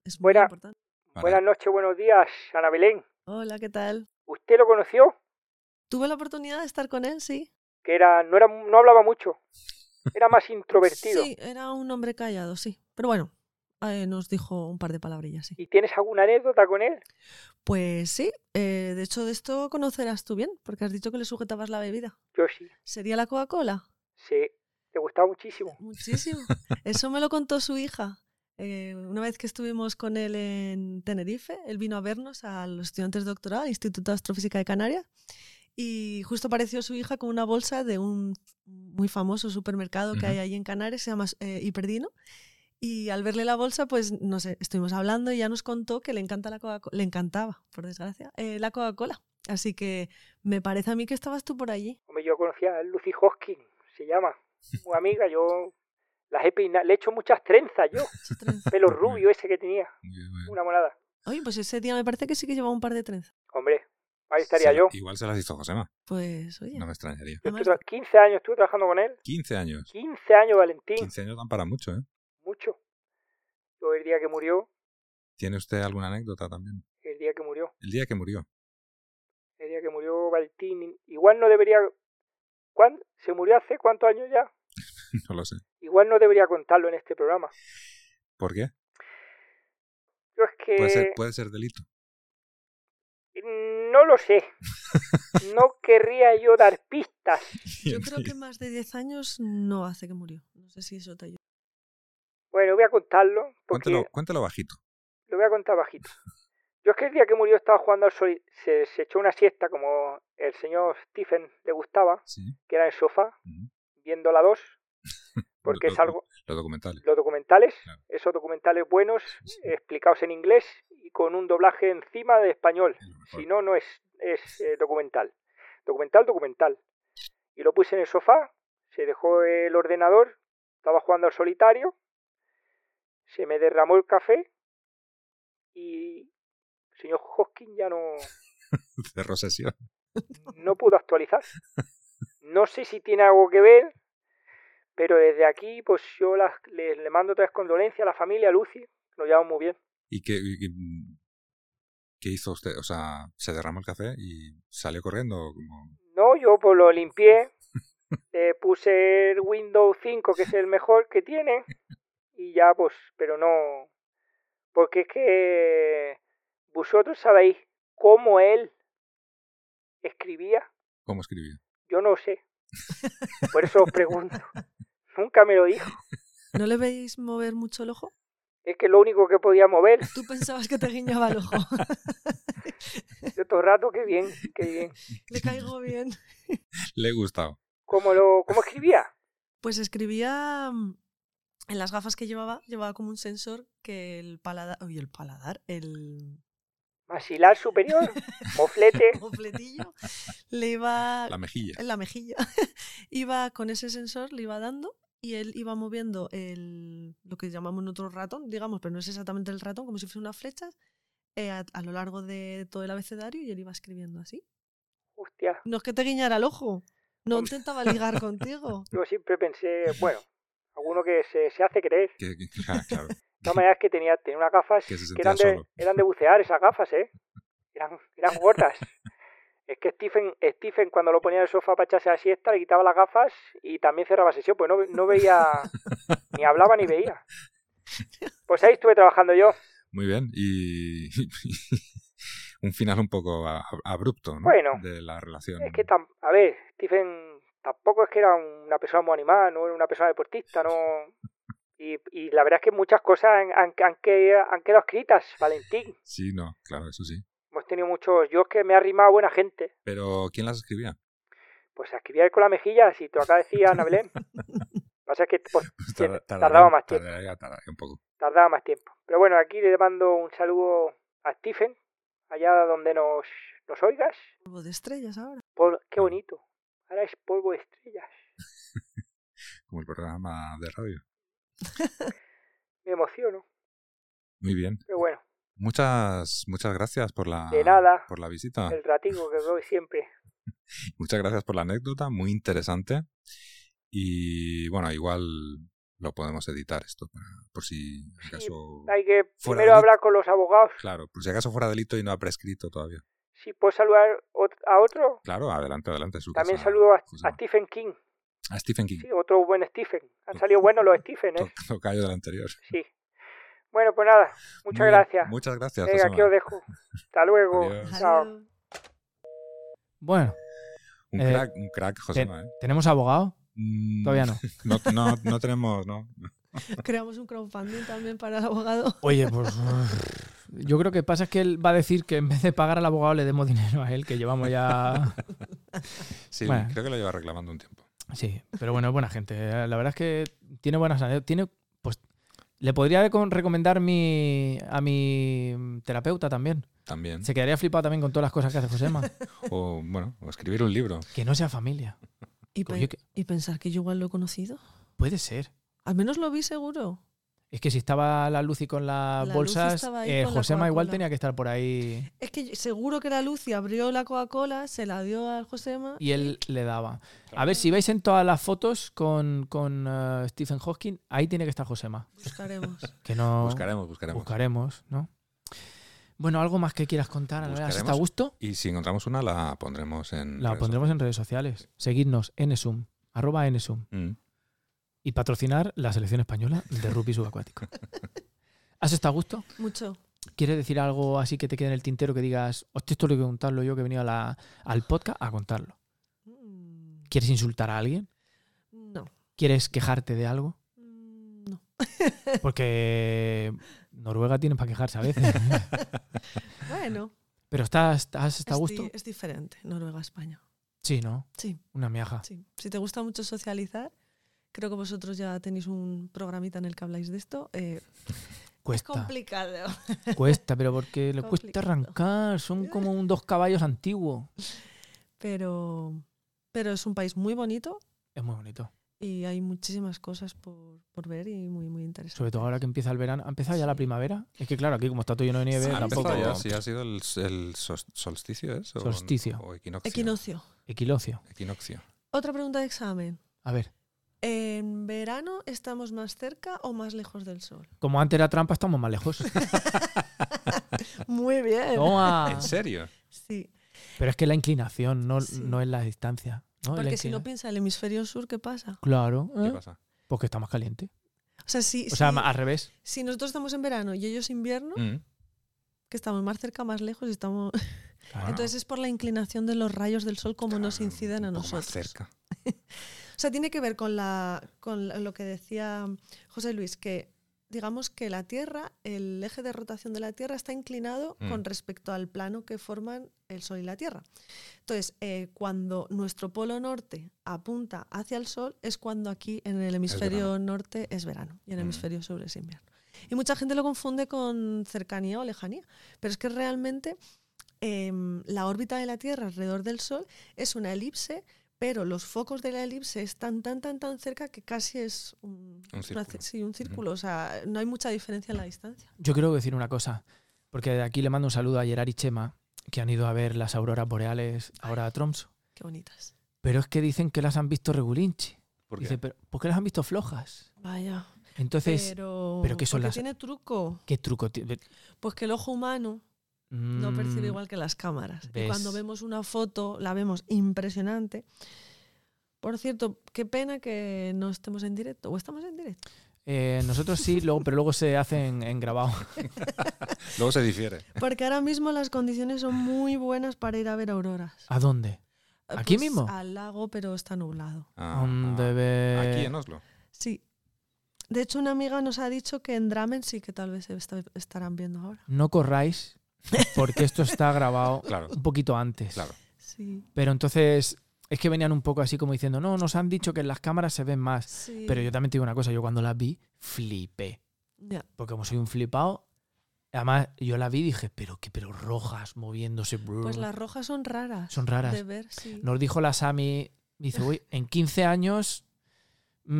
[SPEAKER 3] Es muy
[SPEAKER 5] Buena.
[SPEAKER 3] importante.
[SPEAKER 2] Vale.
[SPEAKER 5] buenas noches, buenos días, Ana Belén.
[SPEAKER 3] Hola, ¿qué tal?
[SPEAKER 5] ¿Usted lo conoció?
[SPEAKER 3] Tuve la oportunidad de estar con él, sí.
[SPEAKER 5] Que era no era no hablaba mucho. Era más introvertido.
[SPEAKER 3] Sí, era un hombre callado, sí. Pero bueno, eh, nos dijo un par de palabrillas, sí.
[SPEAKER 5] ¿Y tienes alguna anécdota con él?
[SPEAKER 3] Pues sí, eh, de hecho de esto conocerás tú bien, porque has dicho que le sujetabas la bebida.
[SPEAKER 5] Yo sí.
[SPEAKER 3] ¿Sería la Coca-Cola?
[SPEAKER 5] Sí, le gustaba muchísimo.
[SPEAKER 3] Muchísimo. Eso me lo contó su hija. Eh, una vez que estuvimos con él en Tenerife, él vino a vernos a los estudiantes de doctorado, al Instituto de Astrofísica de Canarias, y justo apareció su hija con una bolsa de un muy famoso supermercado que hay
[SPEAKER 2] Ujú.
[SPEAKER 3] ahí en Canarias, se llama eh, Hiperdino. Y al verle la bolsa, pues no sé, estuvimos hablando y ya nos contó que le encanta la Coca le encantaba, por desgracia, eh, la Coca-Cola. Así que me parece a mí que estabas tú por allí.
[SPEAKER 5] Hombre, yo conocía a Lucy Hoskin, se llama. Una amiga, yo las he peinado, le he hecho muchas trenzas yo.
[SPEAKER 3] Esa trenza.
[SPEAKER 5] Pelo rubio ese que tenía,
[SPEAKER 2] Muy bien, muy bien.
[SPEAKER 5] una monada.
[SPEAKER 3] Oye, pues ese día me parece que sí que llevaba un par de trenzas.
[SPEAKER 5] Hombre, ahí estaría
[SPEAKER 2] Se la-
[SPEAKER 5] yo.
[SPEAKER 2] Igual se las hizo Josema,
[SPEAKER 3] Pues oye,
[SPEAKER 2] no me extrañaría.
[SPEAKER 5] Yo
[SPEAKER 3] además-
[SPEAKER 5] estuve tra- 15 años estuve trabajando con él.
[SPEAKER 2] 15 años.
[SPEAKER 5] 15 años, Valentín,
[SPEAKER 2] 15 años dan para mucho, ¿eh?
[SPEAKER 5] mucho. Yo el día que murió,
[SPEAKER 2] ¿Tiene usted alguna anécdota también?
[SPEAKER 5] el día que murió,
[SPEAKER 2] El día que murió.
[SPEAKER 5] el día que murió Valentín, igual no debería... ¿Cuán- ¿Se murió hace cuántos años ya?
[SPEAKER 2] No lo sé.
[SPEAKER 5] Igual no debería contarlo en este programa.
[SPEAKER 2] ¿Por qué?
[SPEAKER 5] Yo es que...
[SPEAKER 2] Puede ser, puede ser delito.
[SPEAKER 5] No lo sé. No querría yo dar pistas.
[SPEAKER 3] yo creo que más de 10 años no hace que murió. No sé si eso te ayuda.
[SPEAKER 5] Bueno, voy a contarlo porque
[SPEAKER 2] Cuéntelo, cuéntelo bajito.
[SPEAKER 5] lo voy a contar bajito. Yo es que el día que murió estaba jugando al sol, se, se echó una siesta como el señor Stephen le gustaba,
[SPEAKER 2] Sí.
[SPEAKER 5] que era en el sofá,
[SPEAKER 2] Ujú.
[SPEAKER 5] viendo la 2, porque
[SPEAKER 2] Lo-
[SPEAKER 5] es algo,
[SPEAKER 2] Los documentales.
[SPEAKER 5] los documentales,
[SPEAKER 2] Claro.
[SPEAKER 5] esos documentales buenos, explicados en inglés y con un doblaje encima de español.
[SPEAKER 2] es lo mejor.
[SPEAKER 5] Si no, no es, es eh, documental. Documental, documental. Y lo puse en el sofá, se dejó el ordenador, estaba jugando al solitario, se me derramó el café y el señor Hoskin ya no,
[SPEAKER 2] Cerró sesión.
[SPEAKER 5] no pudo actualizar. No sé si tiene algo que ver, pero desde aquí pues yo las, le, le mando tres condolencias a la familia, a Lucy, lo llevamos muy bien.
[SPEAKER 2] ¿Y qué, y qué- qué hizo usted? O sea, se derramó el café y salió corriendo. Como...
[SPEAKER 5] No, yo pues lo limpié, Le puse el Windows 5, que es el mejor que tiene, y ya pues, pero no. Porque es que vosotros sabéis cómo él escribía.
[SPEAKER 2] ¿Cómo escribía?
[SPEAKER 5] Yo no sé. Por eso os pregunto. Nunca me lo dijo.
[SPEAKER 3] ¿No le veis mover mucho el ojo?
[SPEAKER 5] Es que lo único que podía mover.
[SPEAKER 3] Tú pensabas que te guiñaba el ojo.
[SPEAKER 5] Yo todo el rato, qué bien, qué bien.
[SPEAKER 3] Le caigo bien.
[SPEAKER 2] Le he gustado.
[SPEAKER 5] ¿Cómo, lo, cómo escribía?
[SPEAKER 3] Pues escribía mm, en las gafas que llevaba, llevaba como un sensor que el paladar, uy, el paladar, el
[SPEAKER 5] Maxilar superior, moflete.
[SPEAKER 3] completillo le iba
[SPEAKER 2] La mejilla.
[SPEAKER 3] en la mejilla. iba con ese sensor, le iba dando y él iba moviendo el, lo que llamamos otro ratón, digamos, pero no es exactamente el ratón, como si fuese una flecha, eh, a, a lo largo de todo el abecedario y él iba escribiendo así.
[SPEAKER 5] Hostia,
[SPEAKER 3] No es que te guiñara el ojo, no intentaba ligar contigo.
[SPEAKER 5] yo siempre pensé, bueno, alguno que se, se hace creer.
[SPEAKER 2] Que- que- claro, claro.
[SPEAKER 5] De todas maneras que tenía, tenía unas gafas
[SPEAKER 2] Que se
[SPEAKER 5] que
[SPEAKER 2] sentía
[SPEAKER 5] eran de,
[SPEAKER 2] solo.
[SPEAKER 5] eran de bucear esas gafas, ¿eh? Eran, eran gordas. Es que Stephen, Stephen cuando lo ponía en el sofá para echarse la siesta le quitaba las gafas y también cerraba sesión, pues no, no veía, ni hablaba ni veía. Pues ahí estuve trabajando yo.
[SPEAKER 2] Muy bien. Y un final un poco a- abrupto, ¿no?
[SPEAKER 5] Bueno,
[SPEAKER 2] De la relación.
[SPEAKER 5] Es que, tam- a ver, Stephen tampoco es que era una persona muy animada, no era una persona deportista, no... Y, y la verdad es que muchas cosas han, han- han que- han quedado escritas, Valentín.
[SPEAKER 2] Sí, no, claro, eso sí.
[SPEAKER 5] Hemos tenido muchos... Yo es que me he arrimado a buena gente.
[SPEAKER 2] Pero ¿quién las escribía?
[SPEAKER 5] Pues a escribir con la mejilla, si tú acá decías, Ana Belén. Pasa que pues,
[SPEAKER 2] Tarda-
[SPEAKER 5] tardaba más tiempo.
[SPEAKER 2] Tardaría, tardaría un poco.
[SPEAKER 5] tardaba más tiempo. Pero bueno, aquí le mando un saludo a Stephen, allá donde nos, nos oigas.
[SPEAKER 3] Polvo de estrellas ahora.
[SPEAKER 5] Pol- qué bonito. Ahora es polvo de estrellas.
[SPEAKER 2] Como el programa de radio.
[SPEAKER 5] Me emociono.
[SPEAKER 2] Muy bien.
[SPEAKER 5] Pero bueno,
[SPEAKER 2] Muchas, muchas gracias por la,
[SPEAKER 5] De nada.
[SPEAKER 2] por la visita.
[SPEAKER 5] el ratico que doy siempre.
[SPEAKER 2] Muchas gracias por la anécdota, muy interesante. Y bueno, igual lo podemos editar esto, para- por si acaso...
[SPEAKER 5] Hay que
[SPEAKER 2] Fuera
[SPEAKER 5] primero
[SPEAKER 2] de-
[SPEAKER 5] hablar con los abogados.
[SPEAKER 2] Claro, por si acaso fuera delito y no ha prescrito todavía.
[SPEAKER 5] Si puedo saludar ot- a otro,
[SPEAKER 2] Claro, adelante, adelante. su
[SPEAKER 5] también
[SPEAKER 2] casa,
[SPEAKER 5] saludo a,
[SPEAKER 2] Susana.
[SPEAKER 5] a Stephen King.
[SPEAKER 2] A Stephen King,
[SPEAKER 5] Sí, otro buen Stephen. Han salido buenos los Stephen, ¿eh?
[SPEAKER 2] to- tocayo del anterior.
[SPEAKER 5] Sí. Bueno, pues nada. Muchas
[SPEAKER 2] Muy bien,
[SPEAKER 5] gracias.
[SPEAKER 2] Muchas gracias.
[SPEAKER 5] Venga,
[SPEAKER 2] Josema.
[SPEAKER 5] aquí os dejo. Hasta luego.
[SPEAKER 2] Adiós.
[SPEAKER 5] Chao.
[SPEAKER 3] Adiós.
[SPEAKER 1] Bueno,
[SPEAKER 2] Un
[SPEAKER 1] Eh,
[SPEAKER 2] crack, un crack, Josema. ¿eh?
[SPEAKER 1] ¿tenemos abogado?
[SPEAKER 2] Mm,
[SPEAKER 1] Todavía no.
[SPEAKER 2] No, no, no tenemos, no.
[SPEAKER 3] Creamos un crowdfunding también para el abogado.
[SPEAKER 1] Oye, pues. Yo creo que pasa es que él va a decir que en vez de pagar al abogado le demos dinero a él, que llevamos ya.
[SPEAKER 2] Sí,
[SPEAKER 1] Bueno.
[SPEAKER 2] creo que lo lleva reclamando un tiempo.
[SPEAKER 1] Sí, pero bueno, es buena gente. La verdad es que tiene buenas anécdotas. Tiene, pues, le podría recom- recomendar mi, a mi terapeuta también.
[SPEAKER 2] También.
[SPEAKER 1] Se quedaría flipado también con todas las cosas que hace Josema.
[SPEAKER 2] O bueno, o escribir un libro.
[SPEAKER 1] Que no sea familia.
[SPEAKER 3] Y,
[SPEAKER 1] Coño,
[SPEAKER 3] pe-
[SPEAKER 1] que-
[SPEAKER 3] y pensar que yo igual lo he conocido.
[SPEAKER 1] Puede ser.
[SPEAKER 3] Al menos lo vi seguro.
[SPEAKER 1] Es que si estaba la Lucy con las
[SPEAKER 3] La Lucy
[SPEAKER 1] bolsas,
[SPEAKER 3] estaba ahí
[SPEAKER 1] eh,
[SPEAKER 3] con la
[SPEAKER 1] Josema igual
[SPEAKER 3] Coca-Cola.
[SPEAKER 1] tenía que estar por ahí
[SPEAKER 3] Es que yo- seguro que la Lucy abrió la Coca-Cola, se la dio al Josema.
[SPEAKER 1] y él le daba. A ver, si veis en todas las fotos con, con eh, Stephen Hawking, ahí tiene que estar Josema.
[SPEAKER 3] Buscaremos.
[SPEAKER 1] Que no
[SPEAKER 2] Buscaremos, buscaremos.
[SPEAKER 1] buscaremos, ¿no? Bueno, algo más que quieras contar, Ana Belén? ¿Has estado a
[SPEAKER 2] Buscaremos. Mm,
[SPEAKER 1] gusto?
[SPEAKER 2] Y si encontramos una, la pondremos en.
[SPEAKER 1] La
[SPEAKER 2] redes
[SPEAKER 1] pondremos en redes sociales. Seguidnos, nsum, arroba nsum.
[SPEAKER 2] sociales. Mm.
[SPEAKER 1] Y patrocinar la selección española de rugby subacuático. ¿Has estado a gusto?
[SPEAKER 3] Mucho.
[SPEAKER 1] ¿Quieres decir algo así que te quede en el tintero que digas, hostia, esto lo que contarlo yo que he venido a la- al podcast a contarlo?
[SPEAKER 3] Mm,
[SPEAKER 1] ¿Quieres insultar a alguien?
[SPEAKER 3] No.
[SPEAKER 1] ¿Quieres quejarte de algo?
[SPEAKER 3] Mm, No.
[SPEAKER 1] Porque Noruega tiene para quejarse a veces.
[SPEAKER 3] Bueno,
[SPEAKER 1] ¿Pero estás, has
[SPEAKER 3] es,
[SPEAKER 1] estado a gusto?
[SPEAKER 3] di- es diferente, Noruega-España.
[SPEAKER 1] Sí, ¿no?
[SPEAKER 3] Sí,
[SPEAKER 1] Una miaja.
[SPEAKER 3] sí. Si te gusta mucho socializar, creo que vosotros ya tenéis un programita en el que habláis de esto. eh, es
[SPEAKER 1] Cuesta,
[SPEAKER 3] complicado.
[SPEAKER 1] cuesta, pero porque le cuesta
[SPEAKER 3] Complicado.
[SPEAKER 1] arrancar. Son como un dos caballos antiguos.
[SPEAKER 3] Pero, pero es un país muy bonito
[SPEAKER 1] Es muy bonito.
[SPEAKER 3] y hay muchísimas cosas por, por ver y muy, muy interesantes.
[SPEAKER 1] Sobre todo ahora que empieza el verano. ¿Ha empezado ya la
[SPEAKER 3] Sí.
[SPEAKER 1] primavera? Es que claro, aquí como está todo lleno de nieve,
[SPEAKER 3] Sí,
[SPEAKER 2] Ha
[SPEAKER 1] tampoco.
[SPEAKER 2] empezado ya, sí, ha sido el, el sos- solsticio, ¿es? O-
[SPEAKER 1] Solsticio.
[SPEAKER 2] O equinoccio.
[SPEAKER 3] Equinoccio.
[SPEAKER 1] Equiloccio.
[SPEAKER 2] Equinoccio.
[SPEAKER 3] Otra pregunta de examen.
[SPEAKER 1] A ver,
[SPEAKER 3] ¿En verano estamos más cerca o más lejos del sol?
[SPEAKER 1] como antes era trampa, estamos más lejos. Ah.
[SPEAKER 3] Muy bien.
[SPEAKER 1] Toma.
[SPEAKER 2] ¿En serio?
[SPEAKER 3] Sí.
[SPEAKER 1] Pero es que la inclinación no,
[SPEAKER 3] Sí.
[SPEAKER 1] no es la distancia. ¿no? El
[SPEAKER 3] Porque si
[SPEAKER 1] equino-
[SPEAKER 3] no piensa el hemisferio sur, ¿qué pasa?
[SPEAKER 1] Claro,
[SPEAKER 2] ¿Qué
[SPEAKER 1] ¿eh?
[SPEAKER 2] pasa?
[SPEAKER 1] porque está más caliente.
[SPEAKER 3] O sea, si,
[SPEAKER 1] O sea,
[SPEAKER 3] si-
[SPEAKER 1] ma- al revés.
[SPEAKER 3] si nosotros estamos en verano y ellos invierno,
[SPEAKER 2] Mm. Ah.
[SPEAKER 3] que estamos más cerca, más lejos, y estamos...
[SPEAKER 1] Claro.
[SPEAKER 3] Entonces es por la inclinación de los rayos del sol como nos
[SPEAKER 2] Claro,
[SPEAKER 3] inciden a
[SPEAKER 2] un poco
[SPEAKER 3] nosotros.
[SPEAKER 2] más cerca.
[SPEAKER 3] O sea, tiene que ver con, la, con la- lo que decía José Luis, que digamos que la Tierra, el eje de rotación de la Tierra está inclinado
[SPEAKER 2] Mm.
[SPEAKER 3] con respecto al plano que forman el Sol y la Tierra. Entonces, eh, cuando nuestro polo norte apunta hacia el Sol, es cuando aquí en el hemisferio norte es verano y en el
[SPEAKER 2] Mm.
[SPEAKER 3] hemisferio sur es invierno. Y mucha gente lo confunde con cercanía o lejanía, pero es que realmente em, la órbita de la Tierra alrededor del Sol es una elipse, pero los focos de la elipse están tan, tan, tan cerca que casi es un,
[SPEAKER 2] Un
[SPEAKER 3] una
[SPEAKER 2] círculo.
[SPEAKER 3] ce- sí, un círculo. O sea, no hay mucha diferencia en la distancia.
[SPEAKER 1] Yo quiero decir una cosa, porque de aquí le mando un saludo a Gerard y Chema, que han ido a ver las auroras boreales ahora a Tromso.
[SPEAKER 3] Qué bonitas.
[SPEAKER 1] Pero es que dicen que las han visto regulinchi.
[SPEAKER 2] ¿Por qué?
[SPEAKER 1] Dice, pero ¿por qué las han visto flojas?
[SPEAKER 3] Vaya.
[SPEAKER 1] Entonces,
[SPEAKER 3] pero,
[SPEAKER 1] ¿pero qué son
[SPEAKER 3] porque
[SPEAKER 1] las-
[SPEAKER 3] tiene truco.
[SPEAKER 1] ¿qué truco? ti- de-
[SPEAKER 3] Pues que el ojo humano no percibe
[SPEAKER 1] Mm,
[SPEAKER 3] igual que las cámaras. Y
[SPEAKER 1] ves.
[SPEAKER 3] cuando vemos una foto, la vemos impresionante. Por cierto, qué pena que no estemos en directo. ¿O estamos en directo?
[SPEAKER 1] eh, nosotros sí, luego, pero luego se hacen en grabado.
[SPEAKER 2] Luego se difiere.
[SPEAKER 3] Porque ahora mismo las condiciones son muy buenas para ir a ver auroras.
[SPEAKER 1] ¿A dónde?
[SPEAKER 3] Eh,
[SPEAKER 1] ¿Aquí
[SPEAKER 3] pues,
[SPEAKER 1] mismo?
[SPEAKER 3] Al lago, pero está nublado.
[SPEAKER 2] Ah,
[SPEAKER 1] ¿Dónde
[SPEAKER 2] ah.
[SPEAKER 1] ve?
[SPEAKER 2] Aquí en Oslo.
[SPEAKER 3] Sí. De hecho, una amiga nos ha dicho que en Dramen sí que tal vez se está- estarán viendo ahora.
[SPEAKER 1] No corráis, porque esto está grabado
[SPEAKER 2] Claro,
[SPEAKER 1] un poquito antes.
[SPEAKER 2] claro.
[SPEAKER 3] Sí.
[SPEAKER 1] Pero entonces, es que venían un poco así como diciendo, no, nos han dicho que en las cámaras se ven más.
[SPEAKER 3] sí.
[SPEAKER 1] Pero yo también te digo una cosa, yo cuando las vi, flipé.
[SPEAKER 3] Ya.
[SPEAKER 1] Porque como soy un flipado, además yo la vi y dije, pero qué, pero rojas moviéndose. brr".
[SPEAKER 3] Pues las rojas son raras.
[SPEAKER 1] Son raras.
[SPEAKER 3] De ver, sí.
[SPEAKER 1] Nos dijo la Sami, dice, uy, en 15 años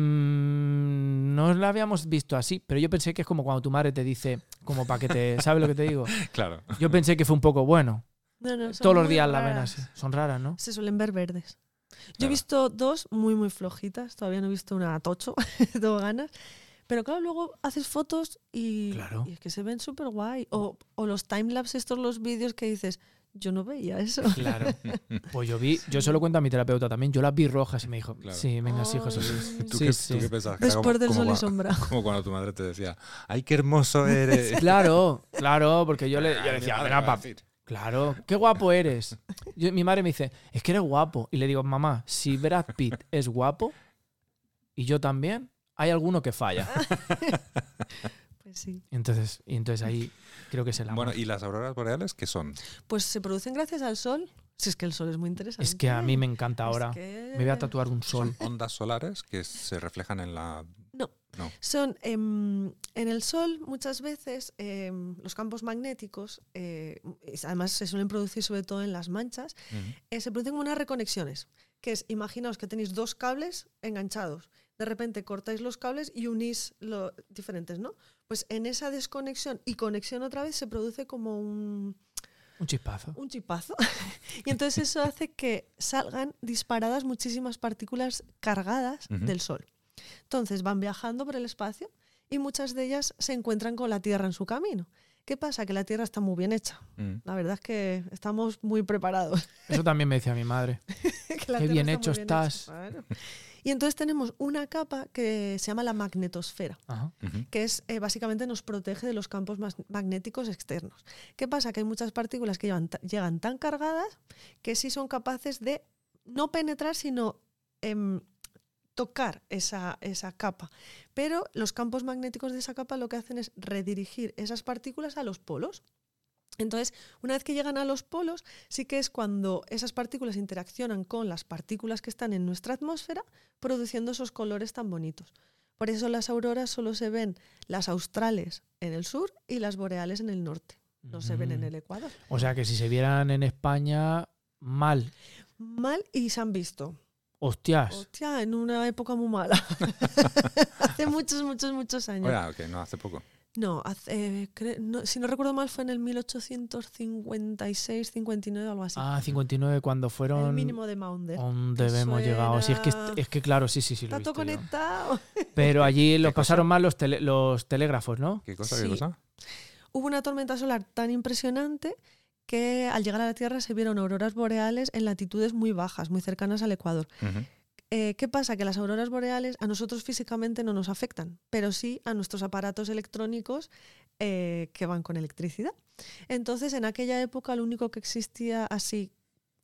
[SPEAKER 1] mm, no la habíamos visto así, pero yo pensé que es como cuando tu madre te dice, como para que te... ¿Sabes lo que te digo?
[SPEAKER 2] Claro.
[SPEAKER 1] Yo pensé que fue un poco bueno.
[SPEAKER 3] No, no, son
[SPEAKER 1] Todos los
[SPEAKER 3] muy
[SPEAKER 1] días la ven
[SPEAKER 3] raras.
[SPEAKER 1] así. Son raras, ¿no?
[SPEAKER 3] Se suelen ver verdes. Yo he
[SPEAKER 2] Claro.
[SPEAKER 3] visto dos muy, muy flojitas. Todavía no he visto una tocho. Tengo ganas. Pero claro, luego haces fotos y,
[SPEAKER 1] Claro.
[SPEAKER 3] y es que se ven súper guay. O, o los timelapse, estos los vídeos que dices, yo no veía eso.
[SPEAKER 1] Claro. Pues yo vi, yo se lo cuento a mi terapeuta también, yo las vi rojas y me dijo,
[SPEAKER 2] Claro.
[SPEAKER 1] sí, venga, sí, José Luis.
[SPEAKER 3] Ay.
[SPEAKER 2] ¿Tú,
[SPEAKER 1] Sí,
[SPEAKER 2] qué,
[SPEAKER 1] sí.
[SPEAKER 2] tú qué pensabas? Que era
[SPEAKER 3] Después del sol y
[SPEAKER 2] cua-
[SPEAKER 3] sombra.
[SPEAKER 2] como cuando tu madre te decía, ¡ay, qué hermoso eres!
[SPEAKER 1] Claro, claro, porque yo le, yo
[SPEAKER 2] Ah,
[SPEAKER 1] le
[SPEAKER 2] mi
[SPEAKER 1] decía,
[SPEAKER 2] madre
[SPEAKER 1] venga,
[SPEAKER 2] me va a
[SPEAKER 1] pap-
[SPEAKER 2] decir.
[SPEAKER 1] claro, qué guapo eres. Yo- mi madre me dice, es que eres guapo. Y le digo, mamá, si Brad Pitt es guapo y yo también, hay alguno que falla.
[SPEAKER 3] Pues sí.
[SPEAKER 1] Entonces, y entonces ahí creo que se la
[SPEAKER 2] Bueno, ¿y las auroras boreales qué son?
[SPEAKER 3] Pues se producen gracias al sol. Si es que el sol es muy interesante.
[SPEAKER 1] Es que a mí me encanta
[SPEAKER 3] Es
[SPEAKER 1] ahora.
[SPEAKER 3] que-
[SPEAKER 1] Me voy a tatuar un sol.
[SPEAKER 2] Ondas solares que se reflejan en la...
[SPEAKER 3] No.
[SPEAKER 2] No.
[SPEAKER 3] Son em, en el sol muchas veces em, los campos magnéticos, eh, es- además se suelen producir sobre todo en las manchas, eh, se producen como unas reconexiones, que es imaginaos que tenéis dos cables enganchados, de repente cortáis los cables y unís los diferentes, ¿no? Pues en esa desconexión y conexión otra vez se produce como un,
[SPEAKER 1] Un chispazo.
[SPEAKER 3] un chipazo. y entonces eso hace que salgan disparadas muchísimas partículas cargadas
[SPEAKER 2] Ujú.
[SPEAKER 3] del Sol. Entonces van viajando por el espacio y muchas de ellas se encuentran con la Tierra en su camino. ¿Qué pasa? Que la Tierra está muy bien hecha.
[SPEAKER 2] Mm.
[SPEAKER 3] La verdad es que estamos muy preparados.
[SPEAKER 1] Eso también me decía mi madre.
[SPEAKER 3] Que la
[SPEAKER 1] Qué
[SPEAKER 3] Tierra
[SPEAKER 1] bien
[SPEAKER 3] está muy
[SPEAKER 1] hecho
[SPEAKER 3] hecha.
[SPEAKER 1] estás.
[SPEAKER 3] Claro. Y entonces tenemos una capa que se llama la magnetosfera
[SPEAKER 1] Ajá.
[SPEAKER 2] Ujú.
[SPEAKER 3] que es eh, básicamente nos protege de los campos mas- magnéticos externos. ¿Qué pasa? Que hay muchas partículas que llevan ta- llegan tan cargadas que sí son capaces de no penetrar, sino em, tocar esa, esa capa. Pero los campos magnéticos de esa capa lo que hacen es redirigir esas partículas a los polos. Entonces, una vez que llegan a los polos, sí que es cuando esas partículas interaccionan con las partículas que están en nuestra atmósfera, produciendo esos colores tan bonitos. Por eso las auroras solo se ven las australes en el sur y las boreales en el norte. No se ven en
[SPEAKER 1] Mm.
[SPEAKER 3] el Ecuador.
[SPEAKER 1] O sea que si se vieran en España, mal.
[SPEAKER 3] Mal y se han visto.
[SPEAKER 1] Hostias.
[SPEAKER 3] Hostia, en una época muy mala. Hace muchos, muchos, muchos años.
[SPEAKER 2] Oye, ah, ok, no, hace poco.
[SPEAKER 3] No, hace, eh, cre- no, si no recuerdo mal fue en el 1856, 59 o algo así.
[SPEAKER 1] Ah, 59 cuando
[SPEAKER 3] el
[SPEAKER 1] fueron...
[SPEAKER 3] mínimo de Maunder.
[SPEAKER 1] ¿Dónde
[SPEAKER 3] Eso
[SPEAKER 1] hemos llegado? Si es que,
[SPEAKER 3] era-
[SPEAKER 1] es que claro, sí, sí, sí. Lo he
[SPEAKER 3] Está todo
[SPEAKER 1] visto yo.
[SPEAKER 3] conectado.
[SPEAKER 1] Pero allí los
[SPEAKER 2] cosa?
[SPEAKER 1] pasaron mal los, tele- los telégrafos, ¿no?
[SPEAKER 2] ¿Qué cosa?
[SPEAKER 3] Sí.
[SPEAKER 2] ¿Qué cosa?
[SPEAKER 3] Hubo una tormenta solar tan impresionante que al llegar a la Tierra se vieron auroras boreales en latitudes muy bajas, muy cercanas al Ecuador.
[SPEAKER 2] Ujú.
[SPEAKER 3] Eh, ¿Qué pasa? Que las auroras boreales a nosotros físicamente no nos afectan, pero sí a nuestros aparatos electrónicos eh, que van con electricidad. Entonces, en aquella época, lo único que existía así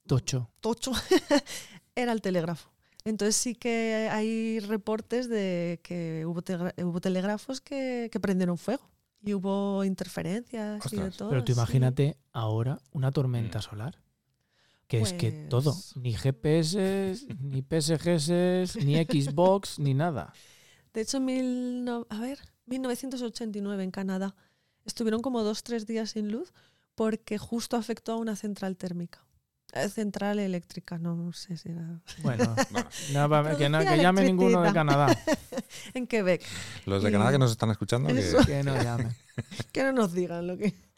[SPEAKER 1] Tocho.
[SPEAKER 3] tocho era el telégrafo. Entonces sí que hay reportes de que hubo, tegra- hubo telégrafos que, que prendieron fuego y hubo interferencias y de
[SPEAKER 2] Ostras.
[SPEAKER 3] todo.
[SPEAKER 1] Pero tú
[SPEAKER 3] Ah, sí.
[SPEAKER 1] imagínate ahora una tormenta solar. Que es que todo,
[SPEAKER 3] Pues-
[SPEAKER 1] ni GPS, ni PSGs, ni Xbox, ni nada.
[SPEAKER 3] De hecho, mil no- a ver, 1989 en Canadá estuvieron como dos, tres días sin luz porque justo afectó a una central térmica. Eh, Central eléctrica, no sé si era.
[SPEAKER 1] Bueno,
[SPEAKER 2] Bueno,
[SPEAKER 1] no, va- que, no- que llame
[SPEAKER 3] Producir
[SPEAKER 1] ninguno de
[SPEAKER 3] electricidad.
[SPEAKER 1] Canadá.
[SPEAKER 3] En Quebec.
[SPEAKER 2] los de
[SPEAKER 3] Y-
[SPEAKER 2] Canadá que nos están escuchando, que-
[SPEAKER 3] Eso.
[SPEAKER 1] Que no llame.
[SPEAKER 3] que no nos digan lo que.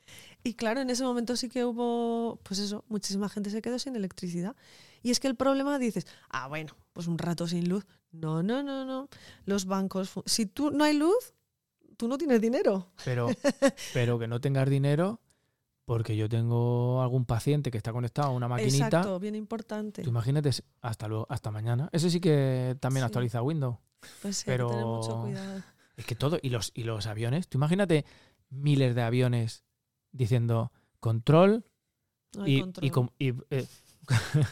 [SPEAKER 3] Y claro, en ese momento sí que hubo, pues eso, muchísima gente se quedó sin electricidad. Y es que el problema dices, ah, bueno, pues un rato sin luz. No, no, no, no. Los bancos, fu- si tú no hay luz, tú no tienes dinero.
[SPEAKER 1] Pero, pero que no tengas dinero, porque yo tengo algún paciente que está conectado a una maquinita.
[SPEAKER 3] Exacto, bien importante.
[SPEAKER 1] Tú imagínate, hasta luego, hasta mañana. Ese sí que también
[SPEAKER 3] Sí.
[SPEAKER 1] actualiza Windows.
[SPEAKER 3] Pues sí, hay que tener mucho
[SPEAKER 1] pero-
[SPEAKER 3] cuidado.
[SPEAKER 1] Es que todo, y los, y los aviones, tú imagínate miles de aviones diciendo control
[SPEAKER 3] No hay
[SPEAKER 1] y,
[SPEAKER 3] control.
[SPEAKER 1] y com- y, eh,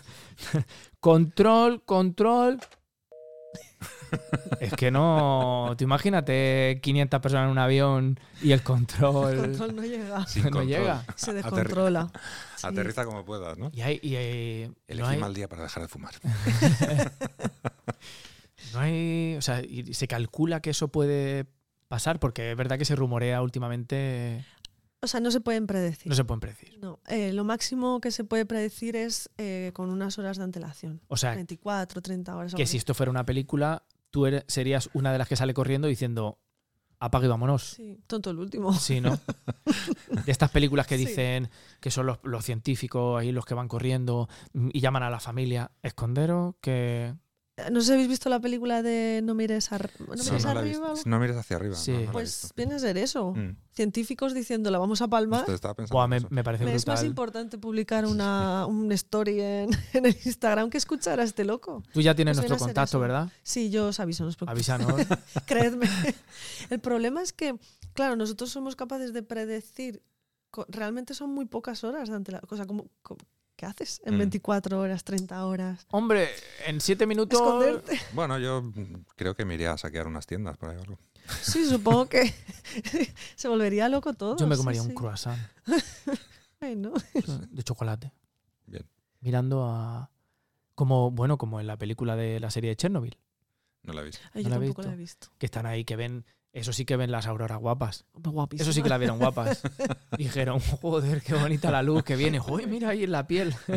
[SPEAKER 1] control, control. Es que no, tú imagínate 500 personas en un avión y el control,
[SPEAKER 3] El control no llega,
[SPEAKER 2] sin
[SPEAKER 1] no
[SPEAKER 2] control.
[SPEAKER 1] llega.
[SPEAKER 3] se
[SPEAKER 2] Aterri-
[SPEAKER 3] descontrola. Sí.
[SPEAKER 2] Aterriza como puedas, ¿no?
[SPEAKER 1] Y hay, y hay- no,
[SPEAKER 2] Elegí
[SPEAKER 1] hay,
[SPEAKER 2] mal día para dejar de fumar.
[SPEAKER 1] no hay- o sea, y se calcula que eso puede pasar porque es verdad que se rumorea últimamente,
[SPEAKER 3] O sea, no se pueden predecir.
[SPEAKER 1] no se pueden predecir.
[SPEAKER 3] No, eh, lo máximo que se puede predecir es eh, con unas horas de antelación.
[SPEAKER 1] O sea,
[SPEAKER 3] 24, 30 horas. algo
[SPEAKER 1] que si esto fuera una película, tú eres- serías una de las que sale corriendo diciendo, apague y vámonos.
[SPEAKER 3] Sí, tonto el último.
[SPEAKER 1] Sí, ¿no? De estas películas que
[SPEAKER 3] Sí.
[SPEAKER 1] dicen que son los, los científicos ahí los que van corriendo mm, y llaman a la familia, esconderos, que...
[SPEAKER 3] Eh, No sé si habéis visto la película de No mires, ar- ¿No
[SPEAKER 1] Sí.
[SPEAKER 3] mires
[SPEAKER 1] No, no
[SPEAKER 2] la he
[SPEAKER 3] pues arriba.
[SPEAKER 2] visto. No mires hacia arriba.
[SPEAKER 1] Sí.
[SPEAKER 2] no, no la he
[SPEAKER 3] Pues
[SPEAKER 2] visto.
[SPEAKER 3] viene a ser eso.
[SPEAKER 2] Mm.
[SPEAKER 3] Científicos diciendo la vamos a palmar.
[SPEAKER 2] Esto estaba pensando
[SPEAKER 1] Buah,
[SPEAKER 2] en
[SPEAKER 1] me,
[SPEAKER 2] eso.
[SPEAKER 1] me parece
[SPEAKER 3] Es más
[SPEAKER 1] brutal.
[SPEAKER 3] importante publicar una, un story en, en el Instagram que escuchar a este loco.
[SPEAKER 1] Tú ya tienes
[SPEAKER 3] Pues viene
[SPEAKER 1] nuestro
[SPEAKER 3] a ser
[SPEAKER 1] contacto,
[SPEAKER 3] eso.
[SPEAKER 1] ¿verdad?
[SPEAKER 3] Sí, yo os aviso, no os preocupéis.
[SPEAKER 1] Avísanos.
[SPEAKER 3] Creedme. El problema es que, claro, nosotros somos capaces de predecir. co- Realmente son muy pocas horas de antelación. O sea, como, co- ¿qué haces en
[SPEAKER 2] Mm.
[SPEAKER 3] 24 horas, 30 horas?
[SPEAKER 1] Hombre, en siete minutos...
[SPEAKER 3] Esconderte.
[SPEAKER 2] Bueno, yo mm, creo que me iría a saquear unas tiendas por ahí o algo.
[SPEAKER 3] Sí, supongo que se volvería loco todo.
[SPEAKER 1] Yo me
[SPEAKER 3] sí,
[SPEAKER 1] comería un
[SPEAKER 3] sí.
[SPEAKER 1] croissant
[SPEAKER 3] Ay, no.
[SPEAKER 1] de chocolate.
[SPEAKER 2] Bien.
[SPEAKER 1] Mirando a... Como, bueno, como en la película de la serie de Chernobyl,
[SPEAKER 2] No la he visto.
[SPEAKER 3] Ay,
[SPEAKER 1] ¿No
[SPEAKER 3] yo
[SPEAKER 1] la has
[SPEAKER 3] tampoco
[SPEAKER 1] visto?
[SPEAKER 3] la he visto.
[SPEAKER 1] que están ahí, que ven... Eso sí que ven las auroras guapas.
[SPEAKER 3] Hombre, Guapísima.
[SPEAKER 1] Eso sí que la vieron guapas. Dijeron, joder, qué bonita la luz que viene. Joder, mira ahí en la piel.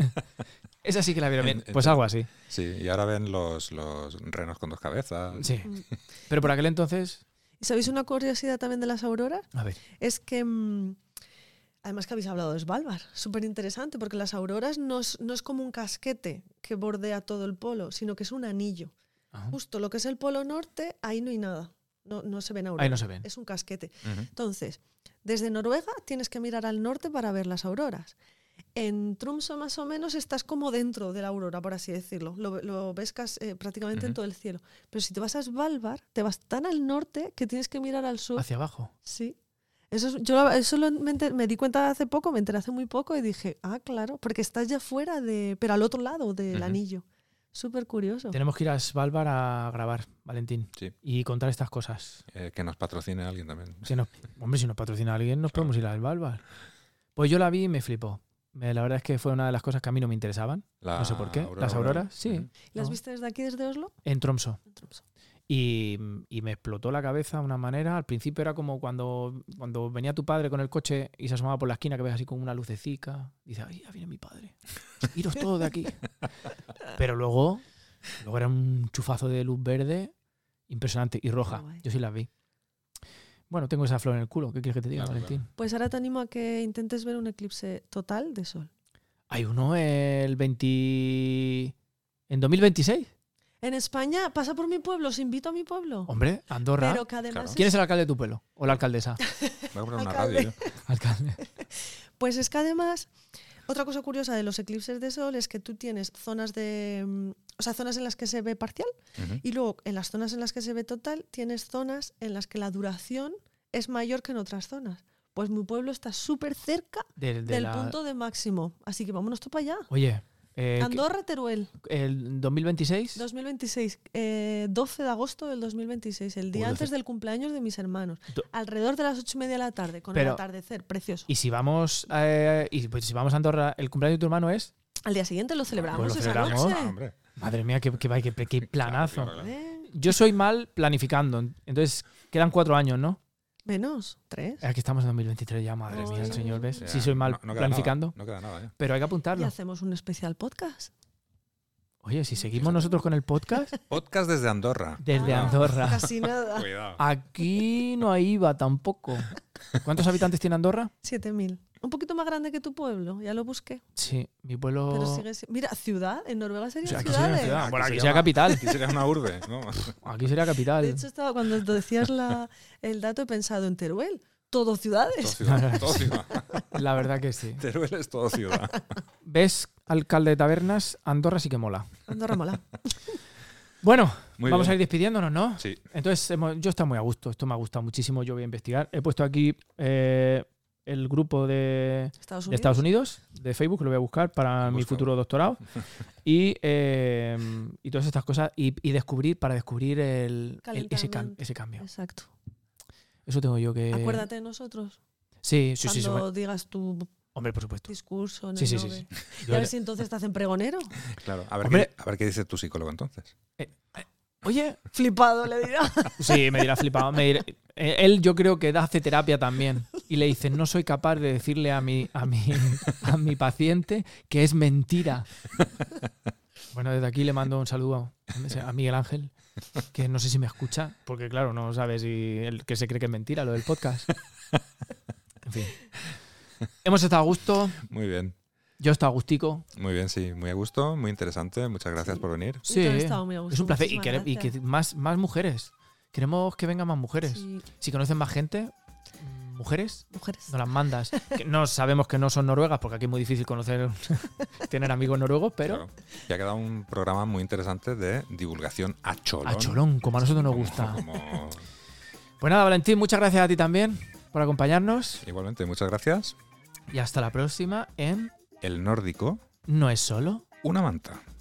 [SPEAKER 1] Esa sí que la vieron
[SPEAKER 2] En-
[SPEAKER 1] bien. Pues algo así.
[SPEAKER 2] Sí, y ahora ven los, los renos con dos cabezas.
[SPEAKER 1] Sí.
[SPEAKER 3] Mm.
[SPEAKER 1] Pero por aquel entonces.
[SPEAKER 3] ¿Y sabéis una curiosidad también de las auroras?
[SPEAKER 1] A ver.
[SPEAKER 3] Es que. mm, Además que habéis hablado de Svalbard, súper interesante, porque las auroras no es, no es como un casquete que bordea todo el polo, sino que es un anillo.
[SPEAKER 1] Ajá.
[SPEAKER 3] Justo lo que es el polo norte, ahí no hay nada. No, no se ven auroras.
[SPEAKER 1] Ahí no se ven.
[SPEAKER 3] Es un casquete.
[SPEAKER 2] Ujú.
[SPEAKER 3] Entonces, desde Noruega tienes que mirar al norte para ver las auroras. En Tromsø más o menos estás como dentro de la aurora, por así decirlo. Lo, lo ves cas- eh, prácticamente en
[SPEAKER 2] Ujú.
[SPEAKER 3] todo el cielo. Pero si te vas a Svalbard, te vas tan al norte que tienes que mirar al sur.
[SPEAKER 1] Hacia abajo.
[SPEAKER 3] Sí. Eso, es- yo la- eso lo me, enter- me di cuenta hace poco, me enteré hace muy poco y dije, ah, claro, porque estás ya fuera de, pero al otro lado del
[SPEAKER 2] Ujú.
[SPEAKER 3] anillo. Súper curioso.
[SPEAKER 1] Tenemos que ir a Svalbard a grabar, Valentín.
[SPEAKER 2] Sí.
[SPEAKER 1] Y contar estas cosas.
[SPEAKER 2] Eh, que nos patrocine alguien también.
[SPEAKER 1] Si nos- hombre, si nos patrocina alguien, nos podemos ir a Svalbard. Pues yo la vi y me flipó. Me- La verdad es que fue una de las cosas que a mí no me interesaban.
[SPEAKER 2] La
[SPEAKER 1] No sé por qué.
[SPEAKER 2] aurora
[SPEAKER 1] Las
[SPEAKER 2] boreal.
[SPEAKER 1] auroras, sí.
[SPEAKER 2] Ujú.
[SPEAKER 3] ¿Las
[SPEAKER 1] ¿no?
[SPEAKER 3] viste desde aquí, desde Oslo?
[SPEAKER 1] En Tromso.
[SPEAKER 3] En Tromsø.
[SPEAKER 1] Y, y me explotó la cabeza de una manera. Al principio era como cuando, cuando venía tu padre con el coche y se asomaba por la esquina, que ves así con una lucecica. Dices, ay, ya viene mi padre. Iros todos de aquí. Pero luego, luego era un chufazo de luz verde impresionante y roja.
[SPEAKER 3] Guay.
[SPEAKER 1] Yo sí las vi. Bueno, tengo esa flor en el culo. ¿Qué quieres que te diga,
[SPEAKER 2] Claro,
[SPEAKER 1] Valentín?
[SPEAKER 3] Pues ahora te animo a que intentes ver un eclipse total de sol.
[SPEAKER 1] Hay uno el 20... ¿En 2026?
[SPEAKER 3] En España, pasa por mi pueblo, os invito a mi pueblo.
[SPEAKER 1] Hombre, Andorra.
[SPEAKER 3] Pero que además
[SPEAKER 2] Claro.
[SPEAKER 1] ¿Quién es
[SPEAKER 3] es-
[SPEAKER 1] el alcalde de tu pueblo? ¿O la alcaldesa?
[SPEAKER 2] Voy a comprar una
[SPEAKER 3] Alcalde.
[SPEAKER 2] radio. yo.
[SPEAKER 1] Alcalde.
[SPEAKER 3] Pues es que además, otra cosa curiosa de los eclipses de sol es que tú tienes zonas de. mm, O sea, zonas en las que se ve parcial
[SPEAKER 2] Ujú.
[SPEAKER 3] y luego en las zonas en las que se ve total tienes zonas en las que la duración es mayor que en otras zonas. Pues mi pueblo está súper cerca
[SPEAKER 1] de- de
[SPEAKER 3] del
[SPEAKER 1] la-
[SPEAKER 3] punto de máximo. Así que vámonos tú para allá.
[SPEAKER 1] Oye, eh, que-
[SPEAKER 3] Andorra, Teruel,
[SPEAKER 1] el 2026.
[SPEAKER 3] 2026, eh, 12 de agosto del 2026, el día
[SPEAKER 1] Uy,
[SPEAKER 3] antes
[SPEAKER 1] doce.
[SPEAKER 3] del cumpleaños de mis hermanos.
[SPEAKER 1] Do-
[SPEAKER 3] Alrededor de las ocho y media de la tarde, con el
[SPEAKER 1] Pero-
[SPEAKER 3] atardecer, precioso.
[SPEAKER 1] Y si vamos eh, y pues, si vamos a Andorra, el cumpleaños de tu hermano es.
[SPEAKER 3] Al día siguiente lo celebramos,
[SPEAKER 1] Pues lo
[SPEAKER 3] esa
[SPEAKER 1] celebramos.
[SPEAKER 3] noche.
[SPEAKER 2] Hombre,
[SPEAKER 1] Madre mía, qué, qué, va- qué- qué planazo.
[SPEAKER 2] claro, claro.
[SPEAKER 3] Eh,
[SPEAKER 1] Yo soy mal planificando, entonces quedan cuatro años, ¿no?
[SPEAKER 3] Menos, tres.
[SPEAKER 1] Aquí estamos en 2023 ya, madre mía,
[SPEAKER 3] Ay.
[SPEAKER 1] el señor, ¿ves?
[SPEAKER 2] O sea,
[SPEAKER 1] Sí, soy mal
[SPEAKER 2] no- no queda
[SPEAKER 1] planificando,
[SPEAKER 2] nada, no queda nada, ¿eh?
[SPEAKER 1] pero hay que
[SPEAKER 3] Y
[SPEAKER 1] apuntarlo.
[SPEAKER 3] hacemos un especial podcast.
[SPEAKER 1] Oye, si seguimos nosotros con el podcast
[SPEAKER 2] Podcast desde Andorra.
[SPEAKER 1] desde
[SPEAKER 3] Ah,
[SPEAKER 1] Andorra.
[SPEAKER 3] Casi nada.
[SPEAKER 2] Cuidado.
[SPEAKER 1] Ah, Aquí no hay IVA tampoco. ¿Cuántos habitantes tiene Andorra?
[SPEAKER 3] 7.000. Un poquito más grande que tu pueblo, ya lo busqué.
[SPEAKER 1] Sí, mi pueblo.
[SPEAKER 3] Pero sigue si- Mira, ciudad, en Noruega
[SPEAKER 1] Oh. O
[SPEAKER 3] serían
[SPEAKER 1] sea, aquí sería una
[SPEAKER 3] ciudades.
[SPEAKER 1] ciudad. Bueno, aquí
[SPEAKER 2] se
[SPEAKER 1] sería
[SPEAKER 2] llama-
[SPEAKER 1] capital.
[SPEAKER 2] Aquí sería una urbe, ¿no?
[SPEAKER 1] Aquí sería
[SPEAKER 3] De
[SPEAKER 1] capital.
[SPEAKER 3] hecho, estaba, cuando decías la, el dato, he pensado en Teruel. Todo
[SPEAKER 2] Todo
[SPEAKER 3] ciudades.
[SPEAKER 2] ciudad. Todo ciudad.
[SPEAKER 1] La verdad que sí.
[SPEAKER 2] Teruel es todo ciudad.
[SPEAKER 1] ¿Ves, alcalde de tabernas? Andorra sí que mola.
[SPEAKER 3] Andorra mola.
[SPEAKER 1] Bueno,
[SPEAKER 2] Muy
[SPEAKER 1] vamos
[SPEAKER 2] bien.
[SPEAKER 1] a ir despidiéndonos, ¿no?
[SPEAKER 2] Sí.
[SPEAKER 1] Entonces, hemos- yo estoy muy a gusto. Esto me ha gustado muchísimo. Yo voy a investigar. He puesto aquí eh, el grupo de,
[SPEAKER 3] Estados
[SPEAKER 1] de
[SPEAKER 3] Unidos.
[SPEAKER 1] Estados Unidos, de Facebook, que lo voy a buscar para mi
[SPEAKER 2] Búscalo.
[SPEAKER 1] futuro doctorado. Y, eh, y todas estas cosas. Y, y descubrir, para descubrir el, el- ese, cam-
[SPEAKER 3] Calentamiento.
[SPEAKER 1] ese cambio.
[SPEAKER 3] Exacto.
[SPEAKER 1] Eso tengo yo que.
[SPEAKER 3] Acuérdate de nosotros
[SPEAKER 1] Sí, sí, sí. sí,
[SPEAKER 3] cuando
[SPEAKER 1] bueno.
[SPEAKER 3] digas tu
[SPEAKER 1] Hombre, por supuesto.
[SPEAKER 3] discurso en
[SPEAKER 1] Sí,
[SPEAKER 3] el
[SPEAKER 1] sí, sí,
[SPEAKER 3] Nobel. Y
[SPEAKER 1] Yo-
[SPEAKER 3] a ver si entonces te hacen pregonero.
[SPEAKER 2] Claro. A ver,
[SPEAKER 1] Hombre.
[SPEAKER 2] qué, a ver qué dice tu psicólogo entonces.
[SPEAKER 1] Oye,
[SPEAKER 3] Flipado le dirá.
[SPEAKER 1] Sí, me dirá flipado. me dirá- eh, él yo creo que hace terapia también. Y le dice, no soy capaz de decirle a mi, a mi, a mi paciente que es mentira. Bueno, desde aquí le mando un saludo a Miguel Ángel, que no sé si me escucha, porque claro, no sabe si el que se cree que es mentira lo del podcast. En fin. Hemos estado a gusto,
[SPEAKER 2] Muy bien.
[SPEAKER 1] yo he estado a gustico.
[SPEAKER 2] Muy bien, sí. Muy a gusto, muy interesante. Muchas gracias por venir.
[SPEAKER 1] Sí,
[SPEAKER 3] Yo he estado muy a gusto,
[SPEAKER 1] es un placer. Y,
[SPEAKER 3] muchísimas
[SPEAKER 1] quere- y que
[SPEAKER 3] gracias.
[SPEAKER 1] más, más mujeres. Queremos que vengan más mujeres.
[SPEAKER 3] Sí,
[SPEAKER 1] Si conocen más gente, mm, mujeres,
[SPEAKER 3] mujeres.
[SPEAKER 1] no las mandas. Que no sabemos que no son noruegas, porque aquí es muy difícil conocer, tener amigos noruegos, pero
[SPEAKER 2] Claro. Y ha quedado un programa muy interesante de divulgación a cholón.
[SPEAKER 1] a cholón, como a nosotros nos
[SPEAKER 2] Como-
[SPEAKER 1] gusta.
[SPEAKER 2] como-
[SPEAKER 1] Pues nada, Valentín, muchas gracias a ti también por acompañarnos
[SPEAKER 2] Igualmente, muchas gracias.
[SPEAKER 1] y hasta la próxima en
[SPEAKER 2] El nórdico,
[SPEAKER 1] No es solo
[SPEAKER 2] una manta.